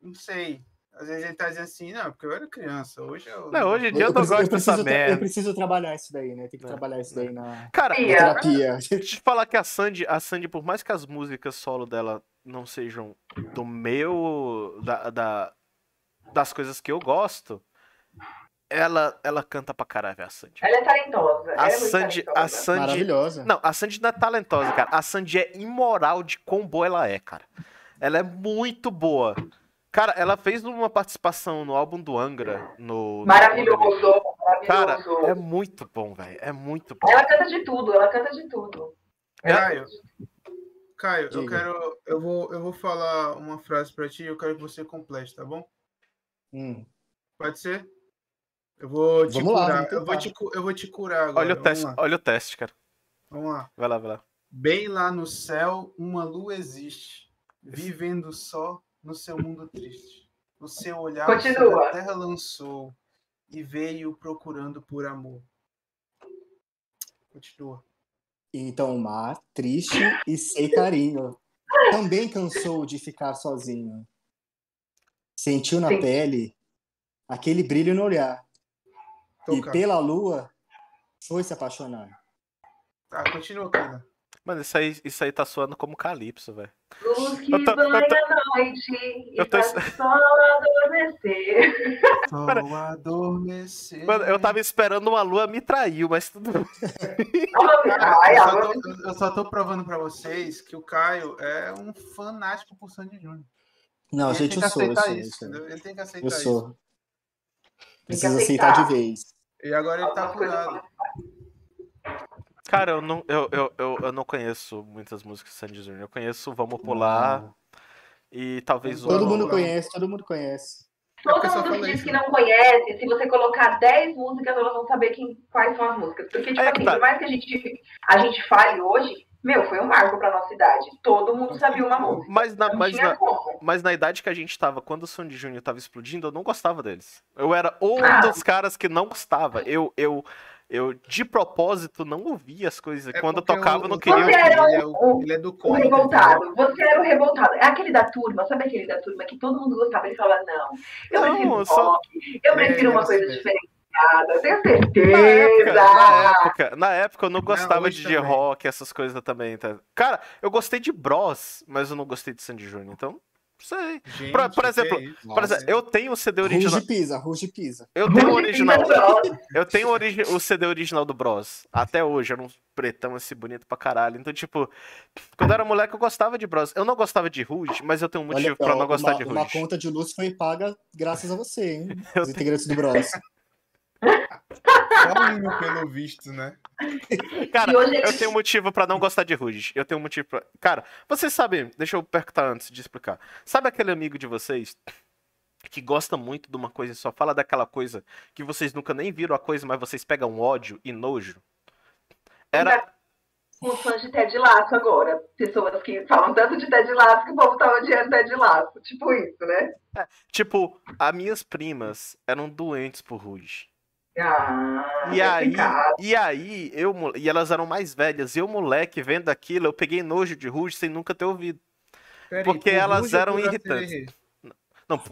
[SPEAKER 1] Não sei. Às vezes ele tá dizendo assim, não, porque eu era criança. Hoje eu.
[SPEAKER 2] não, hoje em dia eu não gosto dessa
[SPEAKER 5] tra- eu
[SPEAKER 2] merda.
[SPEAKER 5] preciso trabalhar isso daí, né? Tem que
[SPEAKER 2] É.
[SPEAKER 5] trabalhar isso daí na
[SPEAKER 2] Cara,
[SPEAKER 3] Sim,
[SPEAKER 5] na
[SPEAKER 3] é.
[SPEAKER 5] terapia.
[SPEAKER 2] Deixa eu te falar que a Sandy, a Sandy, por mais que as músicas solo dela não sejam do meu. Da, da- das coisas que eu gosto, ela, ela canta pra caralho, a Sandy.
[SPEAKER 3] Ela é talentosa.
[SPEAKER 2] A
[SPEAKER 3] ela é muito
[SPEAKER 2] Sandy, a
[SPEAKER 3] talentosa.
[SPEAKER 2] Sandy.
[SPEAKER 5] Maravilhosa.
[SPEAKER 2] Não, a Sandy não é talentosa, cara. A Sandy é imoral de quão boa ela é, cara. Ela é muito boa. Cara, ela fez uma participação no álbum do Angra. No, no-
[SPEAKER 3] Maravilhoso. Maravilhoso.
[SPEAKER 2] Cara, é muito bom, velho. É muito bom.
[SPEAKER 3] Ela canta de tudo. Ela canta de tudo.
[SPEAKER 1] Caio, Caio, eu
[SPEAKER 5] Diga.
[SPEAKER 1] quero. Eu vou, eu vou falar uma frase pra ti e eu quero que você complete, tá bom?
[SPEAKER 5] Hum.
[SPEAKER 1] Pode ser? Eu vou te
[SPEAKER 5] Vamos lá,
[SPEAKER 1] curar.
[SPEAKER 5] vamos
[SPEAKER 1] eu, vou
[SPEAKER 5] tentar.
[SPEAKER 1] te, cu- eu vou te curar agora.
[SPEAKER 2] Olha o teste,
[SPEAKER 1] Vamos lá.
[SPEAKER 2] olha o teste, cara.
[SPEAKER 1] Vamos lá.
[SPEAKER 2] Vai lá, vai lá.
[SPEAKER 1] Bem lá no céu, uma lua existe, vivendo só no seu mundo triste. O seu olhar
[SPEAKER 3] Continua.
[SPEAKER 1] sobre a terra lançou e veio procurando por amor. Continua.
[SPEAKER 5] Então, o mar, triste e sem carinho. Também cansou de ficar sozinho. Sentiu na
[SPEAKER 3] Sim.
[SPEAKER 5] pele aquele brilho no olhar.
[SPEAKER 1] Toca.
[SPEAKER 5] E pela lua foi se apaixonar.
[SPEAKER 1] Tá, continua, cara.
[SPEAKER 2] Mano, isso aí, isso aí tá soando como calypso, velho.
[SPEAKER 3] Luz que
[SPEAKER 2] Eu tô- eu
[SPEAKER 3] banha
[SPEAKER 2] tô-
[SPEAKER 3] a noite e
[SPEAKER 2] eu tô-
[SPEAKER 3] faz o sol adormecer.
[SPEAKER 1] Sol adormecer.
[SPEAKER 2] Mano, eu tava esperando uma lua me traiu, mas tudo bem.
[SPEAKER 3] Ai,
[SPEAKER 1] eu,
[SPEAKER 3] a
[SPEAKER 1] só tô, eu só tô provando pra vocês que o Caio é um fanático por Sandy Júnior.
[SPEAKER 5] Não,
[SPEAKER 1] Ele
[SPEAKER 5] gente,
[SPEAKER 1] tem
[SPEAKER 5] eu
[SPEAKER 1] que
[SPEAKER 5] sou, eu
[SPEAKER 1] aceitar
[SPEAKER 5] sou. eu
[SPEAKER 1] isso.
[SPEAKER 5] sou.
[SPEAKER 1] entendeu? Ele tem que aceitar
[SPEAKER 5] Eu
[SPEAKER 1] isso.
[SPEAKER 5] sou. Preciso
[SPEAKER 3] aceitar.
[SPEAKER 5] aceitar de vez.
[SPEAKER 1] E agora ele tá
[SPEAKER 3] Algumas coisas
[SPEAKER 1] curado.
[SPEAKER 2] Cara, eu não, eu, eu, eu, eu não conheço muitas músicas de Sandy Junior. Eu conheço Vamos Pular e talvez o.
[SPEAKER 1] Vamos
[SPEAKER 5] Todo
[SPEAKER 1] Zoando,
[SPEAKER 5] mundo
[SPEAKER 1] né?
[SPEAKER 5] conhece, todo mundo conhece.
[SPEAKER 1] É porque
[SPEAKER 3] Todo
[SPEAKER 1] só
[SPEAKER 3] mundo
[SPEAKER 1] fala
[SPEAKER 3] que diz
[SPEAKER 1] isso,
[SPEAKER 3] que
[SPEAKER 1] né?
[SPEAKER 3] não conhece, se você colocar 10 músicas, elas vão saber quem, quais são as músicas. Porque, tipo
[SPEAKER 2] É que
[SPEAKER 3] assim,
[SPEAKER 2] tá.
[SPEAKER 3] por mais que a gente, a gente fale hoje, meu, foi um marco pra nossa idade. Todo mundo sabia uma música.
[SPEAKER 2] Mas na,
[SPEAKER 3] Não
[SPEAKER 2] mas,
[SPEAKER 3] tinha
[SPEAKER 2] na,
[SPEAKER 3] como.
[SPEAKER 2] mas na idade que a gente tava, quando o Sandy Júnior tava explodindo, eu não gostava deles. Eu era um
[SPEAKER 3] Ah.
[SPEAKER 2] dos caras que não gostava. Eu, eu, eu de propósito, não ouvia as coisas.
[SPEAKER 1] É
[SPEAKER 2] Quando eu
[SPEAKER 1] porque
[SPEAKER 2] tocava,
[SPEAKER 1] o-
[SPEAKER 2] eu não
[SPEAKER 1] o-
[SPEAKER 2] queria.
[SPEAKER 3] Você
[SPEAKER 2] ouvir.
[SPEAKER 3] era
[SPEAKER 1] Ele é, o-
[SPEAKER 3] o-
[SPEAKER 1] ele é do
[SPEAKER 3] O
[SPEAKER 1] contra.
[SPEAKER 3] Um
[SPEAKER 2] então.
[SPEAKER 3] revoltado. Você era o revoltado. É aquele da turma, sabe aquele da turma que todo mundo gostava? Ele fala, não, eu
[SPEAKER 2] Não,
[SPEAKER 3] prefiro
[SPEAKER 2] eu
[SPEAKER 3] eu,
[SPEAKER 2] só-
[SPEAKER 3] eu
[SPEAKER 1] É,
[SPEAKER 3] prefiro uma
[SPEAKER 1] é
[SPEAKER 3] coisa
[SPEAKER 1] assim
[SPEAKER 3] diferenciada, eu tenho
[SPEAKER 2] Na época, na
[SPEAKER 3] certeza.
[SPEAKER 2] época, na época eu não gostava
[SPEAKER 1] hoje
[SPEAKER 2] de J
[SPEAKER 1] também.
[SPEAKER 2] rock, essas coisas também, tá? Cara, eu gostei de Bros, mas eu não gostei de Sandy Júnior, então, não sei.
[SPEAKER 1] Gente,
[SPEAKER 2] Por- por
[SPEAKER 1] que
[SPEAKER 2] exemplo,
[SPEAKER 1] isso?
[SPEAKER 2] Por exemplo, eu tenho o CD original,
[SPEAKER 5] Ruge pisa, ruge pisa.
[SPEAKER 2] eu tenho o original, eu tenho o origi- o CD original do Bros, até hoje, era um pretão assim, bonito pra caralho, então, tipo, quando eu era moleque eu gostava de Bros, eu não gostava de Rouge, mas eu tenho um motivo
[SPEAKER 5] Olha,
[SPEAKER 2] pra
[SPEAKER 5] ó,
[SPEAKER 2] não gostar
[SPEAKER 5] uma,
[SPEAKER 2] de
[SPEAKER 5] uma
[SPEAKER 2] Rouge.
[SPEAKER 5] conta de luz foi paga graças a você, hein?
[SPEAKER 2] Eu
[SPEAKER 5] Os integrantes do Bros.
[SPEAKER 1] Só um, pelo visto, né?
[SPEAKER 2] Cara,
[SPEAKER 3] E hoje
[SPEAKER 2] eu
[SPEAKER 3] eles-
[SPEAKER 2] tenho motivo pra não gostar de Ruge. Eu tenho motivo pra. Cara, vocês sabem, deixa eu perguntar antes de explicar. Sabe aquele amigo de vocês que gosta muito de uma coisa e só fala daquela coisa que vocês nunca nem viram a coisa, mas vocês pegam ódio e nojo? Era.
[SPEAKER 3] Com os fãs um de Ted Lasso agora. Pessoas que falam tanto de Ted Lasso que o povo tá odiando Ted Lasso. Tipo isso, né?
[SPEAKER 2] Tipo, as minhas primas eram doentes por Ruge.
[SPEAKER 3] Ah,
[SPEAKER 2] E aí,
[SPEAKER 3] complicado.
[SPEAKER 2] e aí, eu, mo- e elas eram mais velhas, e eu, moleque, vendo aquilo, eu peguei nojo de Ruge sem nunca ter ouvido.
[SPEAKER 1] Peraí,
[SPEAKER 2] Porque
[SPEAKER 1] por
[SPEAKER 2] elas
[SPEAKER 1] Ruge ou
[SPEAKER 2] eram
[SPEAKER 1] por
[SPEAKER 2] irritantes.
[SPEAKER 1] ACDR?
[SPEAKER 2] Não,
[SPEAKER 1] Tem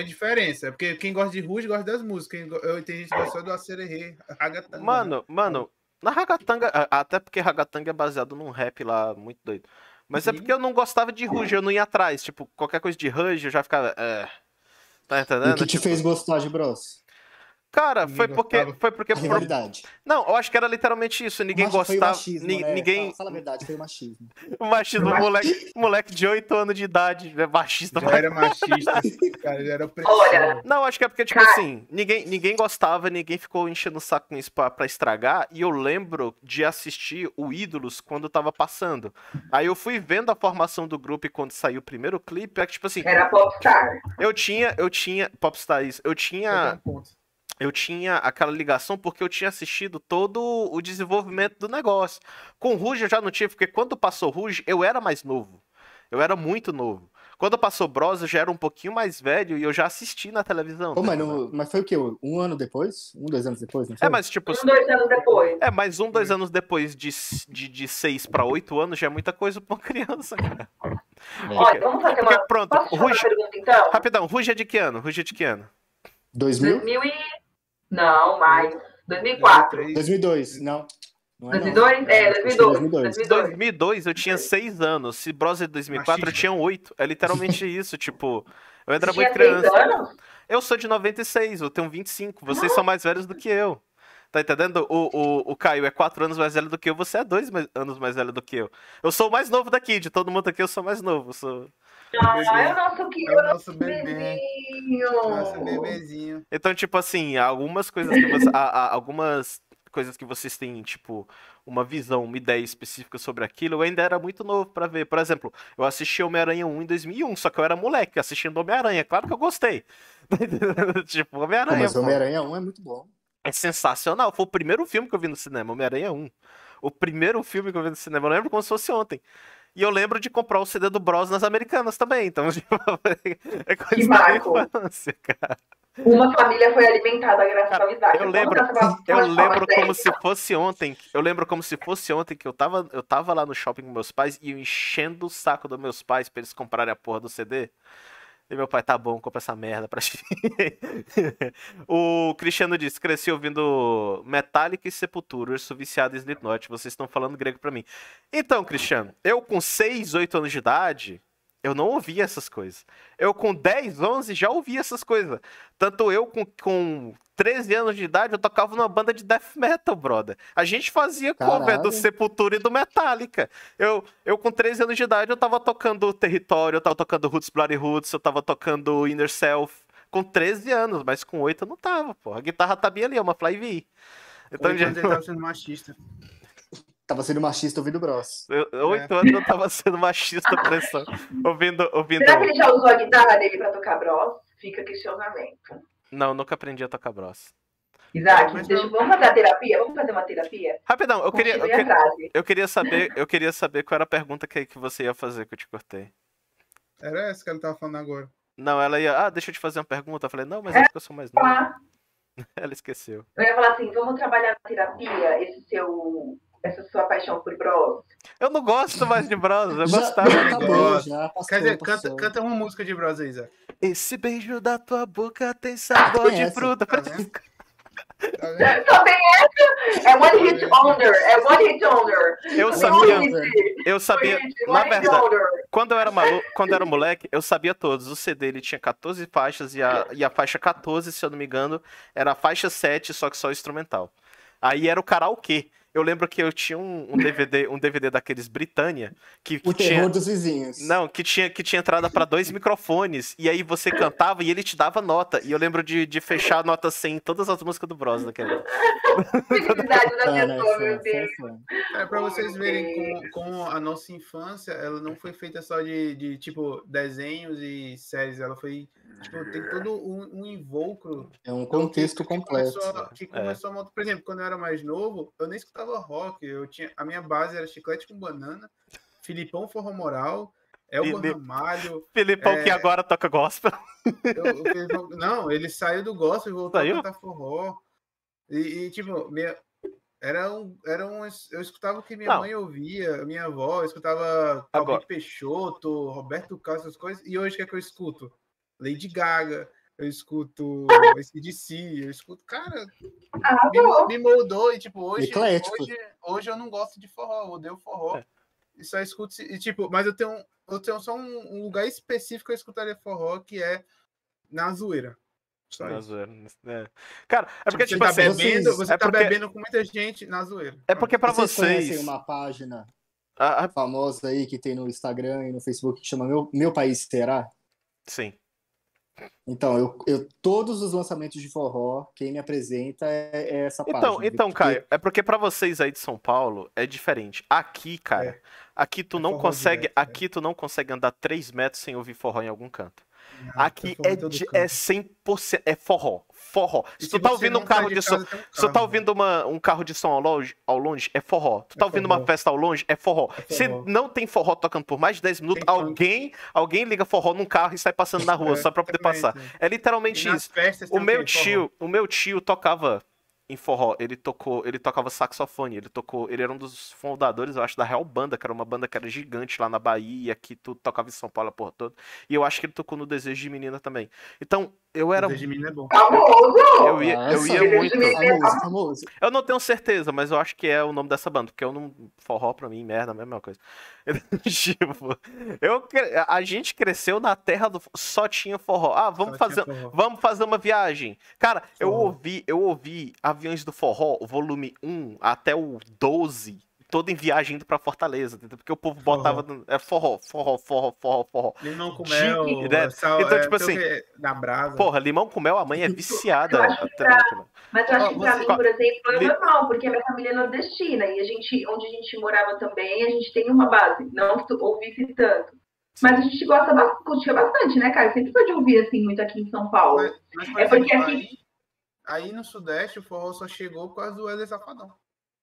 [SPEAKER 1] uma diferença. Porque quem gosta de Ruge gosta das músicas. Quem go- eu tenho gente que gosta só do Acererê.
[SPEAKER 2] Mano,
[SPEAKER 5] Hum.
[SPEAKER 2] mano, na Ragatanga, a- até porque Ragatanga é baseado num rap lá muito doido. Mas é
[SPEAKER 1] Uhum.
[SPEAKER 2] porque eu não gostava de Ruge, eu não ia atrás. Tipo, qualquer coisa de Ruge eu já ficava. É, tá
[SPEAKER 5] E o
[SPEAKER 2] entendendo?
[SPEAKER 5] que te
[SPEAKER 2] Tipo,
[SPEAKER 5] fez gostar de Bros?
[SPEAKER 2] Cara,
[SPEAKER 1] Ninguém
[SPEAKER 2] foi porque,
[SPEAKER 1] gostava.
[SPEAKER 2] foi porque.
[SPEAKER 5] A rivalidade.
[SPEAKER 2] Não, eu acho que era literalmente isso. Ninguém
[SPEAKER 5] Eu acho que foi o
[SPEAKER 2] gostava.
[SPEAKER 5] machismo,
[SPEAKER 2] ni-
[SPEAKER 5] né?
[SPEAKER 2] Ninguém.
[SPEAKER 5] Fala, fala a verdade, foi o machismo.
[SPEAKER 2] O machismo, moleque, moleque de 8 anos de idade, é machista.
[SPEAKER 1] Já era machista, cara, já era opressor.
[SPEAKER 3] Olha,
[SPEAKER 2] Não, acho que é porque, tipo
[SPEAKER 3] Cara.
[SPEAKER 2] assim, ninguém, ninguém gostava, ninguém ficou enchendo o saco com isso pra, pra estragar. E eu lembro de assistir o Ídolos quando tava passando. Aí eu fui vendo a formação do grupo e quando saiu o primeiro clipe. É que, tipo assim,
[SPEAKER 3] era popstar.
[SPEAKER 2] eu tinha, eu tinha. Popstar isso, eu
[SPEAKER 1] Só tem
[SPEAKER 2] tinha.
[SPEAKER 3] Uhum.
[SPEAKER 1] um ponto.
[SPEAKER 2] Eu tinha aquela ligação porque eu tinha assistido todo o desenvolvimento do negócio. Com o Ruge eu já não tinha, porque quando passou o Ruge, eu era mais novo. Eu era muito novo. Quando passou Bros, eu já era um pouquinho mais velho e eu já assisti na televisão.
[SPEAKER 5] Pô,
[SPEAKER 2] tá
[SPEAKER 5] mas,
[SPEAKER 2] ligado?
[SPEAKER 5] não- mas foi o quê? Um ano depois? Um, dois anos depois? Não foi?
[SPEAKER 2] É, mas tipo,
[SPEAKER 3] Um, dois anos depois.
[SPEAKER 2] é, mas um,
[SPEAKER 3] Hum.
[SPEAKER 2] dois anos depois de, de, de seis pra oito anos já é muita coisa pra uma criança, cara.
[SPEAKER 3] Olha, vamos fazer
[SPEAKER 2] Porque
[SPEAKER 3] uma.
[SPEAKER 2] pronto,
[SPEAKER 3] Posso te fazer uma
[SPEAKER 2] Ruge,
[SPEAKER 3] pergunta então?
[SPEAKER 2] rapidão, Ruge é de que ano? Ruge é de que ano?
[SPEAKER 5] 2000?
[SPEAKER 3] 2000 e. Não, mais. 2004.
[SPEAKER 1] 2003,
[SPEAKER 5] 2002, não. Não é, não.
[SPEAKER 3] 2002? É, 2002.
[SPEAKER 5] 2002.
[SPEAKER 3] 2002.
[SPEAKER 2] 2002 eu tinha seis anos, se Bros é de 2004 eu
[SPEAKER 1] Machista.
[SPEAKER 2] tinha oito. É literalmente isso, tipo, eu era
[SPEAKER 3] Tinha
[SPEAKER 2] muito
[SPEAKER 3] seis
[SPEAKER 2] criança.
[SPEAKER 3] anos?
[SPEAKER 2] Eu sou de 96, eu tenho 25. Vocês são mais velhos do que eu. Tá entendendo? O, o, o Caio é 4 anos mais velho do que eu, você é 2 anos mais velho do que eu. Eu sou o mais novo daqui, de todo mundo aqui eu sou mais novo. eu Sou...
[SPEAKER 3] Ah, é o nosso
[SPEAKER 1] É o
[SPEAKER 3] querido
[SPEAKER 1] nosso bebê. Nossa,
[SPEAKER 3] bebezinho.
[SPEAKER 1] bebezinho.
[SPEAKER 2] Então, tipo assim, algumas coisas que você, a- a- algumas coisas que vocês têm, tipo, uma visão, uma ideia específica sobre aquilo, eu ainda era muito novo pra ver. Por exemplo, eu assisti Homem-Aranha 1 em 2001, só que eu era moleque assistindo Homem-Aranha. Claro que eu gostei. Tá tipo,
[SPEAKER 5] Pô,
[SPEAKER 2] Homem-Aranha.
[SPEAKER 5] mas
[SPEAKER 2] pô.
[SPEAKER 5] Homem-Aranha 1 é muito bom.
[SPEAKER 2] É sensacional. Foi o primeiro filme que eu vi no cinema, Homem-Aranha 1. O primeiro filme que eu vi no cinema, eu lembro como se fosse ontem. E eu lembro de comprar o CD do Bros nas Americanas também. Então, tipo, é coisa
[SPEAKER 3] Que
[SPEAKER 2] da minha
[SPEAKER 3] marco.
[SPEAKER 2] infância, cara.
[SPEAKER 3] Uma família foi alimentada graças à amizade.
[SPEAKER 2] eu
[SPEAKER 3] Vamos
[SPEAKER 2] lembro-
[SPEAKER 3] pra próxima
[SPEAKER 2] Eu
[SPEAKER 3] fala,
[SPEAKER 2] lembro como
[SPEAKER 3] sério.
[SPEAKER 2] se fosse ontem. Eu lembro como se fosse ontem que eu tava, eu tava lá no shopping com meus pais e eu enchendo o saco dos meus pais pra eles comprarem a porra do CD. E meu pai, tá bom, compra essa merda pra ti. o Cristiano disse, cresci ouvindo Metallica e Sepultura, eu sou viciado em Slipknot, vocês estão falando grego pra mim. Então, Cristiano, eu com 6, 8 anos de idade, eu não ouvia essas coisas. Eu com 10, 11 já ouvia essas coisas. Tanto eu com, com 13 anos de idade, eu tocava numa banda de death metal, brother. A gente fazia cover do
[SPEAKER 5] Caralho.
[SPEAKER 2] Sepultura e do Metallica. Eu, eu com 13 anos de idade, eu tava tocando Território, eu tava tocando Roots, Bloody Roots, eu tava tocando Inner Self. Com 13 anos, mas com 8 eu não tava, pô. A guitarra tá bem ali, é uma Fly V. Então,
[SPEAKER 1] Então,
[SPEAKER 2] gente,
[SPEAKER 1] ele tava sendo machista.
[SPEAKER 5] Tava sendo machista ouvindo Bros.
[SPEAKER 2] eu- eu- Oito anos eu tava sendo machista pressão. Ouvindo, ouvindo.
[SPEAKER 3] Será que ele já usou a guitarra dele pra tocar bros? Fica questionamento.
[SPEAKER 2] Não, nunca aprendi a tocar bros.
[SPEAKER 3] Isaac,
[SPEAKER 1] Mas
[SPEAKER 3] deixa- vamos fazer a terapia? Vamos fazer uma terapia?
[SPEAKER 2] Rapidão, eu queria, eu,
[SPEAKER 3] Continue a
[SPEAKER 2] que-
[SPEAKER 3] frase.
[SPEAKER 2] eu queria saber, eu queria saber qual era a pergunta que, que você ia fazer que eu te cortei.
[SPEAKER 1] Era essa que ele tava falando agora.
[SPEAKER 2] Não, ela ia, ah, deixa eu te fazer uma pergunta. Eu falei, não, mas acho que eu sou mais novo.
[SPEAKER 3] Tá.
[SPEAKER 2] Ela esqueceu.
[SPEAKER 3] Eu ia falar assim, vamos trabalhar na terapia esse seu, essa sua paixão por bros?
[SPEAKER 2] Eu não gosto mais de bros, eu
[SPEAKER 5] Já- tá.
[SPEAKER 2] gostava.
[SPEAKER 5] já acabou,
[SPEAKER 1] Bros.
[SPEAKER 5] já passou,
[SPEAKER 1] Quer dizer, canta,
[SPEAKER 5] passou.
[SPEAKER 1] canta uma música de Bros aí, Zé.
[SPEAKER 2] Esse beijo da tua boca tem sabor
[SPEAKER 5] Tem
[SPEAKER 2] de
[SPEAKER 5] essa.
[SPEAKER 2] fruta.
[SPEAKER 1] Tá vendo? Tá vendo?
[SPEAKER 3] Só tem essa? É one hit wonder, é one hit wonder.
[SPEAKER 2] Eu
[SPEAKER 3] One
[SPEAKER 2] sabia,
[SPEAKER 3] hit,
[SPEAKER 2] eu sabia.
[SPEAKER 3] one hit,
[SPEAKER 2] Na
[SPEAKER 3] one hit
[SPEAKER 2] verdade,
[SPEAKER 3] wonder.
[SPEAKER 2] Quando eu era maluco, quando eu era moleque, eu sabia todos. O CD ele tinha 14 faixas e a, e a faixa 14, se eu não me engano, era a faixa 7, só que só instrumental. Aí era o karaokê. Eu lembro que eu tinha um, um DVD, um DVD daqueles Britânia que, que
[SPEAKER 5] O terror
[SPEAKER 2] tinha
[SPEAKER 5] dos vizinhos.
[SPEAKER 2] não, que tinha que tinha entrada pra dois microfones e aí você cantava e ele te dava nota. E eu lembro de, de fechar a nota 100 em todas as músicas do Bros naquele. ano.
[SPEAKER 3] Felicidade da pessoa,
[SPEAKER 5] Cara, essa-
[SPEAKER 3] meu
[SPEAKER 5] essa
[SPEAKER 3] Deus.
[SPEAKER 5] é foda.
[SPEAKER 1] É pra
[SPEAKER 3] Meu
[SPEAKER 1] vocês verem
[SPEAKER 3] Deus.
[SPEAKER 1] como, como a nossa infância, ela não foi feita só de, de tipo, desenhos e séries. Ela foi, tipo,
[SPEAKER 3] Ah.
[SPEAKER 1] tem todo um, um invólucro
[SPEAKER 5] É um
[SPEAKER 1] Então, que-
[SPEAKER 5] contexto
[SPEAKER 1] que
[SPEAKER 5] completo.
[SPEAKER 1] começou-
[SPEAKER 3] É.
[SPEAKER 1] que começou a montar- Por exemplo, quando eu era mais novo, eu nem escutava rock. Eu tinha, a minha base era Chiclete com Banana, Filipão Forró Moral, Elba
[SPEAKER 2] Filipe-
[SPEAKER 1] Ramalho.
[SPEAKER 2] Filipão que
[SPEAKER 1] É.
[SPEAKER 2] agora toca gospel.
[SPEAKER 1] eu- eu fiz um- não, ele saiu do gospel e voltou
[SPEAKER 2] Saiu?
[SPEAKER 1] a cantar forró. E, e, tipo, minha, era, um, era um. Eu escutava o que minha
[SPEAKER 2] Não.
[SPEAKER 1] mãe ouvia, minha avó, eu escutava
[SPEAKER 2] Agora.
[SPEAKER 1] Calvin Peixoto, Roberto Carlos, essas coisas. E hoje o que é que eu escuto? Lady Gaga. Eu escuto ACDC, eu escuto, cara,
[SPEAKER 3] Ah,
[SPEAKER 1] me,
[SPEAKER 3] bom.
[SPEAKER 1] mo- me moldou e tipo hoje
[SPEAKER 5] Tá Eclético.
[SPEAKER 1] hoje hoje eu não gosto de forró eu odeio forró
[SPEAKER 2] É.
[SPEAKER 1] e só escuto e tipo mas eu tenho eu tenho só um, um lugar específico que eu escutaria forró que é na zoeira Só
[SPEAKER 2] Na
[SPEAKER 1] isso.
[SPEAKER 2] zoeira. É. Tá Cara, é porque,
[SPEAKER 1] você
[SPEAKER 2] tipo
[SPEAKER 1] tá
[SPEAKER 2] assim.
[SPEAKER 1] bebendo,
[SPEAKER 5] vocês-
[SPEAKER 1] você
[SPEAKER 2] é
[SPEAKER 1] tá
[SPEAKER 2] porque-
[SPEAKER 1] bebendo com muita gente na zoeira.
[SPEAKER 2] É porque pra
[SPEAKER 5] vocês,
[SPEAKER 2] vocês.
[SPEAKER 5] conhecem uma página
[SPEAKER 2] Ah, ah,
[SPEAKER 5] famosa aí que tem no Instagram e no Facebook que chama Meu, Meu País Será?
[SPEAKER 2] sim.
[SPEAKER 5] Então, eu, eu- todos os lançamentos de forró, quem me apresenta é, é essa página.
[SPEAKER 2] Então, então,
[SPEAKER 5] Porque-
[SPEAKER 2] Caio, é porque pra vocês aí de São Paulo é diferente. Aqui, cara, aqui tu
[SPEAKER 1] É
[SPEAKER 2] não
[SPEAKER 1] forró
[SPEAKER 2] consegue,
[SPEAKER 1] direto, né?
[SPEAKER 2] aqui tu não consegue andar 3 metros sem ouvir forró em algum canto.
[SPEAKER 1] Ah,
[SPEAKER 2] aqui
[SPEAKER 1] tá
[SPEAKER 2] é,
[SPEAKER 1] falando todo
[SPEAKER 2] de-
[SPEAKER 1] canto.
[SPEAKER 2] é 100%, é forró, forró.
[SPEAKER 1] E
[SPEAKER 2] Se
[SPEAKER 1] se
[SPEAKER 2] tu tá
[SPEAKER 1] você
[SPEAKER 2] ouvindo
[SPEAKER 1] não
[SPEAKER 2] um carro
[SPEAKER 1] sai
[SPEAKER 2] de som,
[SPEAKER 1] casa, tem um
[SPEAKER 2] se tu tá
[SPEAKER 1] carro.
[SPEAKER 2] ouvindo uma- um carro de som ao longe, ao longe, é forró. Tu tá
[SPEAKER 1] É
[SPEAKER 2] ouvindo
[SPEAKER 1] forró.
[SPEAKER 2] uma festa ao longe, é forró.
[SPEAKER 1] É
[SPEAKER 2] Se
[SPEAKER 1] forró.
[SPEAKER 2] não tem forró tocando por mais de 10 minutos,
[SPEAKER 1] funk.
[SPEAKER 2] alguém, alguém liga forró num carro e sai passando na rua
[SPEAKER 1] É,
[SPEAKER 2] só pra poder passar.
[SPEAKER 1] exatamente.
[SPEAKER 2] É
[SPEAKER 1] E
[SPEAKER 2] literalmente
[SPEAKER 1] nas
[SPEAKER 2] isso.
[SPEAKER 1] festas
[SPEAKER 2] O
[SPEAKER 1] tem
[SPEAKER 2] meu
[SPEAKER 1] quê? Forró.
[SPEAKER 2] tio, o meu tio tocava em forró, ele tocou, ele tocava saxofone, ele tocou, ele era um dos fundadores, eu acho, da Real Banda, que era uma banda que era gigante lá na Bahia, que tu tocava em São Paulo a porra toda. E eu acho que ele tocou no Desejo de Menina também. Então, eu era
[SPEAKER 1] Desejo de menina é bom.
[SPEAKER 3] Tá Famoso!
[SPEAKER 2] eu ia, eu
[SPEAKER 5] Nossa,
[SPEAKER 2] ia
[SPEAKER 3] Desejo de
[SPEAKER 2] muito.
[SPEAKER 3] Menina.
[SPEAKER 5] Famoso, famoso.
[SPEAKER 2] Eu não tenho certeza, mas eu acho que é o nome dessa banda, porque eu não forró pra mim, merda, a mesma coisa. tipo, eu cre- a gente cresceu na terra do só tinha forró. Ah, vamos
[SPEAKER 1] Só
[SPEAKER 2] fazer
[SPEAKER 1] tinha forró.
[SPEAKER 2] Vamos fazer uma viagem. Cara, eu
[SPEAKER 1] Forró.
[SPEAKER 2] ouvi, eu ouvi Aviões do Forró, volume 1 até o 12, todo em viagem indo pra Fortaleza, entendeu? Porque o povo
[SPEAKER 1] Forró.
[SPEAKER 2] botava no- é forró, forró, forró, forró, forró.
[SPEAKER 1] Limão com
[SPEAKER 2] De-
[SPEAKER 1] mel,
[SPEAKER 2] né?
[SPEAKER 1] sal,
[SPEAKER 2] Então,
[SPEAKER 1] é,
[SPEAKER 2] tipo
[SPEAKER 1] sei o
[SPEAKER 2] assim,
[SPEAKER 1] que, da
[SPEAKER 5] Ah.
[SPEAKER 1] brasa.
[SPEAKER 2] Porra, limão com mel, a mãe é viciada.
[SPEAKER 3] Eu acho
[SPEAKER 2] até limão com mel.
[SPEAKER 3] Mas eu acho que pra
[SPEAKER 2] Você-
[SPEAKER 3] mim, por exemplo, é
[SPEAKER 2] Li-
[SPEAKER 3] normal, porque a minha família é nordestina e a gente, onde a gente morava também, a gente tem uma base, não tu- ouvisse tanto. Mas a gente gosta bastante, curtia bastante, né, cara? Sempre foi de ouvir assim muito aqui em São Paulo.
[SPEAKER 1] Mas- mas, por
[SPEAKER 3] É porque
[SPEAKER 1] exemplo,
[SPEAKER 3] aqui-
[SPEAKER 1] aí, aí no Sudeste o forró só chegou por causa do Wesley Safadão.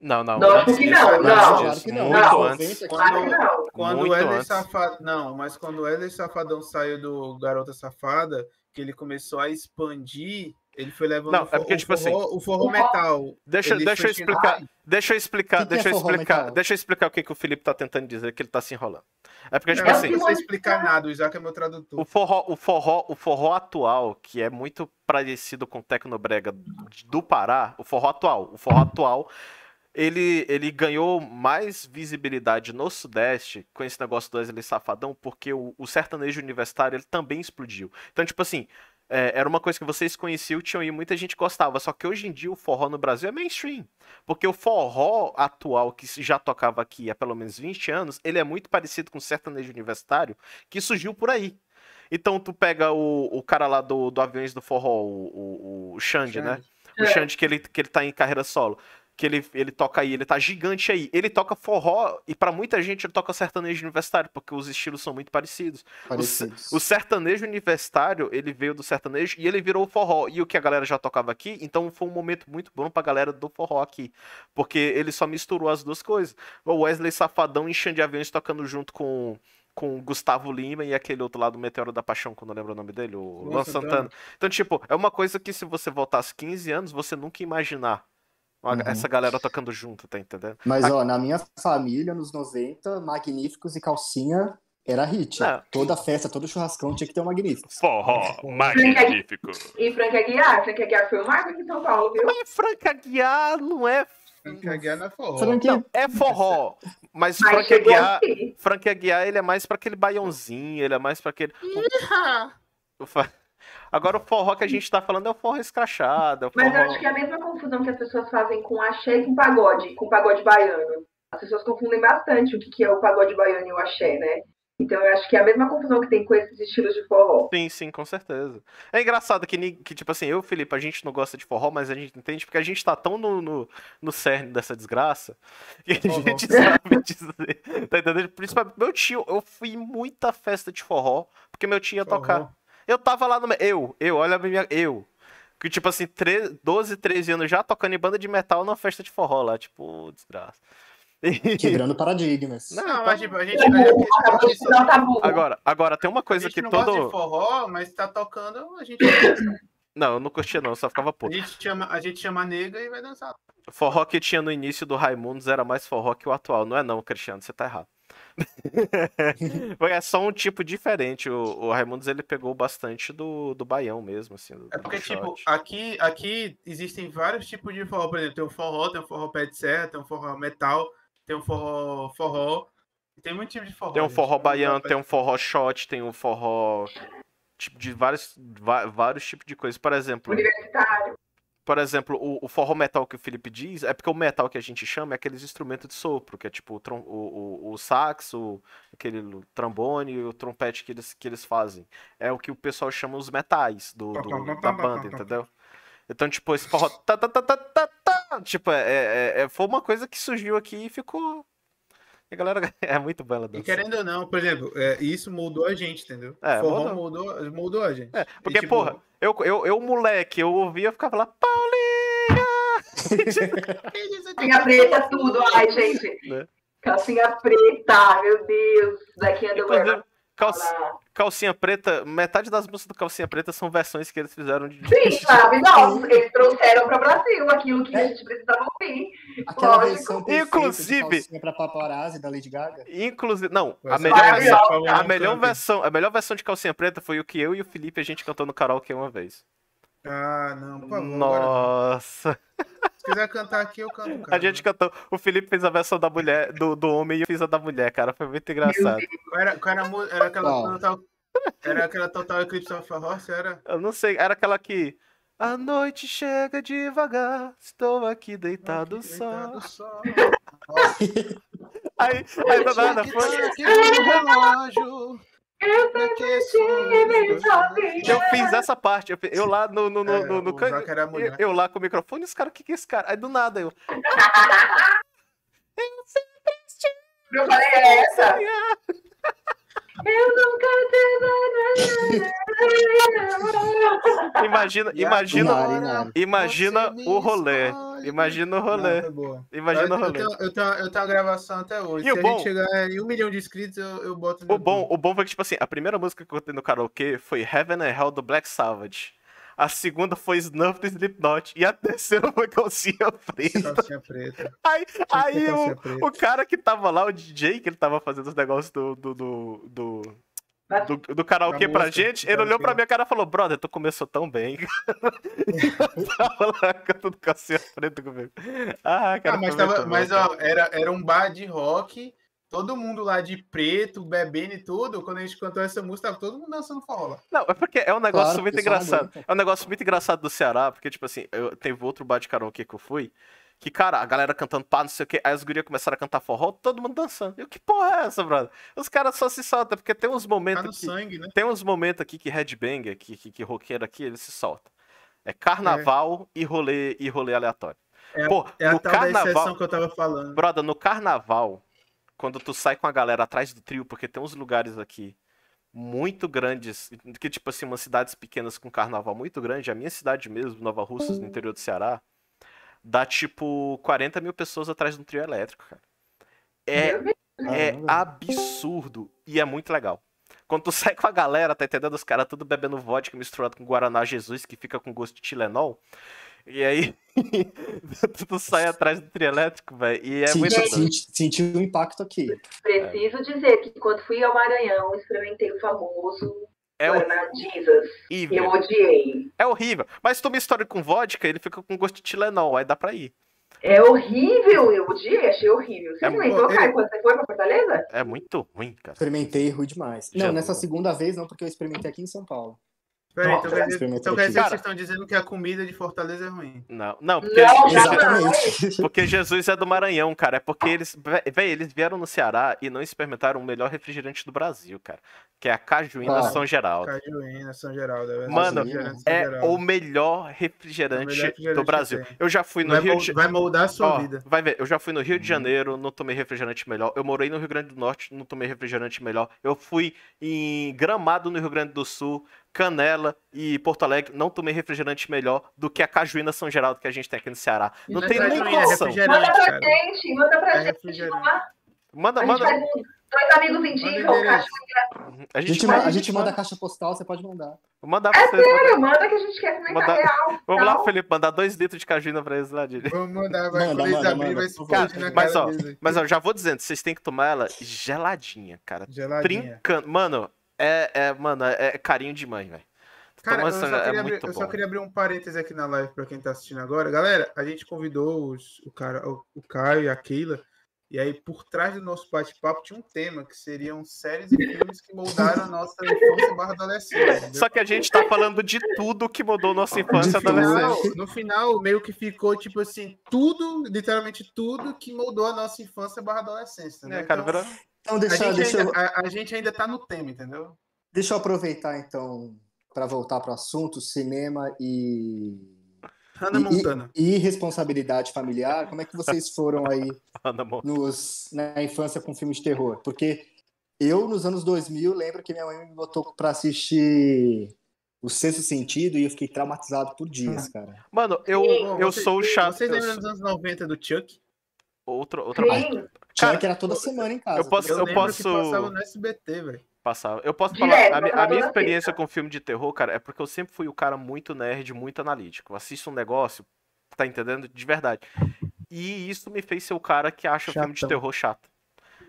[SPEAKER 2] Não, não.
[SPEAKER 3] Não,
[SPEAKER 2] antes
[SPEAKER 3] que
[SPEAKER 2] disso,
[SPEAKER 3] não,
[SPEAKER 2] antes
[SPEAKER 3] não.
[SPEAKER 2] disso,
[SPEAKER 5] Claro que não. né?
[SPEAKER 2] Muito
[SPEAKER 3] Não.
[SPEAKER 2] antes.
[SPEAKER 3] Claro que não.
[SPEAKER 1] Quando o
[SPEAKER 2] Muito
[SPEAKER 1] Wesley
[SPEAKER 2] antes.
[SPEAKER 1] Safadão. Não, mas quando o Wesley Safadão saiu do Garota Safada, que ele começou a expandir, ele foi levando
[SPEAKER 2] Não,
[SPEAKER 1] o, for-
[SPEAKER 2] é porque,
[SPEAKER 1] o
[SPEAKER 2] tipo assim,
[SPEAKER 1] forró, o forró
[SPEAKER 3] o-
[SPEAKER 1] metal.
[SPEAKER 2] Deixa,
[SPEAKER 1] Ele
[SPEAKER 2] deixa eu
[SPEAKER 1] foi
[SPEAKER 2] explicar. Deixa eu explicar,
[SPEAKER 5] O Ah. que que é
[SPEAKER 2] deixa eu
[SPEAKER 5] forró,
[SPEAKER 2] explicar,
[SPEAKER 5] Michael?
[SPEAKER 2] deixa eu explicar o que, que o Felipe tá tentando dizer, que ele tá se enrolando. É porque, tipo
[SPEAKER 1] não,
[SPEAKER 2] assim.
[SPEAKER 1] não sei explicar nada, o Isaac é meu tradutor.
[SPEAKER 2] O forró, o forró, o forró atual, que é muito parecido com o Tecnobrega do Pará, o forró atual, o forró atual, ele, ele ganhou mais visibilidade no Sudeste com esse negócio do Wesley Safadão, porque o, o sertanejo universitário ele também explodiu. Então, tipo assim, é, era uma coisa que vocês conheciam, tinham e muita gente gostava, só que hoje em dia o forró no Brasil é mainstream. Porque o forró atual, que se já tocava aqui há pelo menos 20 anos, ele é muito parecido com o sertanejo universitário que surgiu por aí. Então tu pega o, o cara lá do, do Aviões do Forró, o, o, o Xande, né? O
[SPEAKER 3] É.
[SPEAKER 2] Xande que ele, que ele tá em carreira solo. Que ele, ele toca aí, ele tá gigante aí. Ele toca forró e pra muita gente ele toca sertanejo universitário, porque os estilos são muito parecidos.
[SPEAKER 5] Parecidos.
[SPEAKER 2] O sertanejo universitário, ele veio do sertanejo e ele virou o forró. E o que a galera já tocava aqui, então foi um momento muito bom pra galera do forró aqui. Porque ele só misturou as duas coisas. O Wesley Safadão e Xande Aviões tocando junto com com o Gustavo Lima e aquele outro lá do Meteoro da Paixão, quando eu lembro o nome dele, o
[SPEAKER 1] Luan
[SPEAKER 2] Luan
[SPEAKER 1] Santana.
[SPEAKER 2] Santana. Então, tipo, é uma coisa que se você voltasse 15 anos, você nunca ia imaginar uma-
[SPEAKER 5] Uhum.
[SPEAKER 2] essa galera tocando junto, tá entendendo?
[SPEAKER 5] Mas, ó, na minha família, nos 90, Magníficos e Calcinha era hit.
[SPEAKER 2] Não.
[SPEAKER 5] Toda festa, todo churrascão tinha que ter um Magníficos.
[SPEAKER 6] Forró magnífico.
[SPEAKER 3] E Frank Aguiar, Frank Aguiar foi o marco aqui em São Paulo, viu?
[SPEAKER 2] Mas é Franca Guiar não é.
[SPEAKER 1] Frank Aguiar não é forró.
[SPEAKER 5] Frank,
[SPEAKER 2] Não, é forró. Mas
[SPEAKER 3] Mas
[SPEAKER 2] Franca
[SPEAKER 3] chegou
[SPEAKER 2] Guiar.
[SPEAKER 3] aqui.
[SPEAKER 2] Frank Aguiar, ele é mais pra aquele baiãozinho, ele é mais pra aquele. O fa- Agora o forró que a gente tá falando é o forró escrachado, é o
[SPEAKER 3] Mas eu
[SPEAKER 2] forró-
[SPEAKER 3] acho que é a mesma confusão que as pessoas fazem com axé e com pagode, com pagode baiano. As pessoas confundem bastante o que que é o pagode baiano e o axé, né? Então eu acho que é a mesma confusão que tem com esses estilos de forró.
[SPEAKER 2] Sim, sim, com certeza. É engraçado que, ni- que, tipo assim, eu e o Felipe, a gente não gosta de forró, mas a gente entende porque a gente tá tão no, no, no cerne dessa desgraça que a
[SPEAKER 1] Forró.
[SPEAKER 2] gente sabe dizer. Tá entendendo? Principalmente meu tio, eu fui em muita festa de forró, porque meu tio ia
[SPEAKER 1] Forró.
[SPEAKER 2] tocar. Eu tava lá no. me- Eu, eu, olha a minha. Eu. Que, tipo assim, tre- 12, 13 anos já tocando em banda de metal numa festa de forró lá. Tipo, ô, desgraça.
[SPEAKER 5] quebrando paradigmas.
[SPEAKER 1] Não,
[SPEAKER 2] Não,
[SPEAKER 1] mas tipo, a gente. a
[SPEAKER 3] Acabou de
[SPEAKER 1] gente
[SPEAKER 3] tirar o tabu.
[SPEAKER 2] Agora, agora tem uma coisa
[SPEAKER 1] a gente
[SPEAKER 2] que
[SPEAKER 1] não gosta de
[SPEAKER 2] todo.
[SPEAKER 1] forró, mas tá tocando, a gente,
[SPEAKER 2] Não, eu não curtia, não, eu só ficava
[SPEAKER 1] a
[SPEAKER 2] puto.
[SPEAKER 1] gente chama, a gente chama a nega e vai dançar.
[SPEAKER 2] O forró que tinha no início do Raimundos era mais forró que o atual. Não é não, Cristiano, você tá errado. Foi, é só um tipo diferente. O, o Raimundos ele pegou bastante do, do Baião mesmo, assim. do-
[SPEAKER 1] É
[SPEAKER 2] do
[SPEAKER 1] porque, tipo,
[SPEAKER 2] shot.
[SPEAKER 1] aqui, aqui existem vários tipos de forró. Por exemplo, tem o forró, tem o forró pé de serra, tem o forró metal, tem o forró forró. Tem muito tipo de forró.
[SPEAKER 2] Tem um
[SPEAKER 1] gente.
[SPEAKER 2] forró
[SPEAKER 1] Não dá
[SPEAKER 2] baiano,
[SPEAKER 1] pra-
[SPEAKER 2] tem um forró shot, tem um forró. tipo, de vários, va- vários tipos de coisas. Por exemplo,
[SPEAKER 3] Universitário.
[SPEAKER 2] por exemplo, o, o forró metal que o Felipe diz, é porque o metal que a gente chama é aqueles instrumentos de sopro, que é tipo o, trom- o, o, o sax, o- aquele trombone e o trompete que eles, que eles fazem. É o que o pessoal chama os metais do, do- da banda, entendeu? Então, tipo, esse forró. Tá, tá, tá, tá, tá, tá, tipo, é, é- é- foi uma coisa que surgiu aqui e ficou. E a galera. É muito bela
[SPEAKER 1] E
[SPEAKER 2] dança.
[SPEAKER 1] querendo ou não, por exemplo, é, isso moldou a gente, entendeu?
[SPEAKER 2] É,
[SPEAKER 1] Forró moldou. Moldou, a gente.
[SPEAKER 2] É, porque,
[SPEAKER 1] tipo,
[SPEAKER 2] porra, eu, eu, eu, moleque, eu ouvia e ficava lá, Paulinha!
[SPEAKER 3] Calcinha preta, tudo. Ai,
[SPEAKER 2] Né?
[SPEAKER 3] gente. Calcinha preta, meu Deus. Daqui anda
[SPEAKER 2] Inclusive,
[SPEAKER 3] o
[SPEAKER 2] cal- calcinha preta, metade das músicas do Calcinha Preta são versões que eles fizeram de.
[SPEAKER 3] Sim, sabe? Não, eles trouxeram para o Brasil aquilo que a gente precisava ouvir.
[SPEAKER 5] Aquela
[SPEAKER 3] Lógico.
[SPEAKER 5] versão perfeita
[SPEAKER 2] Inclusive-
[SPEAKER 5] de calcinha pra paparazzi da Lady Gaga.
[SPEAKER 2] Inclusive. Não,
[SPEAKER 1] Vai
[SPEAKER 2] a
[SPEAKER 1] ser
[SPEAKER 2] melhor,
[SPEAKER 1] maravilhoso,
[SPEAKER 2] versão,
[SPEAKER 1] Paulo
[SPEAKER 2] a,
[SPEAKER 1] Antunes.
[SPEAKER 2] melhor versão, a melhor versão de Calcinha Preta foi o que eu e o Felipe a gente cantou no karaokê uma vez.
[SPEAKER 1] Ah, não, por favor. agora não.
[SPEAKER 2] Nossa!
[SPEAKER 1] Se quiser cantar aqui, eu canto.
[SPEAKER 2] A
[SPEAKER 1] cara.
[SPEAKER 2] gente cantou. O Felipe fez a versão da mulher, do, do homem e eu fiz a da mulher, cara. Foi muito engraçado.
[SPEAKER 1] Qual Era, qual era, a mu- era aquela
[SPEAKER 5] Qual?
[SPEAKER 1] total. Era aquela total Eclipse of a Horse, era?
[SPEAKER 2] Eu não sei, era aquela que. A noite chega devagar, estou aqui deitado
[SPEAKER 1] Aqui,
[SPEAKER 2] só.
[SPEAKER 1] deitado só.
[SPEAKER 2] Aí, aí do nada
[SPEAKER 1] Aqui,
[SPEAKER 2] foi.
[SPEAKER 1] aqui no relógio. Pra que somos dois?
[SPEAKER 2] Eu fiz essa parte, eu, fi- eu lá no, no, no,
[SPEAKER 1] É,
[SPEAKER 2] no- no
[SPEAKER 1] o
[SPEAKER 2] can-
[SPEAKER 1] Zaca era a
[SPEAKER 2] eu,
[SPEAKER 1] mulher.
[SPEAKER 2] eu lá com o microfone, os caras, o que que é esse cara? Aí do nada eu.
[SPEAKER 3] Eu falei, é essa? Eu nunca te
[SPEAKER 2] Imagina,
[SPEAKER 1] E é
[SPEAKER 2] imagina,
[SPEAKER 1] agora
[SPEAKER 5] Nari.
[SPEAKER 2] imagina
[SPEAKER 1] você me
[SPEAKER 2] o rolê.
[SPEAKER 1] escolhe.
[SPEAKER 2] Imagina o
[SPEAKER 1] Não,
[SPEAKER 2] rolê.
[SPEAKER 1] foi boa.
[SPEAKER 2] Imagina o
[SPEAKER 1] eu, eu,
[SPEAKER 2] rolê.
[SPEAKER 1] tenho, eu, tenho, eu tenho a gravação até hoje.
[SPEAKER 2] E o
[SPEAKER 1] Se a
[SPEAKER 2] bom-
[SPEAKER 1] gente chegar em um milhão de inscritos, eu, eu boto no
[SPEAKER 2] O bom,
[SPEAKER 1] YouTube.
[SPEAKER 2] o bom foi que, tipo assim, a primeira música que eu cantei no karaokê foi Heaven and Hell do Black Savage. A segunda foi Snuff do Slipknot. E a terceira foi Calcinha Preta.
[SPEAKER 1] Calcinha preta.
[SPEAKER 2] Aí,
[SPEAKER 1] Tinha que ter um
[SPEAKER 2] aí eu,
[SPEAKER 1] calcinha preta.
[SPEAKER 2] O cara que tava lá, o DJ, que ele tava fazendo os negócios do. do. do. do, do, do karaokê
[SPEAKER 1] Da
[SPEAKER 2] pra
[SPEAKER 1] música,
[SPEAKER 2] gente,
[SPEAKER 1] do
[SPEAKER 2] ele olhou
[SPEAKER 1] karaokê.
[SPEAKER 2] pra minha cara e falou: brother, tu começou tão bem. Eu tava lá cantando calcinha preta comigo. Ah, cara.
[SPEAKER 1] Ah, mas
[SPEAKER 2] foi
[SPEAKER 1] tava,
[SPEAKER 2] muito bom,
[SPEAKER 1] mas
[SPEAKER 2] cara.
[SPEAKER 1] ó, era, era um bar de rock, todo mundo lá de preto, bebendo e tudo. Quando a gente cantou essa música, tava todo mundo dançando forró lá.
[SPEAKER 2] Não, é porque é um negócio
[SPEAKER 5] Claro,
[SPEAKER 2] muito
[SPEAKER 5] pessoal
[SPEAKER 2] engraçado.
[SPEAKER 5] aguenta.
[SPEAKER 2] É um negócio muito engraçado do Ceará, porque, tipo assim, eu, teve outro bar de karaokê que eu fui, que, cara, a galera cantando pá, não sei o quê, aí as gurias começaram a cantar forró, todo mundo dançando. E eu, que porra é essa, brother? Os caras só se soltam, porque tem uns
[SPEAKER 1] Tá
[SPEAKER 2] momentos
[SPEAKER 1] no
[SPEAKER 2] que.
[SPEAKER 1] sangue, né?
[SPEAKER 2] Tem uns momentos aqui que headbanger, que, que, que roqueiro aqui, ele se solta. É carnaval e rolê e rolê aleatório. Pô,
[SPEAKER 1] É a
[SPEAKER 2] no
[SPEAKER 1] tal da
[SPEAKER 2] carnaval,
[SPEAKER 1] exceção que eu tava falando.
[SPEAKER 2] brother, no carnaval, quando tu sai com a galera atrás do trio, porque tem uns lugares aqui muito grandes, que tipo assim, umas cidades pequenas com carnaval muito grande, a minha cidade mesmo, Nova Russas, no interior do Ceará, dá tipo 40 mil pessoas atrás de um trio elétrico, cara. É é
[SPEAKER 5] Caramba.
[SPEAKER 2] absurdo e é muito legal. Quando tu sai com a galera, tá entendendo? Os caras tudo bebendo vodka misturado com Guaraná Jesus, que fica com gosto de Tilenol. E aí, tu sai atrás do trielétrico, velho. E é
[SPEAKER 5] Senti-
[SPEAKER 2] muito doido.
[SPEAKER 5] senti- Senti o impacto aqui.
[SPEAKER 3] Preciso dizer que quando fui ao Maranhão, experimentei o famoso
[SPEAKER 2] É
[SPEAKER 3] Guaraná Jesus. Eu
[SPEAKER 2] horrível.
[SPEAKER 3] odiei.
[SPEAKER 2] É horrível. Mas tu mistura com vodka, ele fica com gosto de Tilenol. Aí dá pra ir.
[SPEAKER 3] É horrível, eu odiei, achei horrível. Você
[SPEAKER 2] É
[SPEAKER 3] não
[SPEAKER 1] muito-
[SPEAKER 3] entrou, Caio,
[SPEAKER 1] eu-
[SPEAKER 3] quando você foi pra Fortaleza?
[SPEAKER 2] É muito ruim, cara.
[SPEAKER 5] Experimentei e ruim demais.
[SPEAKER 2] Já tá
[SPEAKER 5] Não, nessa
[SPEAKER 2] viu.
[SPEAKER 5] segunda vez não, porque eu experimentei aqui em São Paulo.
[SPEAKER 1] Peraí,
[SPEAKER 5] Nossa,
[SPEAKER 1] então quer dizer,
[SPEAKER 5] experimentei
[SPEAKER 1] então quer
[SPEAKER 5] aqui.
[SPEAKER 1] dizer que
[SPEAKER 2] Cara.
[SPEAKER 1] vocês estão dizendo que a comida de Fortaleza é ruim.
[SPEAKER 2] Não, não, porque,
[SPEAKER 3] Não,
[SPEAKER 5] tá
[SPEAKER 2] porque-
[SPEAKER 3] não.
[SPEAKER 5] Exatamente.
[SPEAKER 2] porque Jesus é do Maranhão, cara. É porque eles, vé- véi, eles vieram no Ceará e não experimentaram o melhor refrigerante do Brasil, cara. Que é a Cajuína
[SPEAKER 5] Claro.
[SPEAKER 2] São Geraldo.
[SPEAKER 1] Cajuína, São Geraldo. é
[SPEAKER 2] Mano,
[SPEAKER 1] verdade, São
[SPEAKER 2] É
[SPEAKER 1] Geraldo.
[SPEAKER 2] o melhor refrigerante,
[SPEAKER 1] É o melhor refrigerante
[SPEAKER 2] do Brasil.
[SPEAKER 1] que tem.
[SPEAKER 2] Eu já fui no
[SPEAKER 1] vai,
[SPEAKER 2] Rio
[SPEAKER 1] mol-
[SPEAKER 2] de Janeiro.
[SPEAKER 1] vai moldar a sua vida. Uhum.
[SPEAKER 2] vai ver, eu já fui no Rio de Janeiro, não tomei refrigerante melhor. Eu morei no Rio Grande do Norte, não tomei refrigerante melhor. Eu fui em Gramado, no Rio Grande do Sul, Canela e Porto Alegre, não tomei refrigerante melhor do que a Cajuína São Geraldo que a gente tem aqui no Ceará. Não
[SPEAKER 1] Não
[SPEAKER 2] tem
[SPEAKER 1] é
[SPEAKER 2] nem
[SPEAKER 1] cajuína, é
[SPEAKER 2] noção.
[SPEAKER 1] refrigerante,
[SPEAKER 3] Manda pra
[SPEAKER 1] cara.
[SPEAKER 3] gente, manda pra
[SPEAKER 1] É
[SPEAKER 3] gente.
[SPEAKER 1] refrigerante.
[SPEAKER 3] Vamos lá.
[SPEAKER 2] Manda,
[SPEAKER 3] A gente faz
[SPEAKER 2] manda.
[SPEAKER 3] um. Dois amigos indicam,
[SPEAKER 1] Manda endereço.
[SPEAKER 3] Cajuína.
[SPEAKER 2] A
[SPEAKER 5] A
[SPEAKER 2] gente
[SPEAKER 5] gente,
[SPEAKER 2] vai
[SPEAKER 5] ma- a gente manda a caixa postal, você pode mandar.
[SPEAKER 1] É
[SPEAKER 2] mandar pra vocês. mandar-
[SPEAKER 3] Manda que a gente quer experimentar
[SPEAKER 2] Mandar-
[SPEAKER 3] real.
[SPEAKER 2] Vamos lá,
[SPEAKER 3] Não.
[SPEAKER 2] Felipe, mandar dois litros de Cajuína pra eles lá, Didi.
[SPEAKER 1] Vamos mandar, vai.
[SPEAKER 5] Manda,
[SPEAKER 1] quando eles
[SPEAKER 5] manda,
[SPEAKER 1] abrirem,
[SPEAKER 5] manda,
[SPEAKER 1] vai
[SPEAKER 5] por
[SPEAKER 1] explodir
[SPEAKER 2] favor.
[SPEAKER 1] na
[SPEAKER 2] Mas,
[SPEAKER 1] cara
[SPEAKER 2] ó,
[SPEAKER 1] deles aí.
[SPEAKER 2] Mas ó, já vou dizendo, vocês têm que tomar ela geladinha, cara.
[SPEAKER 1] Geladinha.
[SPEAKER 2] Brincando. Mano, é, é, mano, é é carinho de mãe, velho.
[SPEAKER 1] Cara, eu
[SPEAKER 2] Tomando
[SPEAKER 1] só,
[SPEAKER 2] essa- é
[SPEAKER 1] queria abrir,
[SPEAKER 2] muito
[SPEAKER 1] eu só
[SPEAKER 2] bom.
[SPEAKER 1] queria abrir um parêntese aqui na live pra quem tá assistindo agora. Galera, a gente convidou os- o, cara, o, o Caio e a Keila E aí, por trás do nosso bate-papo, tinha um tema, que seriam séries e filmes que moldaram a nossa infância barra adolescência. entendeu?
[SPEAKER 2] Só que a gente tá falando de tudo que tá mudou nossa
[SPEAKER 5] De
[SPEAKER 2] infância e
[SPEAKER 5] tudo.
[SPEAKER 2] adolescência.
[SPEAKER 1] final, no final, meio que ficou, tipo assim, tudo, literalmente tudo que moldou a nossa infância barra adolescência, né?
[SPEAKER 2] É, cara,
[SPEAKER 1] Então,
[SPEAKER 2] virou-
[SPEAKER 5] Então,
[SPEAKER 1] a,
[SPEAKER 5] deixa,
[SPEAKER 1] gente
[SPEAKER 5] deixa, eu,
[SPEAKER 1] ainda, a- a gente ainda tá no tema, entendeu?
[SPEAKER 5] deixa eu aproveitar, então, para voltar para o assunto, cinema e,
[SPEAKER 1] Hannah
[SPEAKER 5] E- e-
[SPEAKER 1] Montana.
[SPEAKER 5] e responsabilidade familiar. Como é que vocês foram aí
[SPEAKER 2] Ana Mon-
[SPEAKER 5] nos, na infância com filme de terror? Porque eu, nos anos 2000, lembro que minha mãe me botou para assistir O Sexto Sentido e eu fiquei traumatizado por dias, cara.
[SPEAKER 2] Mano, eu,
[SPEAKER 1] Bom,
[SPEAKER 2] eu
[SPEAKER 1] vocês-
[SPEAKER 2] sou o chato.
[SPEAKER 1] Vocês
[SPEAKER 2] eu
[SPEAKER 1] lembram
[SPEAKER 2] sou-
[SPEAKER 1] dos anos 90 do Chuck?
[SPEAKER 2] Outro, outra
[SPEAKER 3] Sim,
[SPEAKER 2] Cara,
[SPEAKER 5] Chuck era toda semana em casa.
[SPEAKER 2] eu posso-
[SPEAKER 1] eu
[SPEAKER 5] toda
[SPEAKER 1] lembro
[SPEAKER 5] semana.
[SPEAKER 2] posso-
[SPEAKER 1] que passava no SBT, velho.
[SPEAKER 2] passava. Eu posso
[SPEAKER 3] Direto,
[SPEAKER 2] falar, a, mi- a
[SPEAKER 3] passava
[SPEAKER 2] minha
[SPEAKER 3] na
[SPEAKER 2] experiência com filme de terror, cara, é porque eu sempre fui o cara muito nerd, muito analítico. Eu assisto um negócio, tá entendendo? De verdade. E isso me fez ser o cara que acha filme de
[SPEAKER 1] Chatão.
[SPEAKER 2] terror chato.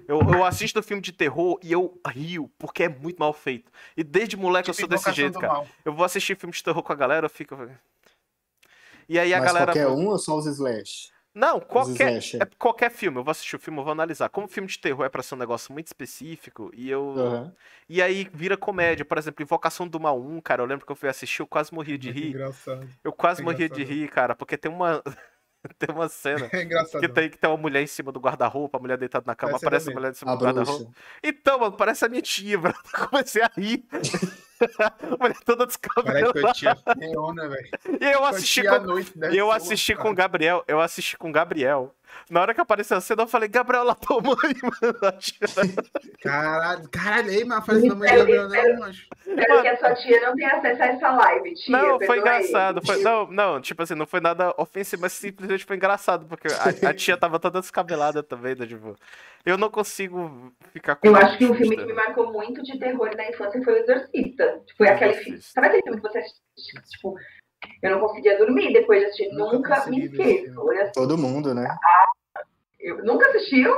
[SPEAKER 2] Eu, eu assisto filme de terror e eu rio, porque é muito mal feito. E desde
[SPEAKER 1] É
[SPEAKER 2] moleque eu sou desse
[SPEAKER 1] Invocação
[SPEAKER 2] jeito,
[SPEAKER 1] do
[SPEAKER 2] cara.
[SPEAKER 1] Mal.
[SPEAKER 2] Eu vou assistir filme de terror com a galera, eu fico. E aí a
[SPEAKER 5] Mas
[SPEAKER 2] galera.
[SPEAKER 5] qualquer um ou só os Slash?
[SPEAKER 2] Não,
[SPEAKER 5] Os
[SPEAKER 2] qualquer.
[SPEAKER 5] Slash,
[SPEAKER 2] É qualquer filme, eu vou assistir o filme, eu vou analisar. Como filme de terror é pra ser um negócio muito específico, e eu.
[SPEAKER 5] Aham.
[SPEAKER 2] E aí vira comédia. Por exemplo, Invocação do Mal 1, cara, eu lembro que eu fui assistir, eu quase morria de
[SPEAKER 1] Muito
[SPEAKER 2] rir.
[SPEAKER 1] Engraçado.
[SPEAKER 2] Eu quase morria de
[SPEAKER 1] engraçado.
[SPEAKER 2] rir, cara, porque tem uma. tem uma cena.
[SPEAKER 1] É engraçado.
[SPEAKER 2] Que tem, que tem uma mulher em cima do guarda-roupa, a mulher deitada na cama,
[SPEAKER 1] Parece a
[SPEAKER 2] aparece a
[SPEAKER 1] Gabi.
[SPEAKER 2] mulher em cima
[SPEAKER 5] A
[SPEAKER 2] do guarda-roupa.
[SPEAKER 5] bruxa.
[SPEAKER 2] Então, mano, parece a minha tia, velho. Eu comecei a rir. a mulher toda
[SPEAKER 1] Parece
[SPEAKER 2] descabelada.
[SPEAKER 1] que eu tinha feona, velho.
[SPEAKER 2] E eu assisti
[SPEAKER 1] Tinha
[SPEAKER 2] com
[SPEAKER 1] à noite, né, deve
[SPEAKER 2] e eu
[SPEAKER 1] ser uma-
[SPEAKER 2] assisti com o Gabriel, eu assisti com o Gabriel. Na hora que apareceu a cena, eu falei, Gabriel, lá tua mãe, mano.
[SPEAKER 1] Caralho, caralho, aí, mas faz da mãe
[SPEAKER 3] Ele-
[SPEAKER 1] Gabriel, né, mancho?
[SPEAKER 3] espero que a sua tia não tenha acesso a essa live, tia.
[SPEAKER 2] Não, foi
[SPEAKER 3] perdoa ele.
[SPEAKER 2] engraçado. foi- não, não, tipo assim, não foi nada ofensivo, mas simplesmente foi engraçado, porque a, a tia tava toda descabelada também, né, tipo, eu não consigo ficar com
[SPEAKER 3] Eu acho que um filme que
[SPEAKER 2] custa.
[SPEAKER 3] me marcou muito de terror na infância foi O Exorcista. Foi aquele filme.
[SPEAKER 2] Exorcista.
[SPEAKER 3] Sabe aquele filme que você assiste, que, tipo, eu não conseguia dormir depois de assistir?
[SPEAKER 1] Nunca
[SPEAKER 3] Nunca, me
[SPEAKER 1] consegui ver esse
[SPEAKER 3] esqueço.
[SPEAKER 1] filme.
[SPEAKER 3] Olha,
[SPEAKER 5] Todo mundo, né?
[SPEAKER 3] eu- nunca assistiu?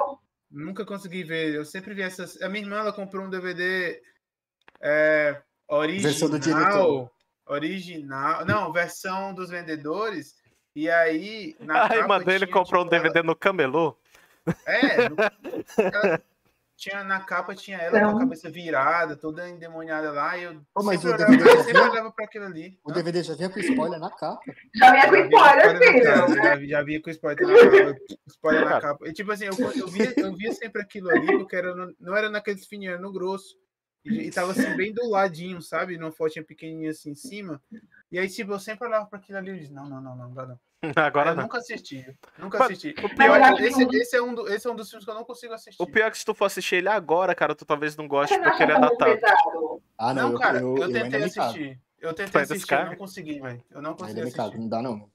[SPEAKER 1] Nunca consegui ver. Eu sempre vi essas. A minha irmã ela comprou um DVD é,
[SPEAKER 5] Versão do
[SPEAKER 1] original.
[SPEAKER 5] diretor.
[SPEAKER 1] Original. Não, versão dos vendedores. E aí. Na
[SPEAKER 2] A irmã
[SPEAKER 1] capa
[SPEAKER 2] dele
[SPEAKER 1] tinha,
[SPEAKER 2] comprou um
[SPEAKER 1] tipo,
[SPEAKER 2] DVD no camelô.
[SPEAKER 1] ela- É. no- ela- tinha, na capa tinha ela com
[SPEAKER 3] Não.
[SPEAKER 1] a cabeça virada, toda endemoniada lá. E eu
[SPEAKER 5] Pô, mas
[SPEAKER 1] sempre
[SPEAKER 5] o
[SPEAKER 1] olhava,
[SPEAKER 5] DVD já
[SPEAKER 1] eu sempre
[SPEAKER 5] vinha-
[SPEAKER 1] olhava pra aquilo ali.
[SPEAKER 5] O
[SPEAKER 1] Hã?
[SPEAKER 5] DVD já vinha com spoiler na capa.
[SPEAKER 3] Já vinha
[SPEAKER 1] Já
[SPEAKER 3] É com
[SPEAKER 1] vi com spoiler
[SPEAKER 3] spoiler,
[SPEAKER 1] na
[SPEAKER 3] filho.
[SPEAKER 1] capa, Já, vi- já vi com spoiler na capa. Spoiler
[SPEAKER 2] Cara.
[SPEAKER 1] na capa. E tipo assim, eu, eu, via, eu via sempre aquilo ali, porque era no- não era naqueles fininhos, era no grosso. E, e tava assim, bem do ladinho, sabe? Numa fotinha pequenininha assim em cima. E aí, tipo, eu sempre olhava pra aquilo ali e dizia, não, não, não, não, não, dá não.
[SPEAKER 2] Agora
[SPEAKER 1] eu
[SPEAKER 2] não.
[SPEAKER 1] nunca assisti. Nunca
[SPEAKER 2] Mas
[SPEAKER 1] assisti.
[SPEAKER 2] O
[SPEAKER 1] Eu
[SPEAKER 2] pior,
[SPEAKER 3] Mas
[SPEAKER 1] acho
[SPEAKER 2] é,
[SPEAKER 1] que esse, esse é um do- esse é um dos filmes que eu não consigo assistir.
[SPEAKER 2] o pior é que se tu for assistir ele agora, cara, tu talvez não goste,
[SPEAKER 3] Você não
[SPEAKER 2] porque ele
[SPEAKER 3] acha
[SPEAKER 2] é
[SPEAKER 3] tão
[SPEAKER 2] datado.
[SPEAKER 3] pesado?
[SPEAKER 5] Ah, não,
[SPEAKER 1] Não, cara, eu,
[SPEAKER 5] ainda
[SPEAKER 1] tentei
[SPEAKER 5] me cago.
[SPEAKER 1] assistir. Eu
[SPEAKER 2] Tu
[SPEAKER 1] tentei
[SPEAKER 2] ainda se
[SPEAKER 1] assistir, eu
[SPEAKER 2] caga?
[SPEAKER 1] não consegui, velho. Eu não
[SPEAKER 5] Eu
[SPEAKER 1] consegui
[SPEAKER 5] ainda me cago,
[SPEAKER 1] assistir.
[SPEAKER 5] não dá não.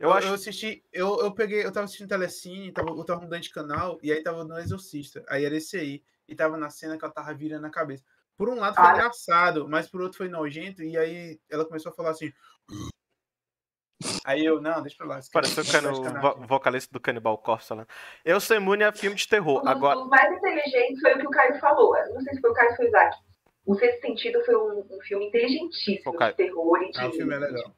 [SPEAKER 2] Eu acho.
[SPEAKER 1] assisti, eu, eu peguei, eu tava assistindo Telecine, tava, eu tava mudando de canal, e aí tava no Exorcista. Aí era esse aí. E tava na cena que ela tava virando a cabeça. Por um lado foi
[SPEAKER 3] Ah.
[SPEAKER 1] engraçado, mas por outro foi nojento, e aí ela começou a falar assim. Aí eu, não, deixa pra lá. esquece,
[SPEAKER 2] Pareceu o
[SPEAKER 1] vamos
[SPEAKER 2] cano-
[SPEAKER 1] mudar de canal
[SPEAKER 2] vo- vocalista do Cannibal Corpse falando. Eu sou imune a filme de terror.
[SPEAKER 3] Um
[SPEAKER 2] Agora,
[SPEAKER 3] dos mais inteligentes foi o que o Caio falou. Eu Não sei se foi o Caio ou foi o Isaac. O Sexto Sentido foi um, um filme
[SPEAKER 2] Foi o
[SPEAKER 3] inteligentíssimo
[SPEAKER 2] Caio.
[SPEAKER 3] de terror e de.
[SPEAKER 1] aqui. Ah, o filme é legal.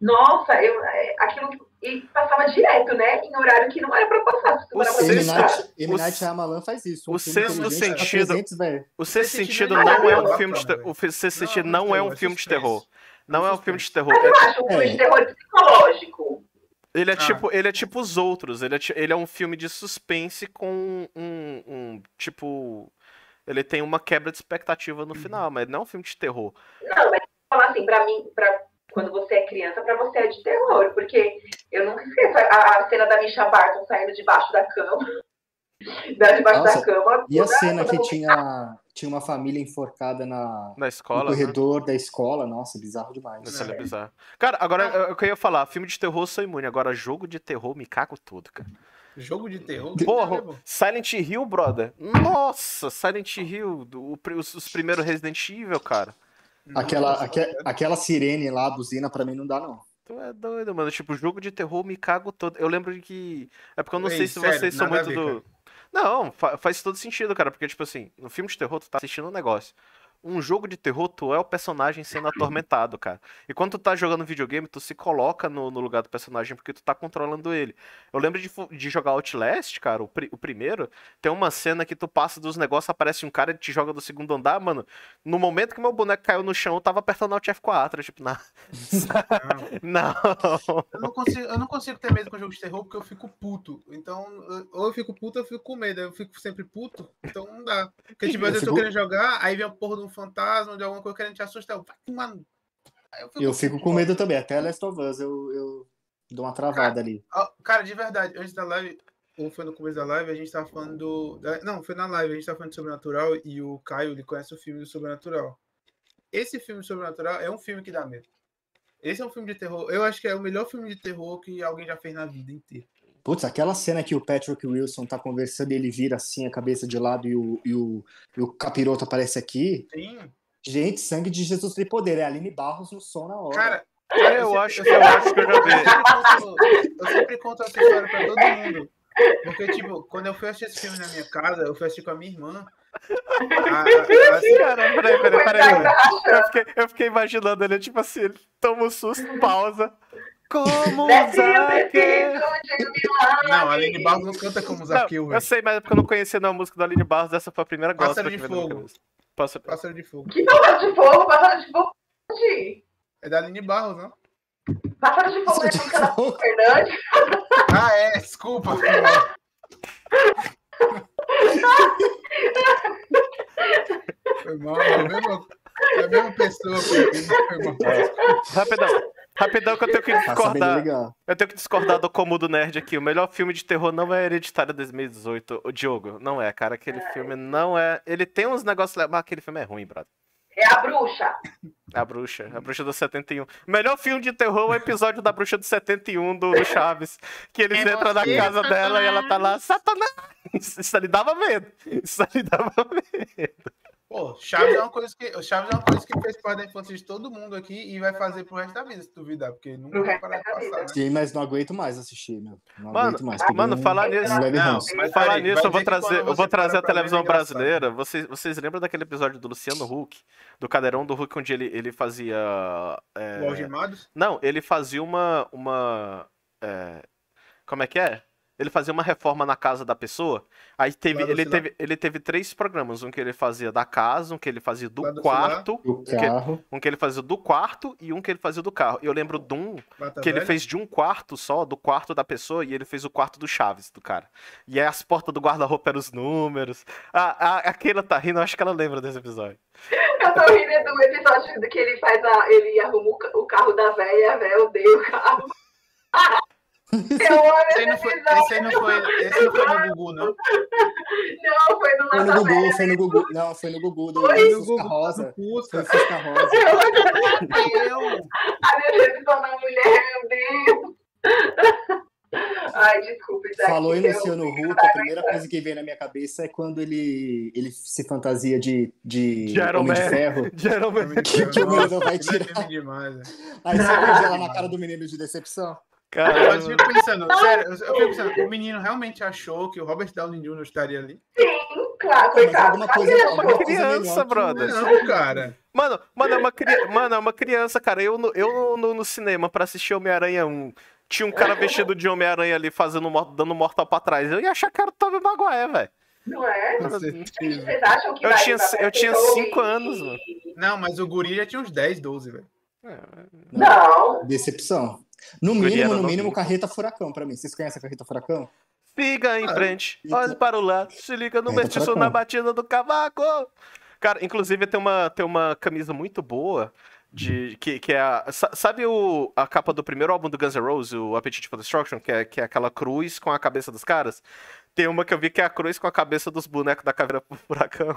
[SPEAKER 3] Nossa, eu, é, aquilo que- e passava direto, né? Em horário que não era pra passar. se demorava
[SPEAKER 2] sexto-
[SPEAKER 5] M.
[SPEAKER 3] muito pra
[SPEAKER 5] Night, M.
[SPEAKER 2] o
[SPEAKER 5] Night
[SPEAKER 2] se-
[SPEAKER 5] Shyamalan faz isso. Um
[SPEAKER 2] o
[SPEAKER 5] filme
[SPEAKER 2] sexto
[SPEAKER 5] inteligente dá
[SPEAKER 2] sentido-
[SPEAKER 5] 300, velho.
[SPEAKER 2] O Sexto
[SPEAKER 1] Sexto Sentido
[SPEAKER 2] Sentido não
[SPEAKER 1] é
[SPEAKER 2] é um
[SPEAKER 1] bacana,
[SPEAKER 2] filme de
[SPEAKER 1] velho.
[SPEAKER 2] terror. O fe- Sexto
[SPEAKER 1] Não,
[SPEAKER 2] Sentido
[SPEAKER 1] não
[SPEAKER 2] não é
[SPEAKER 1] tem,
[SPEAKER 2] um
[SPEAKER 1] é
[SPEAKER 2] filme de
[SPEAKER 1] suspense.
[SPEAKER 2] terror.
[SPEAKER 1] Não
[SPEAKER 2] Não é um
[SPEAKER 1] suspense.
[SPEAKER 2] filme de terror.
[SPEAKER 3] Mas eu acho um filme
[SPEAKER 5] É.
[SPEAKER 3] de terror psicológico.
[SPEAKER 2] Ele é
[SPEAKER 1] Ah.
[SPEAKER 2] tipo, ele é tipo os outros. Ele é, ti- ele é um filme de suspense com um, um, tipo, ele tem uma quebra de expectativa no final, mas não é um filme de terror.
[SPEAKER 3] Não, mas falar assim, pra mim, pra, quando você é criança, pra você é de terror. Porque eu nunca esqueço a, a cena da Misha Barton saindo debaixo da cama. Da, debaixo
[SPEAKER 5] Nossa,
[SPEAKER 3] da cama.
[SPEAKER 5] E a
[SPEAKER 3] toda-
[SPEAKER 5] cena que
[SPEAKER 3] toda-
[SPEAKER 5] tinha, tinha uma família enforcada na,
[SPEAKER 2] Na
[SPEAKER 5] no
[SPEAKER 2] escola, né?
[SPEAKER 5] corredor da escola, nossa, bizarro demais.
[SPEAKER 2] Isso é
[SPEAKER 1] É.
[SPEAKER 2] bizarro. Cara, agora eu- eu queria falar, filme de terror eu sou imune, agora jogo de terror me cago todo, cara.
[SPEAKER 1] Jogo de terror.
[SPEAKER 2] Porra,
[SPEAKER 1] né, mano?
[SPEAKER 2] Silent Hill, brother. Nossa, Silent Hill, do- o pri- os, os primeiros Resident Evil, cara.
[SPEAKER 5] Aquela,
[SPEAKER 2] é.
[SPEAKER 1] Nossa,
[SPEAKER 5] aque- aquela sirene lá, a buzina, pra mim não dá não.
[SPEAKER 2] Tu é doido, mano. Tipo, jogo de terror me cago todo. Eu lembro que. É porque eu não
[SPEAKER 1] Ei,
[SPEAKER 2] sei se
[SPEAKER 1] sério,
[SPEAKER 2] vocês são
[SPEAKER 1] nada
[SPEAKER 2] muito
[SPEAKER 1] a ver,
[SPEAKER 2] do. Não, fa- faz todo sentido, cara. Porque, tipo assim, no filme de terror, tu tá assistindo um negócio. um jogo de terror, tu é o personagem sendo atormentado, cara. E quando tu tá jogando videogame, tu se coloca no, no lugar do personagem porque tu tá controlando ele. Eu lembro de, fu- de jogar Outlast, cara, o, pri- o primeiro. Tem uma cena que tu passa dos negócios, aparece um cara e te joga do segundo andar, mano. No momento que meu boneco caiu no chão, eu tava apertando Alt F4, tipo, na... não.
[SPEAKER 1] Eu não, consigo, eu não consigo ter medo com jogo de terror porque eu fico puto. Então, eu- ou eu fico puto ou eu fico com medo. Eu fico sempre puto, então não dá. Porque, tipo, às
[SPEAKER 5] Eu
[SPEAKER 1] vezes eu tô
[SPEAKER 5] fico-
[SPEAKER 1] querendo jogar, aí vem a porra de um fantasma, de alguma coisa querendo te assustar. Eu, vai, mano. Aí
[SPEAKER 5] Eu fico com medo também, até Last of Us eu, eu dou uma travada ali.
[SPEAKER 1] Ó, Cara, de verdade, antes da live, ou foi no começo da live, a gente tava falando. do- da- Não, foi na live, a gente tava falando de Sobrenatural e o Caio ele conhece o filme do Sobrenatural. Esse filme do Sobrenatural é um filme que dá medo. Esse é um filme de terror. Eu acho que é o melhor filme de terror que alguém já fez na vida inteira.
[SPEAKER 5] Putz, aquela cena que o Patrick Wilson tá conversando e ele vira assim a cabeça de lado e o, e o, e o capiroto aparece aqui.
[SPEAKER 1] Sim.
[SPEAKER 5] Gente, sangue de Jesus tem poder. É Aline Barros no som na hora.
[SPEAKER 1] Cara,
[SPEAKER 2] É, Eu,
[SPEAKER 1] sempre-
[SPEAKER 2] acho,
[SPEAKER 1] sempre-
[SPEAKER 2] eu acho que eu já
[SPEAKER 1] eu
[SPEAKER 2] vi.
[SPEAKER 1] sempre conto- Eu sempre conto essa história pra todo mundo. Porque, tipo, quando eu fui assistir esse filme na minha casa, eu fui assistir com a minha irmã. A- a- a-
[SPEAKER 2] Cara, peraí, peraí, peraí.
[SPEAKER 3] Coitado, tá
[SPEAKER 2] Eu
[SPEAKER 3] rachando.
[SPEAKER 2] fiquei, eu fiquei imaginando ele, tipo assim, ele toma um susto, pausa. Como
[SPEAKER 3] Desce o
[SPEAKER 2] Zaque?
[SPEAKER 3] preciso de milagre.
[SPEAKER 1] Não, é a Aline Barros não canta como Zaqueu,
[SPEAKER 2] Não, eu
[SPEAKER 1] velho.
[SPEAKER 2] sei, mas é porque eu não conhecia não, a música da Aline Barros, essa foi a primeira gospel
[SPEAKER 1] Pássaro
[SPEAKER 2] que
[SPEAKER 1] de
[SPEAKER 2] veio na minha
[SPEAKER 1] Fogo.
[SPEAKER 2] cabeça. Pássaro-
[SPEAKER 1] Pássaro de fogo.
[SPEAKER 3] Que pássaro de fogo, pássaro de fogo. onde?
[SPEAKER 1] É da Aline Barros, não?
[SPEAKER 3] Pássaro de fogo é com aquela
[SPEAKER 5] tipo,
[SPEAKER 3] Fernandes.
[SPEAKER 1] Ah, é, desculpa. Foi mal, é a mesma, é a mesma pessoa. Foi mal.
[SPEAKER 2] Rapidão, rapidão que eu tenho que
[SPEAKER 5] tá sabendo
[SPEAKER 2] discordar.
[SPEAKER 5] legal.
[SPEAKER 2] Eu tenho que discordar do Cômodo Nerd aqui. O melhor filme de terror não é Hereditário 2018, o Diogo. Não é, cara. Aquele filme não é. Ele tem uns negócios lá, mas aquele filme é ruim, brother.
[SPEAKER 3] É a bruxa.
[SPEAKER 2] A Bruxa, a Bruxa do 71. Melhor filme de terror é o episódio da Bruxa do 71 do, do Chaves. Que eles
[SPEAKER 1] É
[SPEAKER 2] entram na
[SPEAKER 1] você,
[SPEAKER 2] casa dela e ela tá lá,
[SPEAKER 1] Satanás.
[SPEAKER 2] Satanás! Isso, isso ali dava medo. Isso ali dava medo.
[SPEAKER 1] Pô, Chaves é, uma coisa que, o Chaves é uma coisa que fez parte da infância de todo mundo aqui e vai fazer pro resto da vida, se duvidar, porque nunca
[SPEAKER 3] Pro
[SPEAKER 1] vai
[SPEAKER 3] resto
[SPEAKER 1] parar de
[SPEAKER 3] da vida.
[SPEAKER 1] passar, né?
[SPEAKER 5] Sim, mas não aguento mais assistir, meu. Não
[SPEAKER 2] Mano,
[SPEAKER 5] aguento mais. peguei
[SPEAKER 2] mano,
[SPEAKER 5] um-
[SPEAKER 2] falar nisso-
[SPEAKER 5] um leve
[SPEAKER 1] Não,
[SPEAKER 5] ranço.
[SPEAKER 1] mas
[SPEAKER 2] Falar
[SPEAKER 1] peraí,
[SPEAKER 2] nisso,
[SPEAKER 1] vai
[SPEAKER 2] eu vou
[SPEAKER 1] dizer que
[SPEAKER 2] trazer,
[SPEAKER 1] quando
[SPEAKER 2] eu vou
[SPEAKER 1] você
[SPEAKER 2] trazer
[SPEAKER 1] para
[SPEAKER 2] a
[SPEAKER 1] pra ver, é
[SPEAKER 2] televisão
[SPEAKER 1] engraçado.
[SPEAKER 2] brasileira. Vocês, vocês lembram daquele episódio do Luciano Huck, do Cadeirão do Huck, onde ele, ele fazia. é,
[SPEAKER 1] O Algemados?
[SPEAKER 2] Não, ele fazia uma. uma é, como é que é? Ele fazia uma reforma na casa da pessoa. Aí teve,
[SPEAKER 1] Lá do
[SPEAKER 2] ele,
[SPEAKER 1] Silá.
[SPEAKER 2] teve, ele teve três programas. Um que ele fazia da casa, um que ele fazia do
[SPEAKER 1] Lá do Silá.
[SPEAKER 2] quarto.
[SPEAKER 5] O carro.
[SPEAKER 2] Um que ele fazia do quarto e um que ele fazia do carro. Eu lembro de um
[SPEAKER 1] Mata
[SPEAKER 2] que ele
[SPEAKER 1] Velha?
[SPEAKER 2] fez de um quarto só, do quarto da pessoa, e ele fez o quarto do Chaves, do cara. E aí as portas do guarda-roupa eram os números. A, a, a Keila tá rindo, eu acho que ela lembra desse episódio.
[SPEAKER 3] Eu tô rindo do episódio do que ele faz a. Ele arruma o ca- o carro da véia, a véia odeia o carro. Eu amo
[SPEAKER 1] Esse
[SPEAKER 3] esse
[SPEAKER 1] aí não foi,
[SPEAKER 3] episódio.
[SPEAKER 1] esse aí não foi, esse não foi no Gugu, não.
[SPEAKER 3] Não, foi no
[SPEAKER 5] Foi no
[SPEAKER 3] Lata
[SPEAKER 5] Gugu,
[SPEAKER 3] Velha.
[SPEAKER 5] foi no Gugu. Não, foi no Gugu do
[SPEAKER 3] Foi
[SPEAKER 1] no
[SPEAKER 5] do Fusca
[SPEAKER 1] Gugu.
[SPEAKER 2] É.
[SPEAKER 5] Rosa. Foi
[SPEAKER 1] Fusca,
[SPEAKER 5] o Fusca Rosa.
[SPEAKER 1] eu.
[SPEAKER 3] A minha revisão da mulher, meu Deus. Ai, desculpa, Isaac.
[SPEAKER 5] Falou em
[SPEAKER 3] eu-
[SPEAKER 5] Luciano Huck, a primeira coisa que vem na minha cabeça é quando ele, ele se fantasia de, de
[SPEAKER 2] De Iron
[SPEAKER 5] Homem de
[SPEAKER 2] Man.
[SPEAKER 5] Ferro.
[SPEAKER 2] Geralmente.
[SPEAKER 5] que o menino vai
[SPEAKER 1] Nossa, aquele
[SPEAKER 5] tirar?
[SPEAKER 1] filme é demais, né?
[SPEAKER 5] Aí você veja lá na cara do menino de decepção.
[SPEAKER 2] Cara,
[SPEAKER 1] Mas eu fico pensando, sério, eu eu fico pensando, o menino realmente achou que o Robert Downey Jr. estaria ali?
[SPEAKER 3] Sim, claro,
[SPEAKER 5] Mas
[SPEAKER 3] coitado. é
[SPEAKER 5] alguma coisa,
[SPEAKER 3] Aquele
[SPEAKER 5] alguma coisa
[SPEAKER 2] criança,
[SPEAKER 5] melhor que-
[SPEAKER 2] brother.
[SPEAKER 1] Não, cara.
[SPEAKER 2] Mano, mano, é uma, cri... mano, é uma criança, cara. Eu, no, eu no- no, no cinema pra assistir Homem-Aranha 1. Tinha um cara vestido de Homem-Aranha ali fazendo, mor- dando mortal pra trás. Eu ia achar que era o Tobey Maguire, velho.
[SPEAKER 3] Não é?
[SPEAKER 1] Com certeza.
[SPEAKER 3] Vocês acham que
[SPEAKER 2] Eu
[SPEAKER 3] vai
[SPEAKER 2] tinha-
[SPEAKER 3] pra
[SPEAKER 2] eu tinha
[SPEAKER 3] Beethoven
[SPEAKER 2] cinco
[SPEAKER 3] e-
[SPEAKER 2] anos, mano.
[SPEAKER 1] Não, mas o guri já tinha uns 10, 12, velho.
[SPEAKER 3] Não.
[SPEAKER 5] Decepção. No
[SPEAKER 2] Guri era
[SPEAKER 5] mínimo, no
[SPEAKER 2] novinho.
[SPEAKER 5] mínimo, Carreta Furacão pra mim. Vocês conhecem a Carreta Furacão?
[SPEAKER 2] Siga em frente, olhe para o lado, se liga no
[SPEAKER 5] É,
[SPEAKER 2] mestiço
[SPEAKER 5] furacão.
[SPEAKER 2] na batida do cavaco. Cara, inclusive tem uma, tem uma camisa muito boa de que, que é a, sa- sabe o, a capa do primeiro álbum do Guns N' Roses, o Appetite for Destruction, que é, que é aquela cruz com a cabeça dos caras? Tem uma que eu vi que é a cruz com a cabeça dos bonecos da caveira furacão.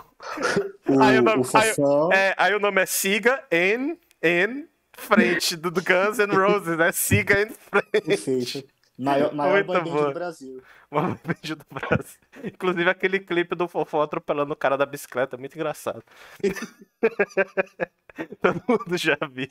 [SPEAKER 5] O,
[SPEAKER 2] Ah, eu não-
[SPEAKER 5] o Fofão.
[SPEAKER 2] É, aí o nome é Siga em em frente do, do Guns N' Roses, né? Siga em frente.
[SPEAKER 5] Perfeito. Maior, maior
[SPEAKER 2] Muito
[SPEAKER 5] boy band
[SPEAKER 2] boa.
[SPEAKER 5] do Brasil.
[SPEAKER 2] Uma um beijo do Brasil. Inclusive aquele clipe do Fofão atropelando o cara da bicicleta, muito engraçado. Todo mundo já viu.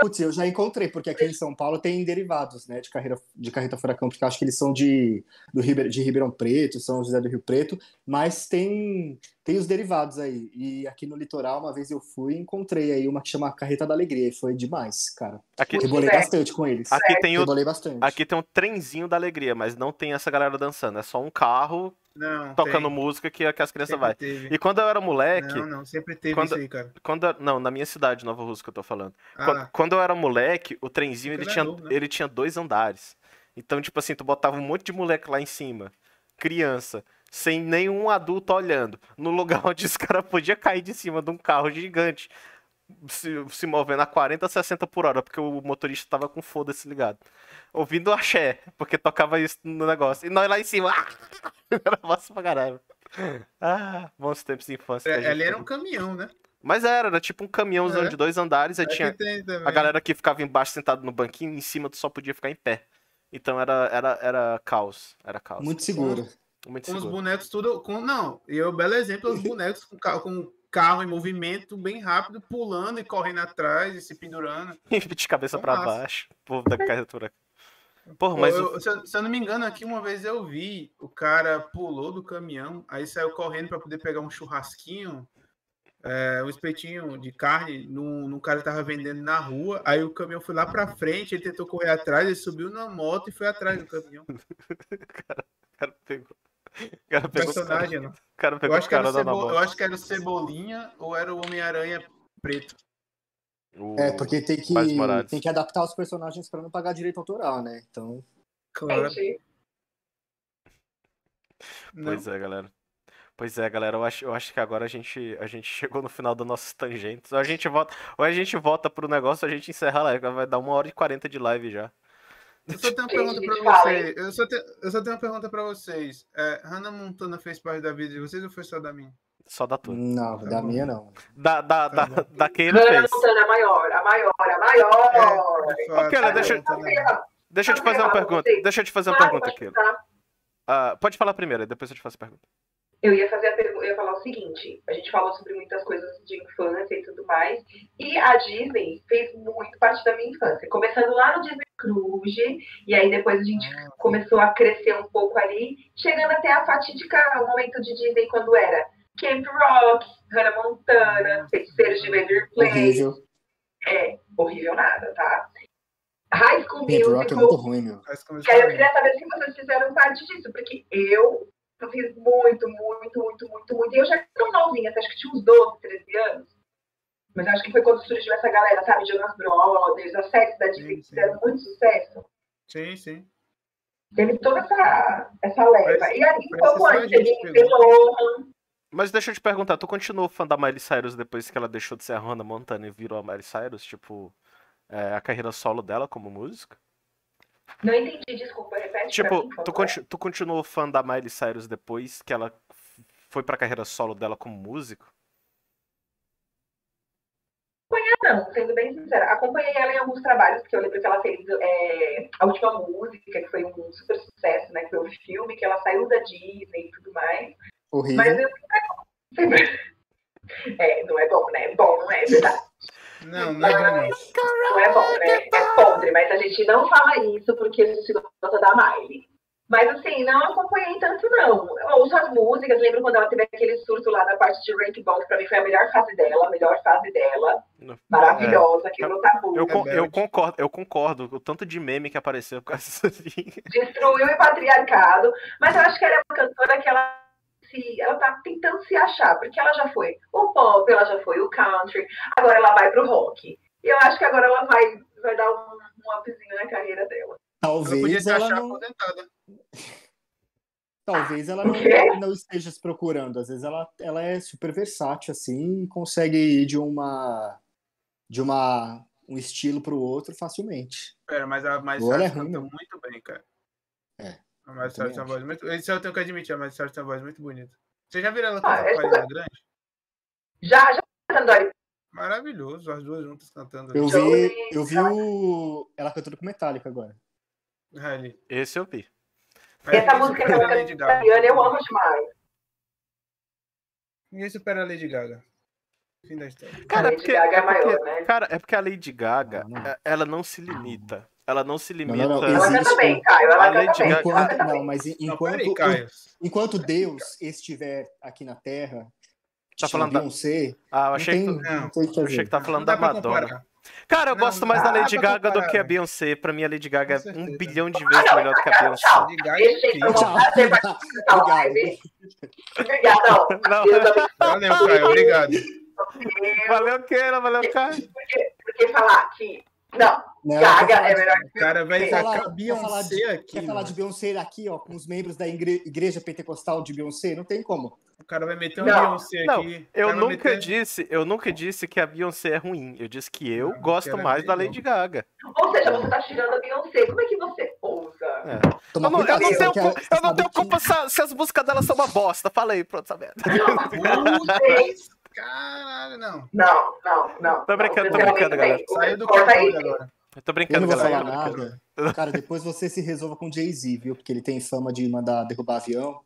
[SPEAKER 5] Putz, eu já encontrei, porque aqui em São Paulo tem derivados, né, de, carreira, de Carreta Furacão, porque eu acho que eles são de, do Ribeir, de Ribeirão Preto, São José do Rio Preto, mas tem, tem os derivados aí. E aqui no litoral, uma vez eu fui e encontrei aí uma que chama Carreta da Alegria, e foi demais, cara.
[SPEAKER 2] Aqui,
[SPEAKER 3] Muito
[SPEAKER 5] Rebolei
[SPEAKER 3] bem.
[SPEAKER 5] bastante com eles.
[SPEAKER 2] aqui, tem o,
[SPEAKER 5] Rebolei bastante.
[SPEAKER 2] aqui tem um trenzinho da alegria, mas não tem essa galera dançando. É só um carro
[SPEAKER 1] Não,
[SPEAKER 2] tocando
[SPEAKER 1] tem,
[SPEAKER 2] música que, que as crianças
[SPEAKER 1] sempre
[SPEAKER 2] vai.
[SPEAKER 1] teve.
[SPEAKER 2] E quando eu era moleque.
[SPEAKER 1] Não, não, sempre teve
[SPEAKER 2] quando-
[SPEAKER 1] isso aí, cara.
[SPEAKER 2] Quando, eu- não, na minha cidade, Nova Rússia, que eu tô falando.
[SPEAKER 1] Ah,
[SPEAKER 2] Quando, quando eu era moleque, o trenzinho
[SPEAKER 1] Porque ele
[SPEAKER 2] ele
[SPEAKER 1] é
[SPEAKER 2] tinha,
[SPEAKER 1] novo, né?
[SPEAKER 2] ele tinha dois andares. Então, tipo assim, tu botava um monte de moleque lá em cima, criança, sem nenhum adulto olhando, no lugar onde os caras podiam cair de cima de um carro gigante, se, se movendo a 40, 60 por hora, porque o motorista tava com foda-se ligado. Ouvindo axé, porque tocava isso no negócio. E nós lá em cima. ah! era massa pra caralho. Ah, bons tempos de infância. que a
[SPEAKER 1] é-
[SPEAKER 2] gente
[SPEAKER 1] ali era um
[SPEAKER 2] teve.
[SPEAKER 1] caminhão, né?
[SPEAKER 2] Mas era, era tipo um caminhãozão
[SPEAKER 1] É.
[SPEAKER 2] de dois andares, aí tinha.
[SPEAKER 1] Aqui tem também.
[SPEAKER 2] A galera que ficava embaixo sentada no banquinho, em cima tu só podia ficar em pé. Então era, era, era caos. Era caos.
[SPEAKER 5] Muito seguro.
[SPEAKER 2] Muito
[SPEAKER 1] Com os
[SPEAKER 2] seguro.
[SPEAKER 1] bonecos tudo. Com, não, e o belo exemplo é os bonecos com, ca- com carro em movimento bem rápido, pulando e correndo atrás e se pendurando.
[SPEAKER 2] De cabeça
[SPEAKER 1] Com
[SPEAKER 2] pra
[SPEAKER 1] massa.
[SPEAKER 2] baixo. Povo da carretura. Porra, mas.
[SPEAKER 1] Eu-
[SPEAKER 2] o-
[SPEAKER 1] eu- se, eu, se eu não me engano, aqui uma vez eu vi o cara pulou do caminhão, aí saiu correndo para poder pegar um churrasquinho, é, um espetinho de carne, num, num cara que tava vendendo na rua. Aí o caminhão foi lá pra frente, ele tentou correr atrás, ele subiu na moto e foi atrás do caminhão.
[SPEAKER 2] O cara pegou. O cara pegou. os caras-
[SPEAKER 1] Personagem, né? não.
[SPEAKER 2] O cara
[SPEAKER 1] Eu
[SPEAKER 2] pegou os
[SPEAKER 1] acho, que era o
[SPEAKER 2] caras na
[SPEAKER 1] Cebo-
[SPEAKER 2] mão.
[SPEAKER 1] eu acho que era o Cebolinha ou era o Homem-Aranha preto.
[SPEAKER 2] O-
[SPEAKER 5] É, porque tem que,
[SPEAKER 2] Miles Morales.
[SPEAKER 5] tem que adaptar os personagens pra não pagar direito autoral, né? Então,
[SPEAKER 3] Gente,
[SPEAKER 1] Não.
[SPEAKER 2] Pois é, galera. Pois é, galera, eu acho, eu acho que agora a gente, a gente chegou no final das nossas tangentes. Ou a gente volta, ou a gente volta pro negócio, ou a gente encerra a live. Vai dar uma hora e quarenta de live já.
[SPEAKER 1] Eu só tenho uma pergunta
[SPEAKER 3] Gente,
[SPEAKER 1] pra
[SPEAKER 3] fala, hein?
[SPEAKER 1] vocês. Eu só, tenho, eu só tenho uma pergunta pra vocês. É, Hannah Montana fez parte da vida de vocês ou foi só da minha?
[SPEAKER 2] Só da tua.
[SPEAKER 5] não,
[SPEAKER 1] Tá
[SPEAKER 5] da
[SPEAKER 1] bom.
[SPEAKER 5] minha não.
[SPEAKER 2] Da, da,
[SPEAKER 1] Tá
[SPEAKER 2] da,
[SPEAKER 1] bom.
[SPEAKER 2] da quem ele
[SPEAKER 3] Hannah
[SPEAKER 2] fez.
[SPEAKER 3] Montana, a maior, a maior, a maior.
[SPEAKER 1] É, de fato,
[SPEAKER 2] Kelly,
[SPEAKER 1] Hannah
[SPEAKER 2] deixa-
[SPEAKER 1] Montana.
[SPEAKER 2] Deixa eu te fazer uma pergunta. Deixa eu te fazer uma
[SPEAKER 3] Claro,
[SPEAKER 2] pergunta,
[SPEAKER 3] pode
[SPEAKER 2] Keila.
[SPEAKER 3] chutar.
[SPEAKER 2] Ah, pode falar primeiro, aí depois eu te faço a pergunta.
[SPEAKER 3] Eu ia fazer a pergunta, eu ia falar o seguinte, a gente falou sobre muitas coisas de infância e tudo mais, e a Disney fez muito parte da minha infância, começando lá no Disney Cruise, e aí depois a gente
[SPEAKER 5] Ah,
[SPEAKER 3] começou a crescer um pouco ali, chegando até a fatídica o momento de Disney quando era Camp Rock, Hannah Montana, Feiticeiros de Waverly Place,
[SPEAKER 5] Ah, Horrível.
[SPEAKER 3] horrível nada, tá? High School
[SPEAKER 5] Pedro Rock é muito
[SPEAKER 3] Musical,
[SPEAKER 5] ruim, meu.
[SPEAKER 1] Mas como eu
[SPEAKER 3] que aí eu
[SPEAKER 1] falei,
[SPEAKER 3] queria saber se vocês fizeram parte disso, porque eu fiz muito, muito, muito, muito, muito. E eu já era tão novinha, acho que tinha uns 12, 13 anos. Mas acho que foi quando surgiu essa galera, sabe, Jonas Brothers, as séries da Disney
[SPEAKER 1] Sim,
[SPEAKER 3] que
[SPEAKER 1] sim.
[SPEAKER 3] fizeram muito sucesso.
[SPEAKER 1] Sim, sim.
[SPEAKER 3] Teve toda essa, essa leva.
[SPEAKER 1] Parece-
[SPEAKER 3] e aí,
[SPEAKER 1] parece
[SPEAKER 3] um pouco
[SPEAKER 1] que só a
[SPEAKER 3] antes, teve
[SPEAKER 1] gente
[SPEAKER 3] Lindsay
[SPEAKER 1] pegou.
[SPEAKER 3] Lohan.
[SPEAKER 2] Mas deixa eu te perguntar, tu continuou fã da Miley Cyrus depois que ela deixou de ser a Hannah Montana e virou a Miley Cyrus? Tipo, é, a carreira solo dela como música?
[SPEAKER 3] Não entendi, desculpa, repete. pra
[SPEAKER 2] Tipo,
[SPEAKER 3] mim, por
[SPEAKER 2] tu,
[SPEAKER 3] favor.
[SPEAKER 2] conti- tu continuou fã da Miley Cyrus depois que ela f- foi pra carreira solo dela como músico?
[SPEAKER 3] Não, sendo bem sincera, acompanhei ela em alguns trabalhos, porque eu lembro que ela fez é, a última música, que foi um super sucesso, né? Que foi o filme, que ela saiu da Disney e tudo mais. Mas
[SPEAKER 5] Horrível.
[SPEAKER 3] eu sempre. É, não é bom, né? Bom, não é verdade.
[SPEAKER 1] Não, não é bom, não.
[SPEAKER 3] Não é bom, né? É podre, mas a gente não fala isso porque a gente gosta da Miley. Mas assim, não acompanhei tanto, não. Eu ouço as músicas, lembro quando ela teve aquele surto lá na parte de Rank Ball, que pra mim foi a melhor fase dela, a melhor fase dela.
[SPEAKER 2] Não.
[SPEAKER 3] Maravilhosa, que não tá
[SPEAKER 2] Eu, con- eu
[SPEAKER 1] Rebelde.
[SPEAKER 2] concordo, eu concordo. O tanto de meme que apareceu por causa disso.
[SPEAKER 3] destruiu o patriarcado, mas eu acho que ela é uma cantora que ela se, ela tá tentando se achar, porque ela já foi o pop, ela já foi o country, agora ela vai pro rock. E eu acho que agora ela vai, vai dar um, um upzinho na carreira dela.
[SPEAKER 1] Ela podia
[SPEAKER 5] Talvez
[SPEAKER 1] se
[SPEAKER 5] ela
[SPEAKER 1] achar
[SPEAKER 5] não,
[SPEAKER 1] aposentada.
[SPEAKER 5] talvez ela
[SPEAKER 3] O quê?
[SPEAKER 5] não, não esteja se procurando. Às vezes ela, ela é super versátil, assim, e consegue ir de uma de uma um estilo para o outro facilmente.
[SPEAKER 1] Pera, mas a Miley
[SPEAKER 5] Olha,
[SPEAKER 1] Cyrus
[SPEAKER 5] ruim,
[SPEAKER 1] canta
[SPEAKER 5] não.
[SPEAKER 1] muito bem, cara.
[SPEAKER 5] É,
[SPEAKER 1] A Miley
[SPEAKER 5] também
[SPEAKER 1] Cyrus tem uma
[SPEAKER 5] acho.
[SPEAKER 1] voz muito... Isso eu tenho que admitir, a Miley Cyrus tem uma voz muito bonita. Vocês já viram ela
[SPEAKER 3] Ah,
[SPEAKER 1] cantar
[SPEAKER 3] é-
[SPEAKER 1] com a Ariana Grande?
[SPEAKER 3] Já, já cantando Dory
[SPEAKER 1] Maravilhoso, as duas juntas cantando.
[SPEAKER 5] Eu
[SPEAKER 3] Joey,
[SPEAKER 5] vi, eu vi o, ela cantando com Metallica agora.
[SPEAKER 1] Ali.
[SPEAKER 2] Esse eu vi.
[SPEAKER 1] Aí
[SPEAKER 3] Essa
[SPEAKER 1] ninguém
[SPEAKER 5] é
[SPEAKER 3] música que
[SPEAKER 1] supera a
[SPEAKER 3] ela tá canta
[SPEAKER 1] É Lady
[SPEAKER 3] com a
[SPEAKER 1] Gaga.
[SPEAKER 3] Ariana, eu amo demais.
[SPEAKER 1] Ninguém supera a Lady Gaga. Fim da história.
[SPEAKER 2] Cara, é
[SPEAKER 3] a Lady
[SPEAKER 2] porque,
[SPEAKER 3] Gaga é
[SPEAKER 2] é porque-
[SPEAKER 3] maior, né?
[SPEAKER 2] cara, é porque a Lady Gaga,
[SPEAKER 5] Não, não.
[SPEAKER 2] é- ela não se limita. Ela não se limita.
[SPEAKER 5] não,
[SPEAKER 3] Ela canta
[SPEAKER 5] Existe
[SPEAKER 3] bem, Caio.
[SPEAKER 2] a
[SPEAKER 3] Ela canta
[SPEAKER 2] Lady
[SPEAKER 3] bem.
[SPEAKER 2] Gaga.
[SPEAKER 3] ela
[SPEAKER 5] Enquanto,
[SPEAKER 3] canta bem.
[SPEAKER 5] não, mas en-
[SPEAKER 1] Não,
[SPEAKER 5] enquanto,
[SPEAKER 1] peraí, Caio.
[SPEAKER 5] enquanto Deus estiver aqui na Terra,
[SPEAKER 2] Tá
[SPEAKER 5] tinha
[SPEAKER 2] falando da-
[SPEAKER 5] Beyoncé,
[SPEAKER 2] Ah, eu
[SPEAKER 5] não
[SPEAKER 2] achei,
[SPEAKER 5] tem,
[SPEAKER 2] que tu,
[SPEAKER 1] Não.
[SPEAKER 5] não tem o que
[SPEAKER 2] eu achei
[SPEAKER 5] fazer.
[SPEAKER 2] que tá falando
[SPEAKER 1] Não
[SPEAKER 2] da
[SPEAKER 1] dá pra
[SPEAKER 2] Madonna.
[SPEAKER 1] comparar.
[SPEAKER 2] Cara, eu
[SPEAKER 1] Não,
[SPEAKER 2] gosto
[SPEAKER 1] não
[SPEAKER 2] mais
[SPEAKER 1] dá
[SPEAKER 2] da Lady
[SPEAKER 1] pra
[SPEAKER 2] Gaga do
[SPEAKER 1] comparar,
[SPEAKER 2] que a
[SPEAKER 1] velho.
[SPEAKER 2] Beyoncé. Pra mim, a Lady Gaga
[SPEAKER 1] Com
[SPEAKER 2] é um
[SPEAKER 1] certeza.
[SPEAKER 2] bilhão de vezes melhor do que a Beyoncé.
[SPEAKER 1] Lady Gaga é
[SPEAKER 3] Deixa então,
[SPEAKER 1] incrível.
[SPEAKER 5] Tchau,
[SPEAKER 3] Você vai-
[SPEAKER 5] obrigado.
[SPEAKER 3] Tá, live. Obrigadão.
[SPEAKER 2] Não.
[SPEAKER 3] Eu também
[SPEAKER 1] Valeu, Caio. Obrigado.
[SPEAKER 2] Valeu, Keira, valeu, cara.
[SPEAKER 3] porque falar que. Não,
[SPEAKER 5] Não,
[SPEAKER 3] Gaga
[SPEAKER 5] quer falar
[SPEAKER 3] é
[SPEAKER 5] de-
[SPEAKER 3] melhor
[SPEAKER 1] O cara vai
[SPEAKER 5] Quer falar-
[SPEAKER 1] tacar
[SPEAKER 5] quer falar de-
[SPEAKER 1] Beyoncé aqui.
[SPEAKER 5] Quer falar
[SPEAKER 1] mano.
[SPEAKER 5] de Beyoncé aqui, ó, com os membros da igre- igreja pentecostal de Beyoncé? Não tem como.
[SPEAKER 1] O cara vai meter um
[SPEAKER 3] Não,
[SPEAKER 1] Beyoncé
[SPEAKER 2] não,
[SPEAKER 1] aqui. O cara
[SPEAKER 2] Eu
[SPEAKER 1] vai
[SPEAKER 2] nunca
[SPEAKER 1] meter- um
[SPEAKER 2] disse, eu nunca disse que a Beyoncé é ruim. Eu disse que eu
[SPEAKER 1] Não,
[SPEAKER 2] gosto
[SPEAKER 1] que ela é
[SPEAKER 2] mais da
[SPEAKER 1] melhor.
[SPEAKER 2] Lady Gaga.
[SPEAKER 3] Ou seja, você tá tirando a Beyoncé. Como é que você ousa?
[SPEAKER 2] É. Eu
[SPEAKER 5] Toma
[SPEAKER 2] não, eu não
[SPEAKER 5] cuidado,
[SPEAKER 2] tenho,
[SPEAKER 5] que é a-
[SPEAKER 2] cu- eu não
[SPEAKER 5] sabe
[SPEAKER 2] tenho
[SPEAKER 5] que-
[SPEAKER 2] culpa se, se as músicas dela são uma bosta. Falei, pronto, essa merda.
[SPEAKER 1] Putz, Caralho, não.
[SPEAKER 3] Não, não, não.
[SPEAKER 2] Tô brincando, tô
[SPEAKER 3] Você
[SPEAKER 2] brincando,
[SPEAKER 3] também
[SPEAKER 2] galera.
[SPEAKER 3] tem.
[SPEAKER 1] Saiu do né?
[SPEAKER 3] Corta
[SPEAKER 1] controle
[SPEAKER 3] aí.
[SPEAKER 1] agora.
[SPEAKER 2] Eu tô
[SPEAKER 5] Eu
[SPEAKER 2] brincando,
[SPEAKER 5] não vou
[SPEAKER 2] galera.
[SPEAKER 5] falar
[SPEAKER 2] eu tô brincando.
[SPEAKER 5] nada. Cara, depois você se resolva com Jay-Z, viu? Porque ele tem fama de mandar derrubar avião.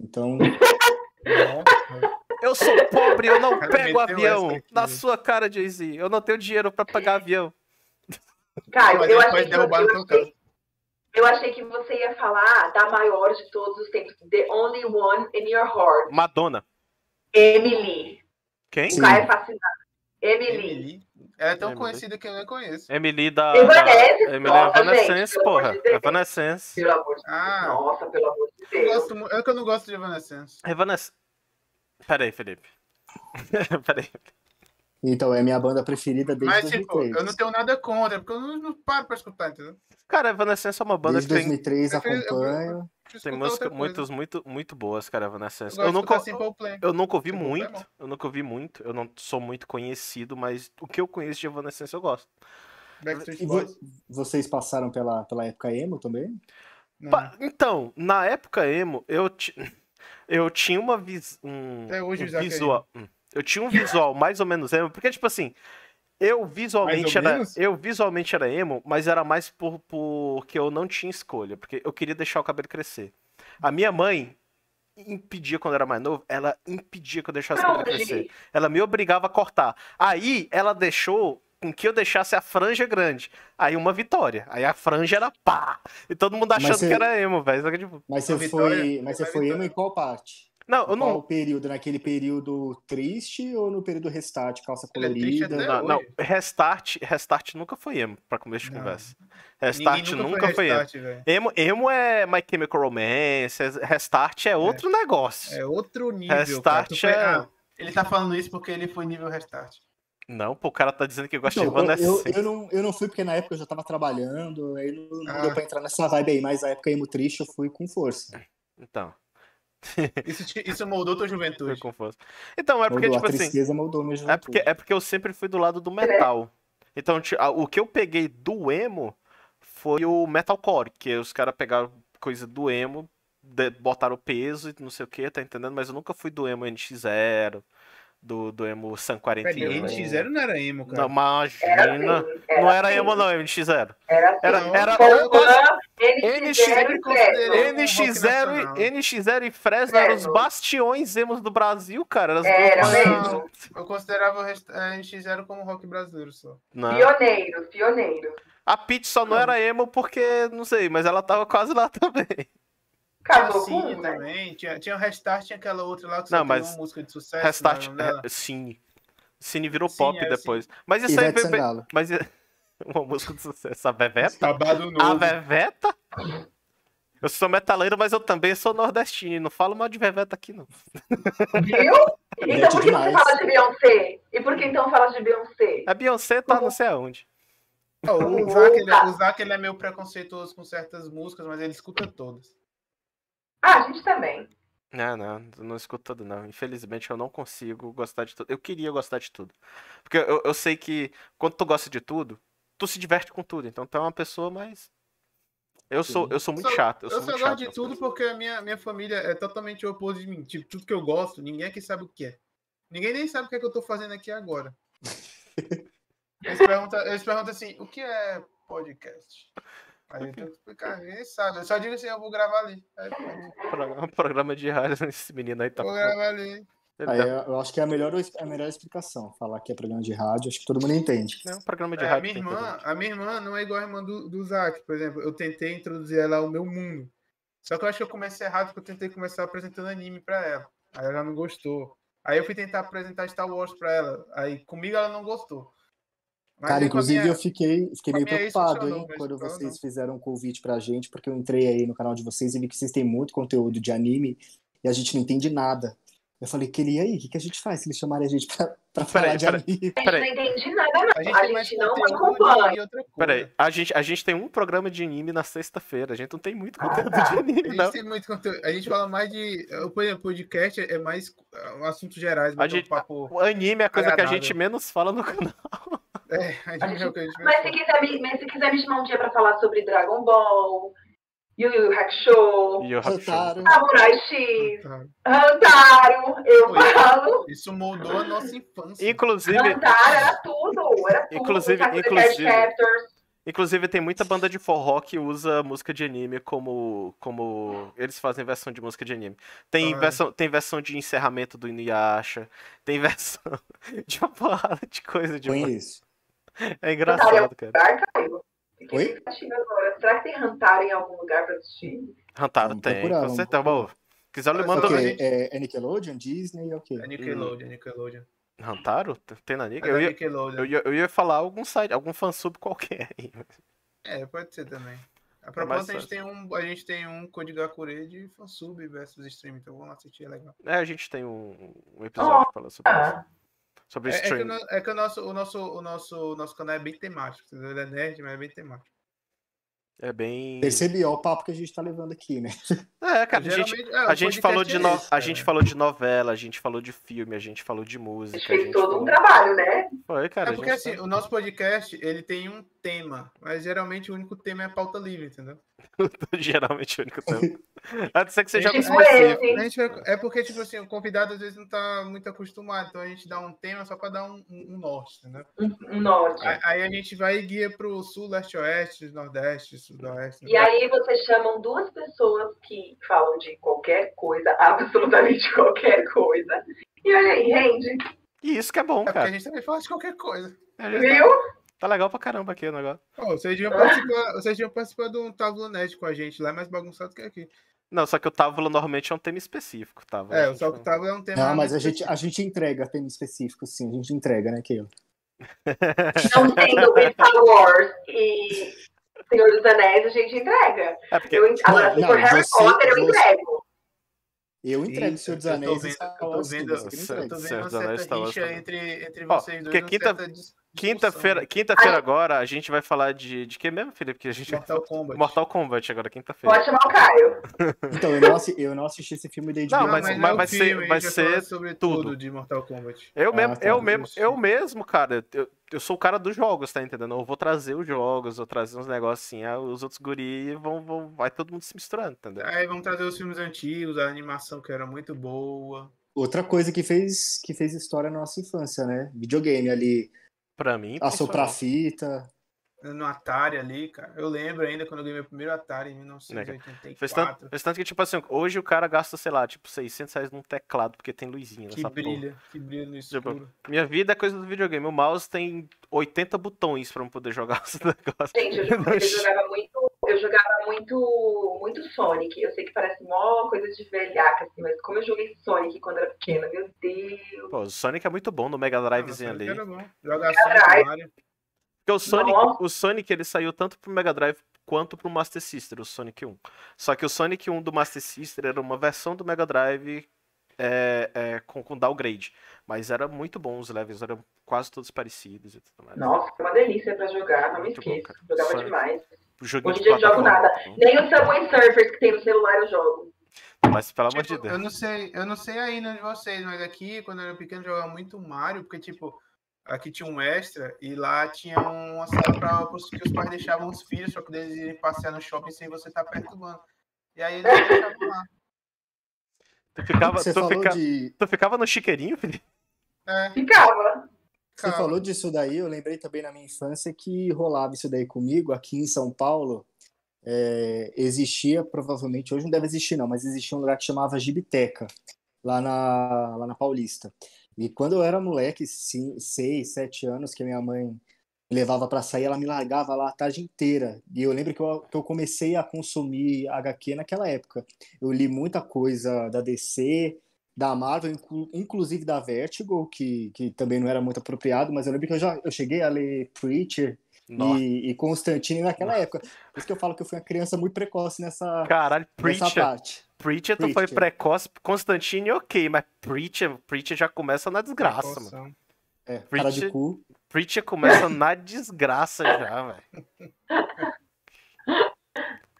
[SPEAKER 5] Então,
[SPEAKER 1] Nossa.
[SPEAKER 2] Eu sou pobre, eu não
[SPEAKER 1] Cara,
[SPEAKER 2] pego
[SPEAKER 1] meteu essa
[SPEAKER 2] avião.
[SPEAKER 1] aqui,
[SPEAKER 2] Na
[SPEAKER 1] né?
[SPEAKER 2] sua cara, Jay-Z. Eu não tenho dinheiro pra pagar avião.
[SPEAKER 3] Caio,
[SPEAKER 1] Mas ele
[SPEAKER 3] eu achei,
[SPEAKER 1] pode
[SPEAKER 3] que,
[SPEAKER 1] derrubar no
[SPEAKER 3] eu,
[SPEAKER 1] teu
[SPEAKER 3] achei, eu achei que você ia falar da maior de todos os tempos. The only one in your heart.
[SPEAKER 2] Madonna.
[SPEAKER 3] Emily.
[SPEAKER 2] Quem?
[SPEAKER 5] Sim.
[SPEAKER 3] O Caio é fascinado. Emily.
[SPEAKER 1] Emily. Ela é tão
[SPEAKER 2] Emily. É.
[SPEAKER 1] conhecida que eu nem conheço.
[SPEAKER 2] Emily da.
[SPEAKER 3] Evanescence,
[SPEAKER 2] da- Emily
[SPEAKER 3] porra,
[SPEAKER 2] Evanescence,
[SPEAKER 3] gente, pelo
[SPEAKER 2] porra.
[SPEAKER 3] amor de Deus.
[SPEAKER 2] Evanescence.
[SPEAKER 3] Pelo amor de Deus.
[SPEAKER 1] Ah.
[SPEAKER 3] Nossa, pelo amor de
[SPEAKER 1] Eu
[SPEAKER 3] Deus.
[SPEAKER 1] gosto mu- é que eu não gosto de Evanescence.
[SPEAKER 2] Evanescence. Peraí, Felipe. Peraí.
[SPEAKER 5] então é minha banda preferida desde
[SPEAKER 1] Mas, tipo,
[SPEAKER 5] 2003.
[SPEAKER 1] eu não tenho nada contra, porque eu não, não paro pra escutar, entendeu?
[SPEAKER 2] Cara, Evanescence é uma banda
[SPEAKER 5] Desde
[SPEAKER 2] que tem,
[SPEAKER 5] 2003
[SPEAKER 1] Eu fiz- eu-
[SPEAKER 5] acompanho.
[SPEAKER 1] Deixa eu
[SPEAKER 2] tem
[SPEAKER 1] escutar
[SPEAKER 2] música,
[SPEAKER 1] outra coisa.
[SPEAKER 2] muitas muito, muito boas, cara,
[SPEAKER 1] Eu
[SPEAKER 2] Evanescence.
[SPEAKER 1] gosto
[SPEAKER 2] Eu,
[SPEAKER 1] de
[SPEAKER 2] nunca,
[SPEAKER 1] escutar assim, Coldplay.
[SPEAKER 2] eu nunca ouvi
[SPEAKER 1] Simple Plan é
[SPEAKER 2] muito,
[SPEAKER 1] bom.
[SPEAKER 2] eu nunca ouvi muito, eu não sou muito conhecido, mas o que eu conheço de Evanescence eu gosto.
[SPEAKER 1] Backstreet
[SPEAKER 5] E vo-
[SPEAKER 1] Boys.
[SPEAKER 5] vocês passaram pela, pela época emo também?
[SPEAKER 1] Não.
[SPEAKER 2] Pa- Então, na época emo, eu, ti- eu tinha uma vis... um,
[SPEAKER 1] Até hoje
[SPEAKER 2] um
[SPEAKER 1] o Isaac é
[SPEAKER 2] visual. Hum. Eu tinha um visual mais ou menos emo, porque tipo assim, eu visualmente era
[SPEAKER 1] menos?
[SPEAKER 2] eu visualmente era emo, mas era mais por porque eu não tinha escolha, porque eu queria deixar o cabelo crescer. A minha mãe impedia quando eu era mais novo, ela impedia que eu deixasse o cabelo crescer.
[SPEAKER 3] Aonde?
[SPEAKER 2] Ela me obrigava a cortar. Aí ela deixou com que eu deixasse a franja grande. Aí uma vitória. Aí a franja era pá. E todo mundo
[SPEAKER 5] Mas
[SPEAKER 2] achando
[SPEAKER 5] você-
[SPEAKER 2] que era emo, velho. Só que, tipo,
[SPEAKER 5] Mas você
[SPEAKER 1] A Vitória?
[SPEAKER 5] foi, mas você
[SPEAKER 1] A
[SPEAKER 5] foi emo
[SPEAKER 1] Vitória.
[SPEAKER 5] em qual parte?
[SPEAKER 2] Não, eu
[SPEAKER 5] Em Qual
[SPEAKER 2] não.
[SPEAKER 5] período? Naquele período triste ou no período restart, calça
[SPEAKER 1] Ele é triste até
[SPEAKER 5] colorida?
[SPEAKER 2] Não, não.
[SPEAKER 1] hoje.
[SPEAKER 2] Restart, restart nunca foi emo, pra começo de
[SPEAKER 1] Não.
[SPEAKER 2] conversa.
[SPEAKER 1] Ninguém
[SPEAKER 2] Restart nunca, foi, emo.
[SPEAKER 1] Restart, velho.
[SPEAKER 2] emo. Emo é My Chemical Romance, restart é outro negócio.
[SPEAKER 1] É outro nível. cara.
[SPEAKER 2] Restart
[SPEAKER 1] Tu
[SPEAKER 2] é-
[SPEAKER 1] ah, ele tá falando isso porque ele foi nível restart.
[SPEAKER 2] Não, pô, o cara tá dizendo que gosta
[SPEAKER 5] Então,
[SPEAKER 2] de Wanda
[SPEAKER 5] eu, eu, eu não, eu não fui porque na época eu já tava trabalhando, aí não, não
[SPEAKER 1] Ah.
[SPEAKER 5] deu pra entrar nessa vibe aí, mas na época emo triste eu fui com força.
[SPEAKER 2] Então,
[SPEAKER 1] Isso, te- isso moldou tua
[SPEAKER 2] foi
[SPEAKER 1] juventude.
[SPEAKER 2] confuso. Então, é porque,
[SPEAKER 5] Moldou,
[SPEAKER 2] tipo
[SPEAKER 5] a
[SPEAKER 2] assim.
[SPEAKER 5] tristeza moldou meu
[SPEAKER 2] É porque, é porque eu sempre fui do lado do metal. Então, ti- a- o que eu peguei do emo foi o metalcore, que os caras pegaram coisa do emo, de- botaram peso e não sei o que, tá entendendo? Mas eu nunca fui do emo NX0, do, do emo San
[SPEAKER 1] Peraí,
[SPEAKER 2] 41.
[SPEAKER 1] NX0 não era emo, cara.
[SPEAKER 2] Não,
[SPEAKER 3] Era
[SPEAKER 2] imagina.
[SPEAKER 3] assim,
[SPEAKER 2] Não era
[SPEAKER 3] assim,
[SPEAKER 2] emo não, NX0.
[SPEAKER 3] Era assim.
[SPEAKER 2] Era,
[SPEAKER 1] Não,
[SPEAKER 2] era
[SPEAKER 1] não.
[SPEAKER 2] ou Bas-
[SPEAKER 3] NX0
[SPEAKER 1] sempre
[SPEAKER 3] e Fresno.
[SPEAKER 1] considerei-
[SPEAKER 2] NX0
[SPEAKER 1] rock nacional.
[SPEAKER 2] e, NX0 e Fresno eram os
[SPEAKER 3] Fresno.
[SPEAKER 2] bastiões emos do Brasil, cara. Eram as
[SPEAKER 3] Era
[SPEAKER 2] duas bandas-
[SPEAKER 3] mesmo.
[SPEAKER 1] Eu considerava o rest- eh, NX0 como rock brasileiro só.
[SPEAKER 2] Não.
[SPEAKER 3] Pioneiro, pioneiro.
[SPEAKER 2] A Pete só não era emo porque, não sei, mas ela tava quase lá também.
[SPEAKER 3] Casou com
[SPEAKER 1] Sim,
[SPEAKER 3] um, né?
[SPEAKER 1] também. Tinha, tinha o Restart, tinha aquela outra lá que só
[SPEAKER 2] Não,
[SPEAKER 1] tem
[SPEAKER 2] mas
[SPEAKER 1] uma música de sucesso.
[SPEAKER 2] Restart,
[SPEAKER 1] não é o nome dela?
[SPEAKER 2] é, Cine. Cine virou
[SPEAKER 1] Sim,
[SPEAKER 2] pop
[SPEAKER 1] é,
[SPEAKER 2] depois. Mas isso aí,
[SPEAKER 5] Ivete
[SPEAKER 2] bebê.
[SPEAKER 5] Sangalo.
[SPEAKER 2] Mas é- uma música de sucesso. A Beveta?
[SPEAKER 1] Babado novo.
[SPEAKER 2] A Beveta? Eu sou metaleiro, mas eu também sou nordestino. e Não falo mal de Beveta aqui, não.
[SPEAKER 3] Viu? Então por que você
[SPEAKER 5] demais.
[SPEAKER 3] fala de Beyoncé? E por que então fala de Beyoncé?
[SPEAKER 2] A Beyoncé tá não sei aonde.
[SPEAKER 1] Não, o Zac, ele, o Zac, ele é meio preconceituoso com certas músicas, mas ele escuta todas.
[SPEAKER 3] Ah, a gente também.
[SPEAKER 2] Não, É, não, eu não escuto tudo, não. Infelizmente eu não consigo gostar de tudo. Eu queria gostar de tudo. Porque eu, eu sei que quando tu gosta de tudo, tu se diverte com tudo. Então tu é uma pessoa mais. Eu sou, eu sou muito
[SPEAKER 1] Só-
[SPEAKER 2] chato.
[SPEAKER 1] Eu,
[SPEAKER 2] Eu sou
[SPEAKER 1] só
[SPEAKER 2] muito
[SPEAKER 1] gosto
[SPEAKER 2] chato.
[SPEAKER 1] de
[SPEAKER 2] nas
[SPEAKER 1] tudo
[SPEAKER 2] coisas.
[SPEAKER 1] porque a minha, minha família é totalmente oposto de mim. Tipo, tudo que eu gosto, ninguém aqui sabe o que é. Ninguém nem sabe o que, é que eu tô fazendo aqui agora. Eles perguntam, eles perguntam assim, o que é podcast? Aí eu tenho que explicar, ninguém sabe. Eu só digo assim, eu vou gravar ali. Aí, pronto,
[SPEAKER 2] Pro- Um programa de rádio, né, esse menino aí tá.
[SPEAKER 1] vou gravar ali.
[SPEAKER 5] Aí eu, eu acho que é a melhor, a melhor explicação, falar que é programa de rádio, acho que todo mundo entende.
[SPEAKER 2] É um programa de tipo.
[SPEAKER 1] É, a,
[SPEAKER 2] rádio.
[SPEAKER 1] minha
[SPEAKER 2] tem
[SPEAKER 1] irmã,
[SPEAKER 2] internet.
[SPEAKER 1] a minha irmã não é igual a irmã do, do Zac, por exemplo. Eu tentei introduzir ela ao meu mundo. Só que eu acho que eu comecei errado, porque eu tentei começar apresentando anime pra ela. Aí ela não gostou. Aí eu fui tentar apresentar Star Wars pra ela. Aí comigo ela não gostou. Mas
[SPEAKER 5] Cara,
[SPEAKER 1] aí com a
[SPEAKER 5] inclusive
[SPEAKER 1] minha-
[SPEAKER 5] eu fiquei, fiquei
[SPEAKER 1] com a
[SPEAKER 5] meio
[SPEAKER 1] minha ex
[SPEAKER 5] preocupado,
[SPEAKER 1] funcionou,
[SPEAKER 5] hein,
[SPEAKER 1] mas
[SPEAKER 5] quando
[SPEAKER 1] com ela
[SPEAKER 5] vocês
[SPEAKER 1] não.
[SPEAKER 5] fizeram um convite pra gente, porque eu entrei aí no canal de vocês e vi que vocês têm muito conteúdo de anime e a gente não entende nada. Eu falei, que e aí, o que, que a gente faz se eles chamarem a gente pra, pra
[SPEAKER 2] Peraí,
[SPEAKER 5] falar de
[SPEAKER 2] peraí.
[SPEAKER 5] anime?
[SPEAKER 3] A gente
[SPEAKER 2] Peraí.
[SPEAKER 3] não entende nada, não.
[SPEAKER 1] a
[SPEAKER 3] A
[SPEAKER 1] gente,
[SPEAKER 3] gente,
[SPEAKER 1] tem mais
[SPEAKER 3] não
[SPEAKER 1] conteúdo de
[SPEAKER 3] acompanha.
[SPEAKER 1] outra coisa.
[SPEAKER 2] Peraí, a gente, a gente tem um programa de anime na sexta-feira. A gente não tem muito conteúdo de
[SPEAKER 1] Ah, A
[SPEAKER 2] anime,
[SPEAKER 1] gente
[SPEAKER 2] não.
[SPEAKER 1] tem muito conteúdo. A gente fala mais de. eu, Por exemplo, podcast é mais é, um assuntos gerais, mas é um
[SPEAKER 2] gente-
[SPEAKER 1] papo.
[SPEAKER 2] O anime é a coisa que a
[SPEAKER 1] Agradável.
[SPEAKER 2] gente menos fala no canal.
[SPEAKER 1] É, a gente, é o que a gente
[SPEAKER 3] Mas se, quiser me, mas se quiser me chamar um dia pra falar sobre Dragon Ball, Yu Yu Hakusho,
[SPEAKER 2] E o Rapture.
[SPEAKER 5] Otário.
[SPEAKER 3] Samurai X,
[SPEAKER 1] Tá.
[SPEAKER 3] Rantaro, eu
[SPEAKER 1] Oi.
[SPEAKER 3] falo.
[SPEAKER 1] Isso moldou a nossa infância.
[SPEAKER 2] Inclusive,
[SPEAKER 3] Rantaro era tudo, era tudo.
[SPEAKER 2] Inclusive-
[SPEAKER 3] Sakura Card
[SPEAKER 2] inclusive-
[SPEAKER 3] Captors.
[SPEAKER 2] inclusive, tem muita banda de forró que usa música de anime como. como eles fazem versão de música de anime. Tem,
[SPEAKER 1] Ah.
[SPEAKER 2] versão, tem versão de encerramento do Inuyasha. Tem versão de uma porrada de coisa. De...
[SPEAKER 5] Conheço.
[SPEAKER 2] É engraçado, cara.
[SPEAKER 3] Arcaico. Fiquei
[SPEAKER 5] Oi?
[SPEAKER 3] pensativa agora. Será que tem Rantaro em algum lugar pra assistir?
[SPEAKER 2] Rantaro
[SPEAKER 5] Vamos
[SPEAKER 2] tem,
[SPEAKER 5] procurar,
[SPEAKER 2] com
[SPEAKER 5] vamos
[SPEAKER 2] certeza. Bom, quiser, ele
[SPEAKER 1] Mas
[SPEAKER 2] manda.
[SPEAKER 1] ok.
[SPEAKER 5] Porque é, é Nickelodeon, Disney, é o quê?
[SPEAKER 1] Então, É Nickelodeon, é Nickelodeon.
[SPEAKER 2] Rantaro? Tem na Nick?
[SPEAKER 1] Mas
[SPEAKER 2] Eu
[SPEAKER 1] é
[SPEAKER 2] ia,
[SPEAKER 1] Nickelodeon.
[SPEAKER 2] eu, ia, eu ia falar algum site, algum fansub qualquer aí.
[SPEAKER 1] É, pode ser também. A proposta a,
[SPEAKER 2] É mais
[SPEAKER 1] gente tem um, a gente tem um Kodigakure de fansub versus stream, então vamos lá assistir, é legal.
[SPEAKER 2] É, a gente tem um, um episódio que fala sobre
[SPEAKER 3] Ah,
[SPEAKER 2] isso. Sobre
[SPEAKER 1] Ah. É, é que, o,
[SPEAKER 2] stream.
[SPEAKER 1] no- é que o, nosso, o, nosso, o nosso, o nosso canal é bem temático, entendeu? Ele é nerd, mas é bem temático.
[SPEAKER 2] É bem.
[SPEAKER 5] Percebi, ó, o papo que a gente tá levando aqui, né?
[SPEAKER 2] É, cara, a gente,
[SPEAKER 1] Geralmente- é, o
[SPEAKER 2] a gente falou de
[SPEAKER 1] podcast é
[SPEAKER 2] no-
[SPEAKER 1] esse,
[SPEAKER 2] a
[SPEAKER 1] cara.
[SPEAKER 2] gente falou de novela, a gente falou de filme, a gente falou de
[SPEAKER 3] A gente
[SPEAKER 2] música. A
[SPEAKER 3] fez
[SPEAKER 2] gente
[SPEAKER 3] todo
[SPEAKER 2] falou...
[SPEAKER 3] um trabalho, né?
[SPEAKER 2] Foi, cara.
[SPEAKER 1] É
[SPEAKER 2] a
[SPEAKER 1] porque
[SPEAKER 2] gente tá-
[SPEAKER 1] assim, o nosso podcast, ele tem um tema, mas geralmente o único tema é a pauta livre, entendeu?
[SPEAKER 2] tá geralmente o único tempo. A não ser que seja algo
[SPEAKER 1] Gente,
[SPEAKER 3] Tipo
[SPEAKER 2] específico.
[SPEAKER 1] A
[SPEAKER 3] esse.
[SPEAKER 1] gente vai- é porque, tipo assim, o convidado às vezes não tá muito acostumado, então a gente dá um tema só pra dar um, um um norte, entendeu?
[SPEAKER 3] Um norte.
[SPEAKER 1] Aí- Aí a gente vai e guia pro sul, leste, oeste, nordeste, sudoeste.
[SPEAKER 3] E aí vocês chamam duas pessoas que falam de qualquer coisa, absolutamente qualquer coisa. E olha aí, rende,
[SPEAKER 2] E isso que é bom,
[SPEAKER 1] É porque a
[SPEAKER 2] cara.
[SPEAKER 1] gente também fala de qualquer coisa.
[SPEAKER 2] A gente tá-
[SPEAKER 3] viu?
[SPEAKER 2] Tá legal pra caramba aqui o negócio.
[SPEAKER 1] Pô, vocês deviam participar, vocês deviam participar de um Távola Nerd com a gente lá, é mais bagunçado que aqui.
[SPEAKER 2] Não, só que o Távola normalmente é um tema específico, tá?
[SPEAKER 1] É, o Salvo Távola é um tema.
[SPEAKER 5] Não, Ah, mas a
[SPEAKER 1] muito
[SPEAKER 5] gente, a gente entrega tema específico, sim, a gente entrega, né, Keila?
[SPEAKER 3] Não tendo Star Wars e Senhor dos Anéis, a gente entrega.
[SPEAKER 1] tá
[SPEAKER 2] É porque
[SPEAKER 3] Eu, en- agora, se
[SPEAKER 5] não,
[SPEAKER 3] for Harry
[SPEAKER 5] você-
[SPEAKER 3] Potter, eu
[SPEAKER 5] você-
[SPEAKER 3] entrego.
[SPEAKER 5] Eu entrego o
[SPEAKER 1] Isso,
[SPEAKER 5] Senhor dos
[SPEAKER 1] eu tô
[SPEAKER 5] Anéis. e
[SPEAKER 1] vendo,
[SPEAKER 5] Star
[SPEAKER 1] eu tô
[SPEAKER 5] Wars, assim,
[SPEAKER 1] vendo,
[SPEAKER 5] Keila, você que
[SPEAKER 2] eu
[SPEAKER 1] Eu
[SPEAKER 5] entrega.
[SPEAKER 1] tô vendo
[SPEAKER 2] Certo,
[SPEAKER 1] uma
[SPEAKER 2] Anéis
[SPEAKER 1] certa
[SPEAKER 2] Star Wars
[SPEAKER 1] rixa
[SPEAKER 2] também.
[SPEAKER 1] entre, entre
[SPEAKER 2] Ó,
[SPEAKER 1] vocês dois.
[SPEAKER 2] porque
[SPEAKER 1] uma
[SPEAKER 2] quinta-
[SPEAKER 1] certa dis-
[SPEAKER 2] Quinta-feira,
[SPEAKER 1] discussão.
[SPEAKER 2] quinta-feira agora, a gente vai falar de, de que mesmo, Felipe? Que a gente vai
[SPEAKER 1] Mortal Kombat.
[SPEAKER 2] Mortal Kombat agora, quinta-feira.
[SPEAKER 3] Pode chamar o Caio.
[SPEAKER 5] Então, eu não, assi- eu não assisti esse filme desde
[SPEAKER 2] Não,
[SPEAKER 1] Não,
[SPEAKER 2] Ah, mas-
[SPEAKER 1] mas,
[SPEAKER 2] mas
[SPEAKER 1] é o
[SPEAKER 2] vai ser-
[SPEAKER 1] filme, a
[SPEAKER 2] vai
[SPEAKER 1] gente vai falar
[SPEAKER 2] ser
[SPEAKER 1] sobre
[SPEAKER 2] tudo.
[SPEAKER 1] tudo de Mortal Kombat.
[SPEAKER 2] Eu
[SPEAKER 5] Ah,
[SPEAKER 2] mesmo,
[SPEAKER 5] tá,
[SPEAKER 2] eu
[SPEAKER 5] eu
[SPEAKER 2] mesmo,
[SPEAKER 1] assisti.
[SPEAKER 2] eu mesmo, cara, eu, eu sou o cara dos jogos, tá entendendo? Eu vou trazer os jogos, eu vou trazer uns negócios assim, ah, os outros guri vão, vão, vai todo mundo se misturando, entendeu?
[SPEAKER 1] Aí vamos trazer os filmes antigos, a animação que era muito boa.
[SPEAKER 5] Outra coisa que fez, que fez história na nossa infância, né? Videogame ali,
[SPEAKER 2] Pra mim,
[SPEAKER 1] Tá,
[SPEAKER 5] assoprar
[SPEAKER 2] principalmente.
[SPEAKER 5] fita.
[SPEAKER 1] no Atari ali, cara. Eu lembro ainda quando eu ganhei meu primeiro Atari em
[SPEAKER 2] Fez tanto,
[SPEAKER 1] 1984.
[SPEAKER 2] fez tanto que, tipo assim, hoje o cara gasta, sei lá, tipo, 600 reais num teclado, porque tem luzinha
[SPEAKER 1] Que
[SPEAKER 2] nessa porra.
[SPEAKER 1] brilha, que brilha no escuro.
[SPEAKER 2] Minha vida é coisa do videogame. O mouse tem 80 botões pra eu poder jogar esse
[SPEAKER 3] Gente, eu, eu
[SPEAKER 2] negócio.
[SPEAKER 3] jogava muito, eu jogava muito, muito Sonic. Eu sei que parece mó coisa de velhaca, assim, mas como eu joguei Sonic quando era pequena, meu Deus.
[SPEAKER 2] Pô, o Sonic é muito bom no Mega
[SPEAKER 1] Ah,
[SPEAKER 2] Drivezinho
[SPEAKER 1] mas
[SPEAKER 2] ali.
[SPEAKER 1] era bom. Jogar Sonic
[SPEAKER 3] Drive.
[SPEAKER 1] Mario.
[SPEAKER 2] Porque o Sonic,
[SPEAKER 3] Nossa.
[SPEAKER 2] o Sonic ele saiu tanto pro Mega Drive quanto pro Master System, o Sonic 1. Só que o Sonic 1 do Master System era uma versão do Mega Drive é, é, com, com downgrade. Mas era muito bom, os levels eram quase todos parecidos e tudo mais.
[SPEAKER 3] Nossa, foi uma delícia pra jogar, não me
[SPEAKER 2] Muito bom,
[SPEAKER 3] esqueço.
[SPEAKER 2] cara.
[SPEAKER 3] Jogava
[SPEAKER 2] Sonic.
[SPEAKER 3] demais.
[SPEAKER 2] O joguinho
[SPEAKER 3] Hoje
[SPEAKER 2] de
[SPEAKER 3] em dia eu não jogo
[SPEAKER 2] plataforma, é muito
[SPEAKER 3] Nem o Subway Surfers que tem no celular eu jogo.
[SPEAKER 2] bom. Mas pelo amor de
[SPEAKER 1] Tipo,
[SPEAKER 2] Deus.
[SPEAKER 1] eu não sei, eu não sei ainda de vocês, mas aqui quando eu era pequeno eu jogava muito Mario, porque tipo, aqui tinha um extra e lá tinha uma sala para que os pais deixavam os filhos, só que eles irem passear no shopping sem você estar perturbando. E aí eles deixavam lá.
[SPEAKER 2] Tu ficava,
[SPEAKER 5] Você
[SPEAKER 2] tu,
[SPEAKER 5] falou,
[SPEAKER 2] fica,
[SPEAKER 5] de,
[SPEAKER 2] tu ficava no chiqueirinho, Felipe?
[SPEAKER 1] É,
[SPEAKER 3] Ficava.
[SPEAKER 5] você
[SPEAKER 1] cara.
[SPEAKER 5] falou disso daí, eu lembrei também na minha infância que rolava isso daí comigo, aqui em São Paulo. é, existia, provavelmente, hoje não deve existir não, mas existia um lugar que chamava Gibiteca. lá na, lá na Paulista. E quando eu era moleque, sim, seis, sete anos, que minha mãe me levava para sair, ela me largava lá a tarde inteira. E eu lembro que eu, que eu comecei a consumir HQ naquela época. Eu li muita coisa da DC, da Marvel, inclu- inclusive da Vertigo, que, que também não era muito apropriado, mas eu lembro que eu já eu cheguei a ler Preacher
[SPEAKER 2] Nossa.
[SPEAKER 5] e, e Constantine naquela época. Por isso que eu falo que eu fui uma criança muito precoce nessa,
[SPEAKER 2] Caralho,
[SPEAKER 5] nessa
[SPEAKER 2] Preacher.
[SPEAKER 5] parte.
[SPEAKER 2] Preacher, tu foi
[SPEAKER 5] Preacher.
[SPEAKER 2] precoce. Constantine, ok, mas Preacher, Preacher já começa na desgraça, mano.
[SPEAKER 1] Precaução.
[SPEAKER 5] É, cara de
[SPEAKER 2] Preacher.
[SPEAKER 5] cu.
[SPEAKER 2] Preacher começa na desgraça já, velho.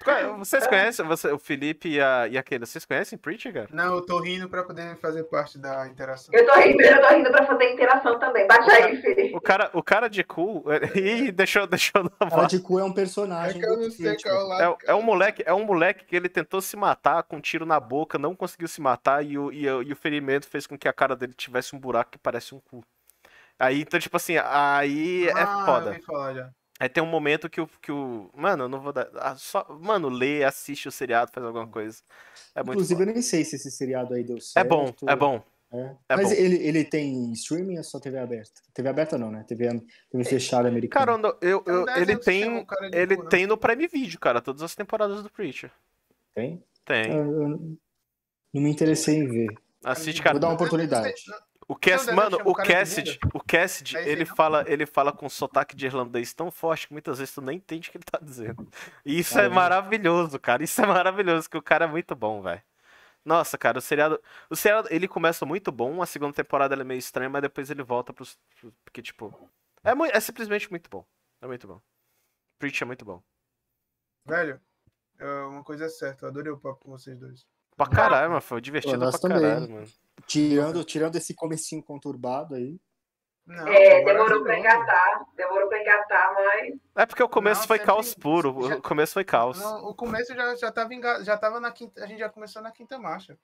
[SPEAKER 2] Qual- Vocês conhecem você- o Felipe e, a, e aquele? Vocês conhecem Preacher, cara?
[SPEAKER 1] Não, eu tô rindo pra poder fazer parte da interação. É
[SPEAKER 3] Eu tô rindo, eu tô rindo pra fazer interação também. Bate aí, Felipe.
[SPEAKER 2] O cara, o cara de cu. é, Ih, deixou, deixou na
[SPEAKER 5] Cara de cu é um personagem.
[SPEAKER 1] É que eu
[SPEAKER 5] do
[SPEAKER 1] não sei
[SPEAKER 5] Preacher.
[SPEAKER 1] qual lado.
[SPEAKER 2] É, é um moleque, é um moleque que ele tentou se matar com um tiro na boca, não conseguiu se matar e o, e, o- e o ferimento fez com que a cara dele tivesse um buraco que parece um cu. Aí, então, tipo assim, aí é
[SPEAKER 1] Ah, eu
[SPEAKER 2] foda.
[SPEAKER 1] ouvi falar já.
[SPEAKER 2] Aí tem um momento que o. Que o mano, eu não vou dar. ah, só, mano, lê, assiste o seriado, faz alguma coisa. É muito
[SPEAKER 5] Inclusive,
[SPEAKER 2] foda.
[SPEAKER 5] eu nem sei se esse seriado aí deu
[SPEAKER 2] É
[SPEAKER 5] certo.
[SPEAKER 2] bom, é bom.
[SPEAKER 5] né?
[SPEAKER 2] é
[SPEAKER 5] Mas
[SPEAKER 2] bom.
[SPEAKER 5] Ele, ele tem streaming ou só TV aberta? TV aberta não, né? TV, am- TV fechada americana.
[SPEAKER 2] Cara, eu não- eu, eu-
[SPEAKER 1] Então,
[SPEAKER 2] ele
[SPEAKER 1] deve ser um
[SPEAKER 2] tem.
[SPEAKER 1] cara de
[SPEAKER 2] Ele
[SPEAKER 1] cu, né?
[SPEAKER 2] tem no Prime Video, cara, todas as temporadas do Preacher.
[SPEAKER 5] Tem?
[SPEAKER 2] Tem.
[SPEAKER 5] Eu- eu não me interessei em ver.
[SPEAKER 2] Assiste,
[SPEAKER 5] Vou
[SPEAKER 2] cara.
[SPEAKER 5] dar uma
[SPEAKER 1] Eu não sei- é um
[SPEAKER 5] oportunidade.
[SPEAKER 1] não-
[SPEAKER 2] O Cass,
[SPEAKER 1] Não,
[SPEAKER 2] mano,
[SPEAKER 1] deve achar um
[SPEAKER 2] o
[SPEAKER 1] cara de
[SPEAKER 2] Cassidy, o Cassidy,
[SPEAKER 1] É isso aí,
[SPEAKER 2] ele
[SPEAKER 1] não?
[SPEAKER 2] fala, ele fala com um sotaque de irlandês tão forte que muitas vezes tu nem entende o que ele tá dizendo. E isso é
[SPEAKER 5] Caramba.
[SPEAKER 2] maravilhoso, cara. Isso é maravilhoso, que o cara é muito bom, velho. Nossa, cara, o seriado, o seriado, ele começa muito bom, a segunda temporada ela é meio estranha, mas depois ele volta pros, porque tipo, é, mui- é simplesmente muito bom. É muito bom. Preach é muito bom.
[SPEAKER 1] Velho, é uma coisa é certa, eu adorei o papo com vocês dois.
[SPEAKER 2] Pra caralho, mano, foi divertido
[SPEAKER 5] nós
[SPEAKER 2] pra
[SPEAKER 5] também.
[SPEAKER 2] caralho, mano.
[SPEAKER 5] Tirando, tirando esse comecinho conturbado aí.
[SPEAKER 1] Não,
[SPEAKER 3] É,
[SPEAKER 1] agora
[SPEAKER 3] demorou
[SPEAKER 1] tá
[SPEAKER 3] pra
[SPEAKER 1] bom.
[SPEAKER 3] engatar. Demorou pra engatar, mas.
[SPEAKER 2] É porque o começo
[SPEAKER 1] Não,
[SPEAKER 2] foi
[SPEAKER 1] sempre-
[SPEAKER 2] caos puro,
[SPEAKER 1] já-
[SPEAKER 2] o começo foi caos.
[SPEAKER 1] Não, o começo já, já tava enga... já tava na quinta. A gente já começou na quinta marcha.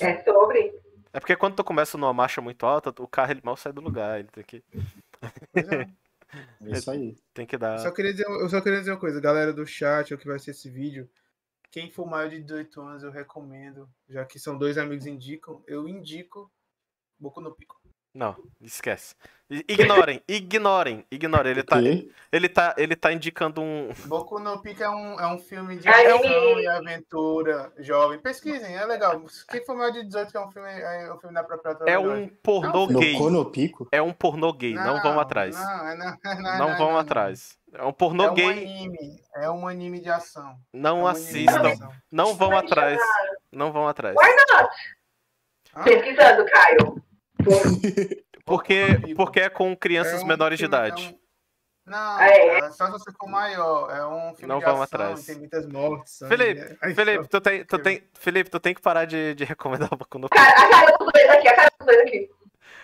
[SPEAKER 3] É sobre.
[SPEAKER 2] É porque quando tu começa numa marcha muito alta, o carro ele mal sai do lugar, ele tem que,
[SPEAKER 1] Pois é.
[SPEAKER 5] É isso aí.
[SPEAKER 2] tem que dar.
[SPEAKER 1] Só queria dizer, eu só queria dizer uma coisa, galera do chat, ou que vai ser esse vídeo. Quem for maior de 18 anos, eu recomendo. Já que são dois amigos indicam, eu indico Boku no Pico.
[SPEAKER 2] Não, esquece. I- Ignorem, ignorem, ignorem. Ele tá,
[SPEAKER 5] Ok?
[SPEAKER 2] ele tá, ele tá indicando um.
[SPEAKER 1] Boku no Pico é um, é um filme de
[SPEAKER 3] Ai,
[SPEAKER 1] ação
[SPEAKER 3] sim.
[SPEAKER 1] e aventura jovem. Pesquisem, é legal. Quem for maior de 18, que é um filme, é um filme da própria
[SPEAKER 2] É um pornô
[SPEAKER 5] No
[SPEAKER 2] gay.
[SPEAKER 5] Conopico?
[SPEAKER 2] É um pornô gay. Não vão atrás.
[SPEAKER 1] Não, é não, é não, é
[SPEAKER 2] Não
[SPEAKER 1] não, é
[SPEAKER 2] vão
[SPEAKER 1] não.
[SPEAKER 2] atrás. É um
[SPEAKER 1] É
[SPEAKER 2] pornô
[SPEAKER 1] um
[SPEAKER 2] gay.
[SPEAKER 1] anime. É um anime de ação.
[SPEAKER 2] Não
[SPEAKER 1] é um anime de
[SPEAKER 2] assistam.
[SPEAKER 1] ação.
[SPEAKER 2] Não vão
[SPEAKER 3] Mas,
[SPEAKER 2] atrás.
[SPEAKER 3] ah,
[SPEAKER 2] Não vão atrás.
[SPEAKER 3] Why not?
[SPEAKER 1] Ah,
[SPEAKER 3] Pesquisando, Caio.
[SPEAKER 2] Porque, porque é com crianças
[SPEAKER 1] É um
[SPEAKER 2] menores de
[SPEAKER 1] filme- é
[SPEAKER 2] idade.
[SPEAKER 1] um- Não,
[SPEAKER 3] Ah, é?
[SPEAKER 1] cara, só se você for maior. É um filme
[SPEAKER 2] Não
[SPEAKER 1] de
[SPEAKER 2] vão
[SPEAKER 1] ação,
[SPEAKER 2] atrás.
[SPEAKER 1] tem muitas mortes. sangue,
[SPEAKER 2] Felipe,
[SPEAKER 1] é- é
[SPEAKER 2] Felipe,
[SPEAKER 1] isso.
[SPEAKER 2] tu tem, tu tem, Felipe, tu tem que parar de, de recomendar o Boku no Pico.
[SPEAKER 3] Cara, a cara dos dois aqui, a cara dos dois aqui.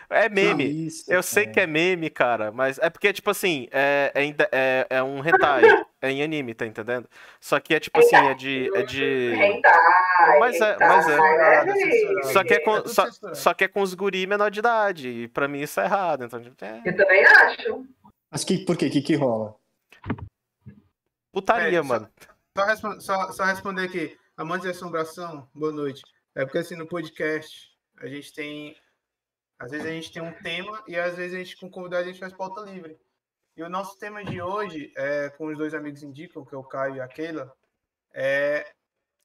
[SPEAKER 2] É meme.
[SPEAKER 5] Que isso,
[SPEAKER 2] Eu sei
[SPEAKER 5] cara.
[SPEAKER 2] que é meme, cara, mas é porque, tipo assim, é, é, ainda- é, é um hentai, é em anime, tá entendendo? Só que é tipo assim, é de. É de...
[SPEAKER 3] Hentai.
[SPEAKER 2] Mas é-
[SPEAKER 3] hentai,
[SPEAKER 2] mas é.
[SPEAKER 3] né,
[SPEAKER 1] Censurado,
[SPEAKER 3] gente?
[SPEAKER 2] Só que é
[SPEAKER 1] É
[SPEAKER 2] com,
[SPEAKER 1] tudo
[SPEAKER 2] só,
[SPEAKER 1] censurado.
[SPEAKER 2] só que é com os guri menor de idade. E pra mim isso é errado. Então, tipo, é
[SPEAKER 3] Eu também acho.
[SPEAKER 5] Mas que, por quê? O que, que rola?
[SPEAKER 2] putaria,
[SPEAKER 1] É, só-
[SPEAKER 2] mano.
[SPEAKER 1] Só, respon- só- só responder aqui. Amantes de assombração, boa noite. É porque assim, no podcast, a gente tem. Às vezes a gente tem um tema e às vezes a gente, com convidado, a gente faz pauta livre. E o nosso tema de hoje, é, com os dois amigos indicam, que é o Caio e a Keila, é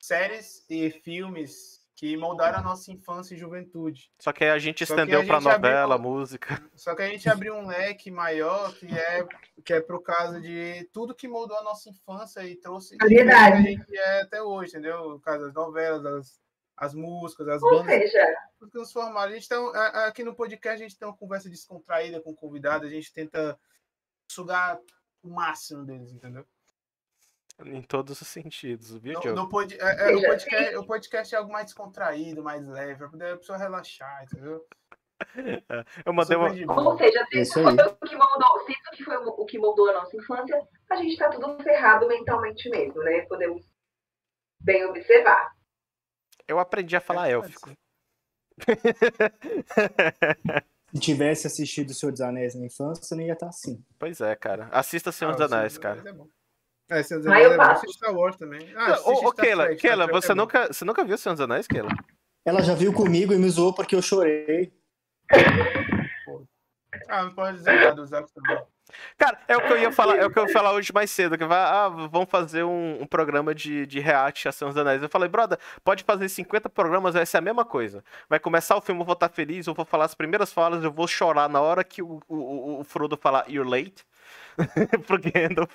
[SPEAKER 1] séries e filmes que moldaram a nossa infância e juventude.
[SPEAKER 2] Só que aí a gente
[SPEAKER 1] só que a
[SPEAKER 2] estendeu pra
[SPEAKER 1] gente abriu-
[SPEAKER 2] novela, música.
[SPEAKER 1] Só que a gente abriu um leque maior que é que é pro caso de tudo que moldou a nossa infância e trouxe
[SPEAKER 3] É verdade.
[SPEAKER 1] o que a gente é até hoje, entendeu? O caso das novelas, as, as músicas, as
[SPEAKER 3] Ou
[SPEAKER 1] bandas,
[SPEAKER 3] seja,
[SPEAKER 1] tudo que nos formaram. A gente tá, a- a- aqui no podcast a gente tem uma conversa descontraída com o convidado, a gente tenta sugar o máximo deles, entendeu?
[SPEAKER 2] Em todos os sentidos, viu,
[SPEAKER 1] No,
[SPEAKER 2] Diogo?
[SPEAKER 1] no pod- é- é, o,
[SPEAKER 3] Veja,
[SPEAKER 1] podcast, o podcast é algo mais descontraído, mais leve, pra poder a pessoa relaxar, entendeu?
[SPEAKER 2] Eu mandei uma.
[SPEAKER 1] Super de boa.
[SPEAKER 3] ou seja, se isso
[SPEAKER 5] Isso aí.
[SPEAKER 3] foi o que moldou, se isso que foi o o que moldou a nossa infância, a gente tá tudo ferrado mentalmente mesmo, né? Podemos bem observar.
[SPEAKER 2] Eu aprendi a
[SPEAKER 1] É
[SPEAKER 2] falar élfico.
[SPEAKER 5] Se tivesse assistido O Senhor dos Anéis na infância, eu não ia estar assim.
[SPEAKER 2] Pois é, cara. Assista Senhor dos
[SPEAKER 1] Ah, o
[SPEAKER 2] Anéis,
[SPEAKER 1] Senhor
[SPEAKER 2] cara.
[SPEAKER 1] É, bom. é, Senhor dos
[SPEAKER 3] Ah,
[SPEAKER 1] Anéis
[SPEAKER 3] eu
[SPEAKER 1] é bom.
[SPEAKER 3] passo.
[SPEAKER 1] Assiste Star Wars também. Ah,
[SPEAKER 2] Não,
[SPEAKER 1] assiste
[SPEAKER 2] Ô, ô
[SPEAKER 1] Star
[SPEAKER 2] Keila,
[SPEAKER 1] Trek, Star
[SPEAKER 2] Keila,
[SPEAKER 1] Trek é
[SPEAKER 2] você
[SPEAKER 1] bom.
[SPEAKER 2] nunca, você nunca viu Senhor dos Anéis, Keila?
[SPEAKER 5] Ela já viu comigo e me zoou porque eu chorei.
[SPEAKER 1] Ah, não pode dizer nada do Zack também.
[SPEAKER 2] Cara, é o que eu ia falar, é o que eu ia falar hoje mais cedo, que vai, ah, vamos fazer um, um programa de, de react a Senhor dos Anéis. Eu falei, brother, pode fazer 50 programas, vai ser a mesma coisa. Vai começar o filme, eu vou estar feliz, eu vou falar as primeiras falas, eu vou chorar na hora que o, o, o Frodo falar You're late pro Gandalf.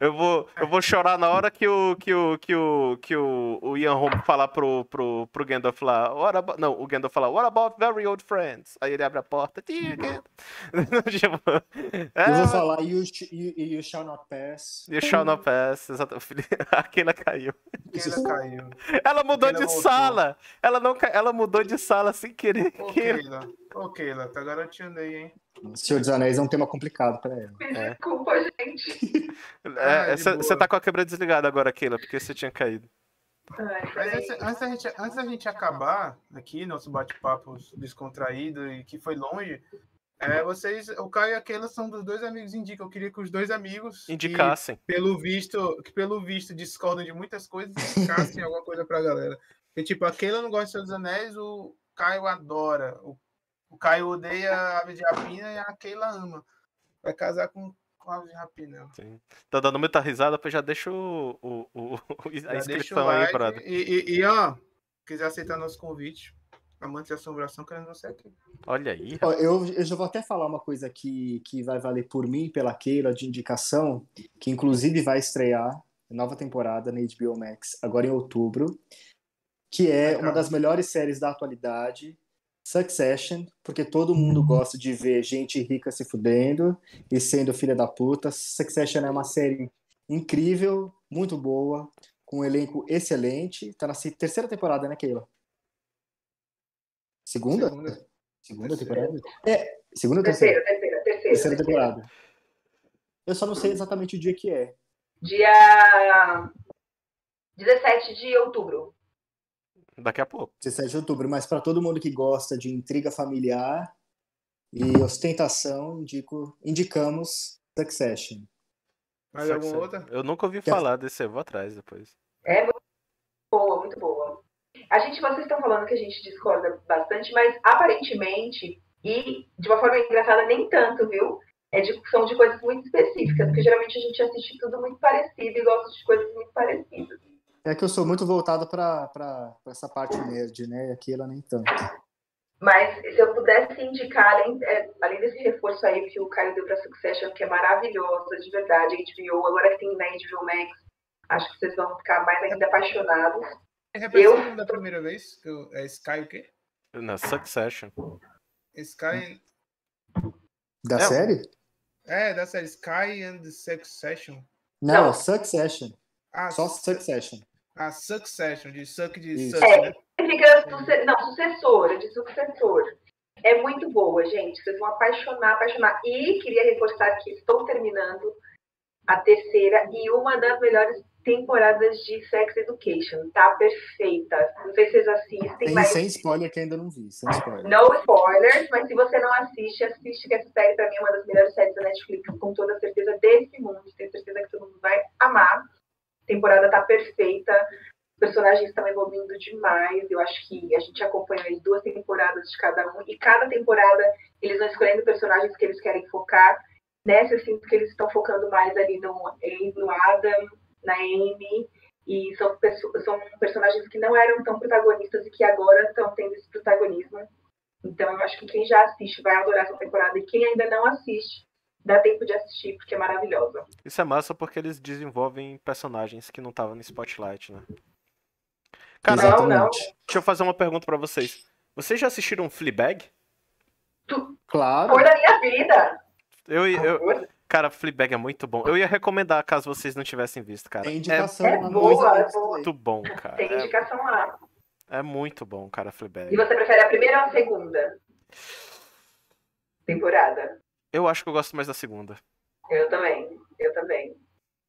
[SPEAKER 2] Eu vou, eu vou chorar na hora que o que o que o que o, o Ian Holm falar pro, pro, pro Gandalf lá, what about, não, o Gandalf falar, what about very old friends? Aí ele abre a porta, dear Gandalf. Tipo,
[SPEAKER 5] Uhum. Eu
[SPEAKER 2] é,
[SPEAKER 5] vou falar you, sh- you, you shall not pass.
[SPEAKER 2] You shall not pass. Exato. Aquela caiu.
[SPEAKER 1] Ela caiu.
[SPEAKER 2] Ela mudou
[SPEAKER 1] Keila
[SPEAKER 2] de
[SPEAKER 1] voltou.
[SPEAKER 2] sala. Ela não, ca- ela mudou de sala sem querer.
[SPEAKER 1] Ô,
[SPEAKER 2] Keila.
[SPEAKER 1] Keila. Ô, Keila, tá garantindo aí, hein?
[SPEAKER 5] Senhor dos Anéis é um tema complicado pra ela.
[SPEAKER 2] É.
[SPEAKER 3] Desculpa, gente.
[SPEAKER 1] Ah,
[SPEAKER 2] É,
[SPEAKER 1] de
[SPEAKER 2] Você
[SPEAKER 1] boa.
[SPEAKER 2] você tá com a câmera desligada agora, Keila, porque você tinha caído.
[SPEAKER 3] Ai,
[SPEAKER 1] Mas ah,
[SPEAKER 3] peraí.
[SPEAKER 1] antes, antes da gente, antes da gente acabar aqui, nosso bate-papo descontraído e que foi longe, é, vocês, o Caio e a Keila são dos dois amigos indica. Eu queria que os dois amigos que,
[SPEAKER 2] Indicassem.
[SPEAKER 1] pelo visto, que pelo visto discordam de muitas coisas, indicassem alguma coisa pra galera. Porque, tipo, a Keila não gosta de Senhor dos Anéis, o Caio adora. O, o Caio odeia a ave de rapina e a Keila ama. Vai casar com, com a ave de rapina.
[SPEAKER 2] Tá dando muita risada, pois já deixa o, o- o- o- a
[SPEAKER 1] Já deixa o
[SPEAKER 2] inscrição aí,
[SPEAKER 1] like
[SPEAKER 2] brother.
[SPEAKER 1] E, e, e, ó, quiser aceitar nosso convite, amante de assombração, querendo você aqui.
[SPEAKER 2] Olha aí.
[SPEAKER 5] Ó, Eu, eu já vou até falar uma coisa que, que vai valer por mim, e pela Keila, de indicação, que inclusive vai estrear nova temporada na HBO Max, agora em outubro, que é
[SPEAKER 1] Legal.
[SPEAKER 5] uma das melhores séries da atualidade, Succession, porque todo mundo gosta de ver gente rica se fudendo e sendo filha da puta. Succession é uma série incrível, muito boa, com um elenco excelente. Tá na se- terceira temporada, né, Keila? Segunda?
[SPEAKER 1] Segunda.
[SPEAKER 5] Segunda
[SPEAKER 1] Terceira.
[SPEAKER 5] temporada? É, segunda ou
[SPEAKER 3] Terceira,
[SPEAKER 5] terceira?
[SPEAKER 3] terceira, terceira.
[SPEAKER 5] Terceira temporada. Eu só não sei exatamente o dia que é.
[SPEAKER 3] Dia 17 de outubro.
[SPEAKER 2] Daqui a pouco.
[SPEAKER 5] 17 de outubro, mas para todo mundo que gosta de intriga familiar e ostentação, indico, indicamos Succession.
[SPEAKER 1] Mais
[SPEAKER 2] Só
[SPEAKER 1] alguma
[SPEAKER 2] que-
[SPEAKER 1] outra?
[SPEAKER 2] Eu nunca ouvi
[SPEAKER 5] Quer-
[SPEAKER 2] falar desse, eu vou atrás depois.
[SPEAKER 3] Boa, muito boa. A gente, vocês estão falando que a gente discorda bastante, mas aparentemente, e de uma forma engraçada, nem tanto, viu? É de, são de coisas muito específicas, porque geralmente a gente assiste tudo muito parecido e gosta de coisas muito parecidas.
[SPEAKER 5] É que eu sou muito voltado para essa parte nerd, né? E aqui ela nem tanto.
[SPEAKER 3] Mas se eu pudesse indicar, além, é, além desse reforço aí que o Caio deu pra Succession, que é maravilhosa, de verdade, HBO, agora que tem na HBO Max, acho que vocês vão ficar mais ainda apaixonados.
[SPEAKER 1] Repete
[SPEAKER 3] Eu-
[SPEAKER 1] o nome da primeira vez. Que eu- é Sky o quê?
[SPEAKER 2] Na Succession. Hum.
[SPEAKER 1] Sky.
[SPEAKER 5] Da
[SPEAKER 2] Não.
[SPEAKER 5] série?
[SPEAKER 1] É, da série Sky and the Succession.
[SPEAKER 5] Não,
[SPEAKER 3] Não.
[SPEAKER 5] Succession.
[SPEAKER 1] Ah,
[SPEAKER 5] Só
[SPEAKER 1] su-
[SPEAKER 5] Succession.
[SPEAKER 1] ah, Succession, de Suck de
[SPEAKER 5] Isso.
[SPEAKER 1] Suck,
[SPEAKER 3] É.
[SPEAKER 1] né?
[SPEAKER 3] Fica suce- não, sucessora, de sucessor. É muito boa, gente. Vocês vão apaixonar, apaixonar. E queria reforçar que estou terminando a terceira e uma das melhores temporadas de Sex Education. Tá perfeita. Não sei se vocês assistem,
[SPEAKER 5] Tem,
[SPEAKER 3] mas.
[SPEAKER 5] sem spoiler que ainda não vi, sem spoiler.
[SPEAKER 3] No spoilers, mas se você não assiste, assiste que essa série pra mim é uma das melhores séries da Netflix, com toda certeza desse mundo. Tenho certeza que todo mundo vai amar. A temporada tá perfeita. Os personagens estão evoluindo demais. Eu acho que a gente acompanha aí duas temporadas de cada um. E cada temporada eles vão escolhendo personagens que eles querem focar. Nessa eu sinto que eles estão focando mais ali no, em- no Adam, na Amy. E são, perso- são personagens que não eram tão protagonistas e que agora estão tendo esse protagonismo. Então eu acho que quem já assiste vai adorar essa temporada e quem ainda não assiste, dá tempo de assistir, porque é maravilhosa.
[SPEAKER 2] Isso é massa porque eles desenvolvem personagens que não estavam no spotlight, né? Cara,
[SPEAKER 3] Exato. não,
[SPEAKER 2] deixa eu fazer uma pergunta pra vocês. Vocês já assistiram Fleabag?
[SPEAKER 5] Claro.
[SPEAKER 3] Amor da minha vida!
[SPEAKER 2] Eu, eu,
[SPEAKER 3] Amor.
[SPEAKER 2] cara, Fleabag é muito bom. Eu ia recomendar caso vocês não tivessem visto, cara.
[SPEAKER 5] Tem
[SPEAKER 2] É
[SPEAKER 5] indicação.
[SPEAKER 3] É
[SPEAKER 5] uma
[SPEAKER 3] boa,
[SPEAKER 5] coisa
[SPEAKER 3] é
[SPEAKER 5] dessa
[SPEAKER 3] boa.
[SPEAKER 5] aí.
[SPEAKER 2] muito bom, cara.
[SPEAKER 3] Tem
[SPEAKER 2] É,
[SPEAKER 3] indicação lá.
[SPEAKER 2] é muito bom, cara,
[SPEAKER 3] E
[SPEAKER 2] Fleabag.
[SPEAKER 3] você prefere a primeira ou a segunda? Temporada.
[SPEAKER 2] Eu acho que eu gosto mais da segunda.
[SPEAKER 3] Eu também. Eu também.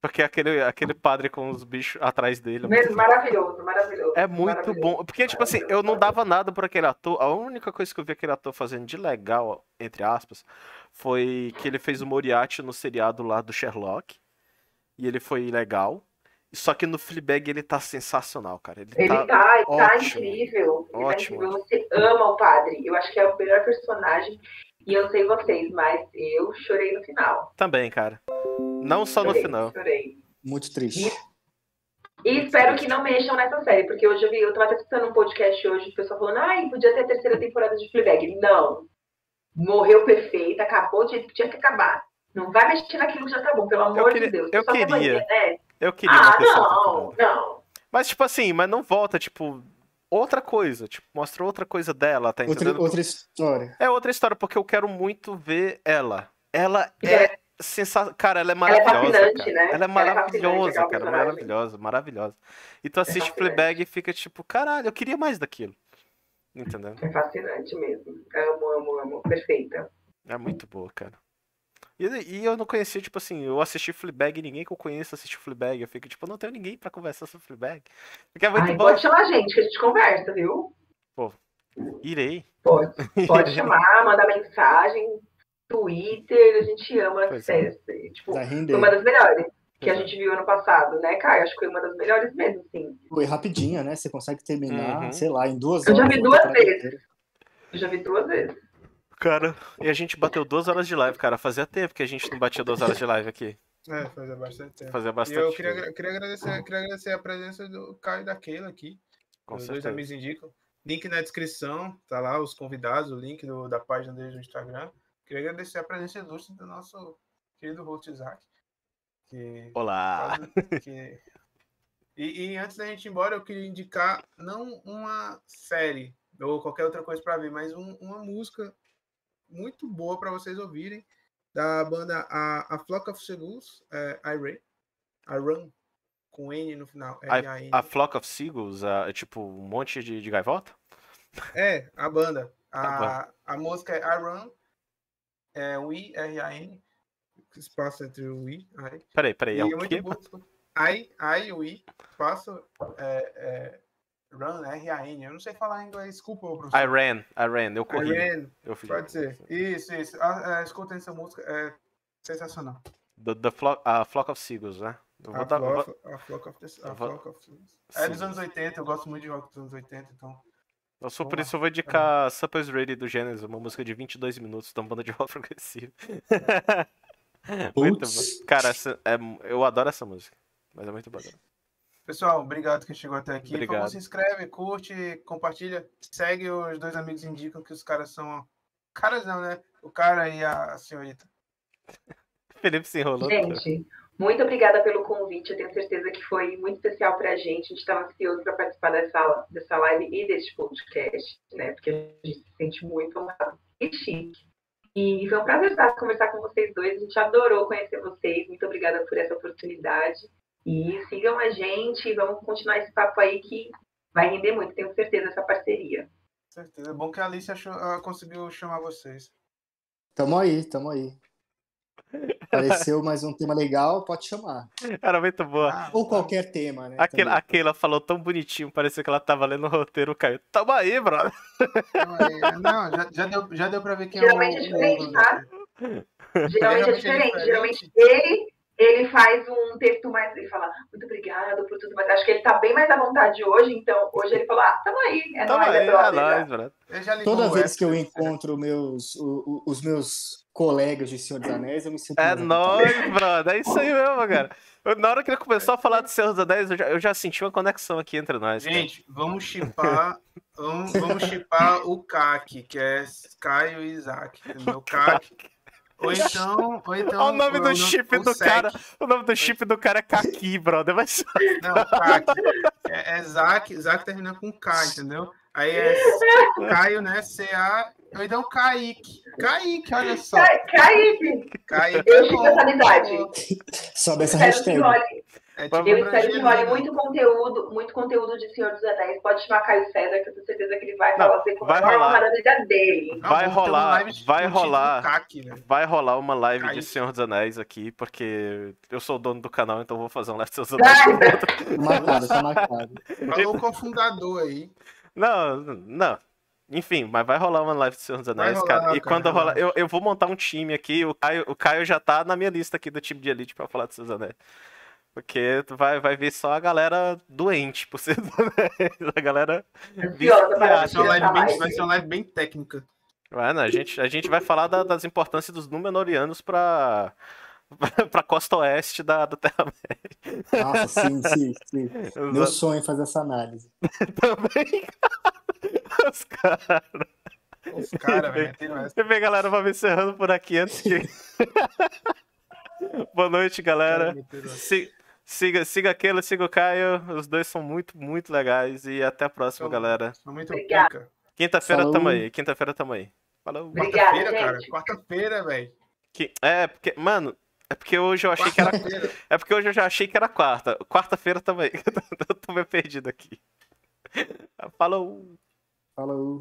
[SPEAKER 2] Porque é aquele, aquele padre com os bichos atrás dele. é muito
[SPEAKER 3] Mas Maravilhoso, maravilhoso.
[SPEAKER 2] É muito
[SPEAKER 3] maravilhoso.
[SPEAKER 2] bom. Porque, tipo assim, eu não dava nada por aquele ator. A única coisa que eu vi aquele ator fazendo de legal, entre aspas, foi que ele fez o Moriarty no seriado lá do Sherlock. E ele foi legal. Só que no Fleabag ele tá sensacional, cara. Ele,
[SPEAKER 3] Ele tá,
[SPEAKER 2] tá,
[SPEAKER 3] ele tá
[SPEAKER 2] ótimo.
[SPEAKER 3] incrível. Ele tá
[SPEAKER 2] Ótimo.
[SPEAKER 3] incrível. Você ama o padre. Eu acho que é o melhor personagem. E eu não sei vocês, mas eu chorei no final.
[SPEAKER 2] também, cara. Não só no
[SPEAKER 3] Chorei,
[SPEAKER 2] final.
[SPEAKER 3] Chorei.
[SPEAKER 5] Muito triste.
[SPEAKER 3] E espero que não mexam nessa série, porque hoje eu vi, eu tava até escutando um podcast hoje, o pessoal falando, ai, podia ter a terceira temporada de Fleabag. Não. Morreu perfeita, acabou de tinha que acabar. Não vai mexer naquilo que já tá bom, pelo amor
[SPEAKER 2] queria-
[SPEAKER 3] de Deus.
[SPEAKER 2] eu
[SPEAKER 3] Só tem
[SPEAKER 2] queria.
[SPEAKER 3] mania, né?
[SPEAKER 2] Eu queria uma
[SPEAKER 3] Ah,
[SPEAKER 2] terceira
[SPEAKER 3] não,
[SPEAKER 2] temporada.
[SPEAKER 3] não.
[SPEAKER 2] Mas, tipo assim, mas não volta, tipo, outra coisa. Tipo, mostra outra coisa dela, tá entendendo?
[SPEAKER 5] Outra, outra história.
[SPEAKER 2] É outra história, porque eu quero muito ver ela. Ela
[SPEAKER 3] E ela
[SPEAKER 2] é sensacional. Cara, ela é
[SPEAKER 3] é
[SPEAKER 2] maravilhosa.
[SPEAKER 3] fascinante,
[SPEAKER 2] cara.
[SPEAKER 3] né?
[SPEAKER 2] Ela é
[SPEAKER 3] Ela é
[SPEAKER 2] maravilhosa,
[SPEAKER 3] fascinante, aquela
[SPEAKER 2] cara.
[SPEAKER 3] personagem.
[SPEAKER 2] Maravilhosa, maravilhosa. E tu assiste
[SPEAKER 3] fascinante.
[SPEAKER 2] Fleabag e fica tipo, caralho, eu queria mais daquilo. Entendeu?
[SPEAKER 3] É fascinante mesmo. Amo, amo, amo. Perfeita.
[SPEAKER 2] É muito boa, cara. E, e eu não conhecia, tipo assim, eu assisti Fleabag e ninguém que eu conheço assiste Fleabag. Eu fico, tipo, não tenho ninguém pra conversar sobre Fleabag. Porque é muito
[SPEAKER 3] Ai,
[SPEAKER 2] bom.
[SPEAKER 3] pode chamar a gente, que a gente conversa, viu?
[SPEAKER 2] Irei.
[SPEAKER 3] Pode, pode chamar, mandar mensagem, Twitter, a gente ama
[SPEAKER 2] Pois é.
[SPEAKER 3] as séries. Tipo,
[SPEAKER 5] Vai
[SPEAKER 3] Foi
[SPEAKER 5] render.
[SPEAKER 3] uma das melhores que a
[SPEAKER 2] Exato.
[SPEAKER 3] gente viu ano passado, né, Caio? Acho que foi uma das melhores mesmo, sim.
[SPEAKER 5] Foi rapidinha, né? Você consegue terminar,
[SPEAKER 2] Uhum.
[SPEAKER 5] sei lá, em duas
[SPEAKER 3] Eu
[SPEAKER 5] horas.
[SPEAKER 3] já vi duas
[SPEAKER 5] outra
[SPEAKER 3] vezes.
[SPEAKER 5] inteira.
[SPEAKER 3] Eu já vi duas vezes.
[SPEAKER 2] Cara, e a gente bateu duas horas de live, cara. Fazia tempo que a gente não batia duas horas de live aqui.
[SPEAKER 1] É, faz bastante tempo.
[SPEAKER 2] Fazia
[SPEAKER 1] E
[SPEAKER 2] bastante
[SPEAKER 1] eu queria,
[SPEAKER 2] tempo.
[SPEAKER 1] agra- queria, agradecer, queria agradecer a presença do Caio e da Keila aqui.
[SPEAKER 2] Com
[SPEAKER 1] os dois
[SPEAKER 2] certeza.
[SPEAKER 1] amigos indicam. Link na descrição, tá lá os convidados, o link do- da página deles no Instagram. Queria agradecer a presença ilustre do nosso querido host Isaac. Que,
[SPEAKER 2] Olá!
[SPEAKER 1] que- um E, e antes da gente ir embora, eu queria indicar não uma série ou qualquer outra coisa para ver, mas um- uma música muito boa para vocês ouvirem da banda A, a Flock of Seagulls, é, Iran, Iran, com N no final. R-A-N.
[SPEAKER 2] A Flock of Seagulls a- é tipo um monte de, de gaivota?
[SPEAKER 1] É, a banda.
[SPEAKER 2] Tá
[SPEAKER 1] A, a música é Iran, é o I-R-A-N, espaço entre o I, I.
[SPEAKER 2] Peraí, peraí,
[SPEAKER 1] E
[SPEAKER 2] é
[SPEAKER 1] é
[SPEAKER 2] o quê?
[SPEAKER 1] muito bom. I, I, o I, espaço, é, é, run, R-A-N. Eu não sei falar em inglês, desculpa,
[SPEAKER 2] I
[SPEAKER 1] professor.
[SPEAKER 2] ran, I ran, Ah, eu corri.
[SPEAKER 1] Iran,
[SPEAKER 2] Eu fiz.
[SPEAKER 1] pode ser. Isso, isso. Ah, ah, escutem essa música, é sensacional.
[SPEAKER 2] The, the flock, a Flock of Seagulls, né? Eu vou
[SPEAKER 1] A
[SPEAKER 2] dar- eu vou-
[SPEAKER 1] Flock, a Flock of the-
[SPEAKER 2] eu
[SPEAKER 1] a
[SPEAKER 2] vou-
[SPEAKER 1] Flock of- É dos
[SPEAKER 2] Sim.
[SPEAKER 1] anos 80, eu gosto muito de rock dos anos 80, então.
[SPEAKER 2] Eu sou
[SPEAKER 1] Vamos
[SPEAKER 2] por
[SPEAKER 1] lá.
[SPEAKER 2] isso eu vou indicar Supper's Ready do Gênesis, uma música de 22 minutos da banda de rock progressivo. muito
[SPEAKER 5] Putz.
[SPEAKER 2] bom. Cara, essa- é mu- eu adoro essa música. Mas é muito bacana.
[SPEAKER 1] Pessoal, obrigado que chegou até aqui.
[SPEAKER 2] Obrigado.
[SPEAKER 1] Como se inscreve, curte, compartilha, segue os dois amigos indicam que os caras são. Caras não, né? O cara e a senhorita.
[SPEAKER 2] Felipe se enrolou. todo.
[SPEAKER 3] Gente, muito obrigada pelo convite. Eu tenho certeza que foi muito especial pra gente. A gente estava ansioso para participar dessa, dessa live e desse podcast, né? Porque a gente se sente muito honrado e chique. E foi um prazer estar- conversar com vocês dois. A gente adorou conhecer vocês. Muito obrigada por essa oportunidade. E sigam a gente. Vamos continuar esse papo aí que vai render muito, tenho certeza, essa parceria.
[SPEAKER 1] Com certeza. É bom que a Alice achou- ah, conseguiu chamar vocês.
[SPEAKER 5] Tamo aí, tamo aí. Apareceu mais um tema legal, pode chamar.
[SPEAKER 2] Era muito boa.
[SPEAKER 1] Ah,
[SPEAKER 5] Ou qualquer tema, né?
[SPEAKER 2] Aquela,
[SPEAKER 5] também.
[SPEAKER 2] a Keila falou tão bonitinho, parecia que ela tava lendo o roteiro, caiu. Tamo aí, brother.
[SPEAKER 1] então é- Não, já, já deu, já deu pra ver quem
[SPEAKER 3] Geralmente
[SPEAKER 1] é
[SPEAKER 3] é
[SPEAKER 1] o- o.
[SPEAKER 3] diferente,
[SPEAKER 1] o-
[SPEAKER 3] tá? Geralmente é diferente. Geralmente ele, ele faz um texto mais. Ele fala, muito obrigado por tudo, mas acho que ele tá bem mais à vontade hoje, então hoje ele falou, ah, tamo aí, é
[SPEAKER 2] Tamo
[SPEAKER 3] nóis,
[SPEAKER 2] aí,
[SPEAKER 3] é
[SPEAKER 2] é
[SPEAKER 3] brother.
[SPEAKER 2] nóis, brother.
[SPEAKER 1] Ele já ligou
[SPEAKER 5] Toda
[SPEAKER 1] o
[SPEAKER 5] vez
[SPEAKER 2] é
[SPEAKER 1] app,
[SPEAKER 5] que eu
[SPEAKER 1] né?
[SPEAKER 5] encontro meus, o- o- os meus colegas de Senhor dos Anéis, eu me sinto.
[SPEAKER 2] É
[SPEAKER 5] mais à vontade.
[SPEAKER 2] nóis, brother. É isso aí mesmo, cara. Eu- Na hora que ele começou a falar de Senhor dos Anéis, eu já, eu já senti uma conexão aqui entre nós. cara.
[SPEAKER 1] Gente, vamos chipar. vamos vamos chipar o CAC, que é Caio e Isaac. entendeu? O CAC. Ou então. Ou então
[SPEAKER 2] Olha o nome
[SPEAKER 1] ou
[SPEAKER 2] do
[SPEAKER 1] não-
[SPEAKER 2] chip
[SPEAKER 1] o
[SPEAKER 2] do
[SPEAKER 1] Sec.
[SPEAKER 2] cara. O nome do chip do cara é Kaki, brother. Vai ser
[SPEAKER 1] Não, Kak. É, é Zac, Zac termina com K, entendeu? Aí é Caio, né? C-A. Ou então Kaique. Kaique, olha só.
[SPEAKER 3] Cai- Kaique,
[SPEAKER 1] Kaique.
[SPEAKER 3] eu tive essa amizade.
[SPEAKER 5] Sobe essa
[SPEAKER 3] Espero que
[SPEAKER 5] hashtag.
[SPEAKER 3] role,
[SPEAKER 1] É
[SPEAKER 3] eu
[SPEAKER 1] tipo
[SPEAKER 3] espero que role
[SPEAKER 1] Brangelina.
[SPEAKER 3] muito conteúdo, muito conteúdo de Senhor dos Anéis. Pode chamar Caio César, que eu tenho certeza que ele vai
[SPEAKER 2] Não,
[SPEAKER 3] falar assim como
[SPEAKER 2] vai
[SPEAKER 3] a maior
[SPEAKER 2] rolar.
[SPEAKER 3] maravilha dele.
[SPEAKER 1] Não,
[SPEAKER 2] Vai
[SPEAKER 1] vamos ter então, uma
[SPEAKER 2] rolar,
[SPEAKER 1] live
[SPEAKER 2] vai
[SPEAKER 1] discutindo
[SPEAKER 2] rolar.
[SPEAKER 1] o Kak, né?
[SPEAKER 2] Vai rolar uma live
[SPEAKER 1] Kaique.
[SPEAKER 2] de Senhor dos Anéis aqui, porque eu sou o dono do canal, então eu vou fazer um live de Senhor dos Anéis.
[SPEAKER 3] Vai,
[SPEAKER 5] Marcado, tá marcado.
[SPEAKER 1] Falou o cofundador aí.
[SPEAKER 2] Não, não. Enfim, mas vai rolar uma live de Senhor dos
[SPEAKER 1] Vai
[SPEAKER 2] Anéis,
[SPEAKER 1] rolar,
[SPEAKER 2] cara. E
[SPEAKER 1] cara,
[SPEAKER 2] quando
[SPEAKER 1] vai
[SPEAKER 2] rolar, eu, eu vou montar um time aqui. O Caio, o Caio já tá na minha lista aqui do time de Elite pra falar de Senhor dos Anéis. Porque tu vai, vai ver só a galera doente por ser a galera
[SPEAKER 3] Ansiosa para
[SPEAKER 1] Vai ser, uma live bem, vai ser uma live bem técnica.
[SPEAKER 2] Vai, né? A gente, a gente vai falar da- das importâncias dos Númenóreanos pra, pra costa oeste da, da Terra.
[SPEAKER 5] Nossa, sim, sim, sim. Meu
[SPEAKER 2] Exato,
[SPEAKER 5] sonho é fazer essa análise.
[SPEAKER 2] Também, cara. Os caras.
[SPEAKER 1] Os caras, velho, tem mais.
[SPEAKER 2] Você vê, galera, vamos encerrando por aqui antes de. Boa noite, galera. Si- Siga, siga aquele, siga o Caio. Os dois são muito, muito legais. E até a próxima,
[SPEAKER 1] Falou.
[SPEAKER 2] galera.
[SPEAKER 1] Sou muito
[SPEAKER 3] Obrigada.
[SPEAKER 1] pica.
[SPEAKER 2] Quinta-feira
[SPEAKER 5] Falou.
[SPEAKER 2] tamo aí. Quinta-feira tamo aí. Falou.
[SPEAKER 3] Obrigada,
[SPEAKER 1] Quarta-feira, cara.
[SPEAKER 3] gente.
[SPEAKER 1] Quarta-feira, velho.
[SPEAKER 2] Que- É, porque. Mano, é porque hoje eu achei que era.
[SPEAKER 1] Quarta-feira.
[SPEAKER 2] É porque hoje eu já achei que era quarta. Quarta-feira também. Eu tô meio perdido aqui. Falou.
[SPEAKER 5] Falou.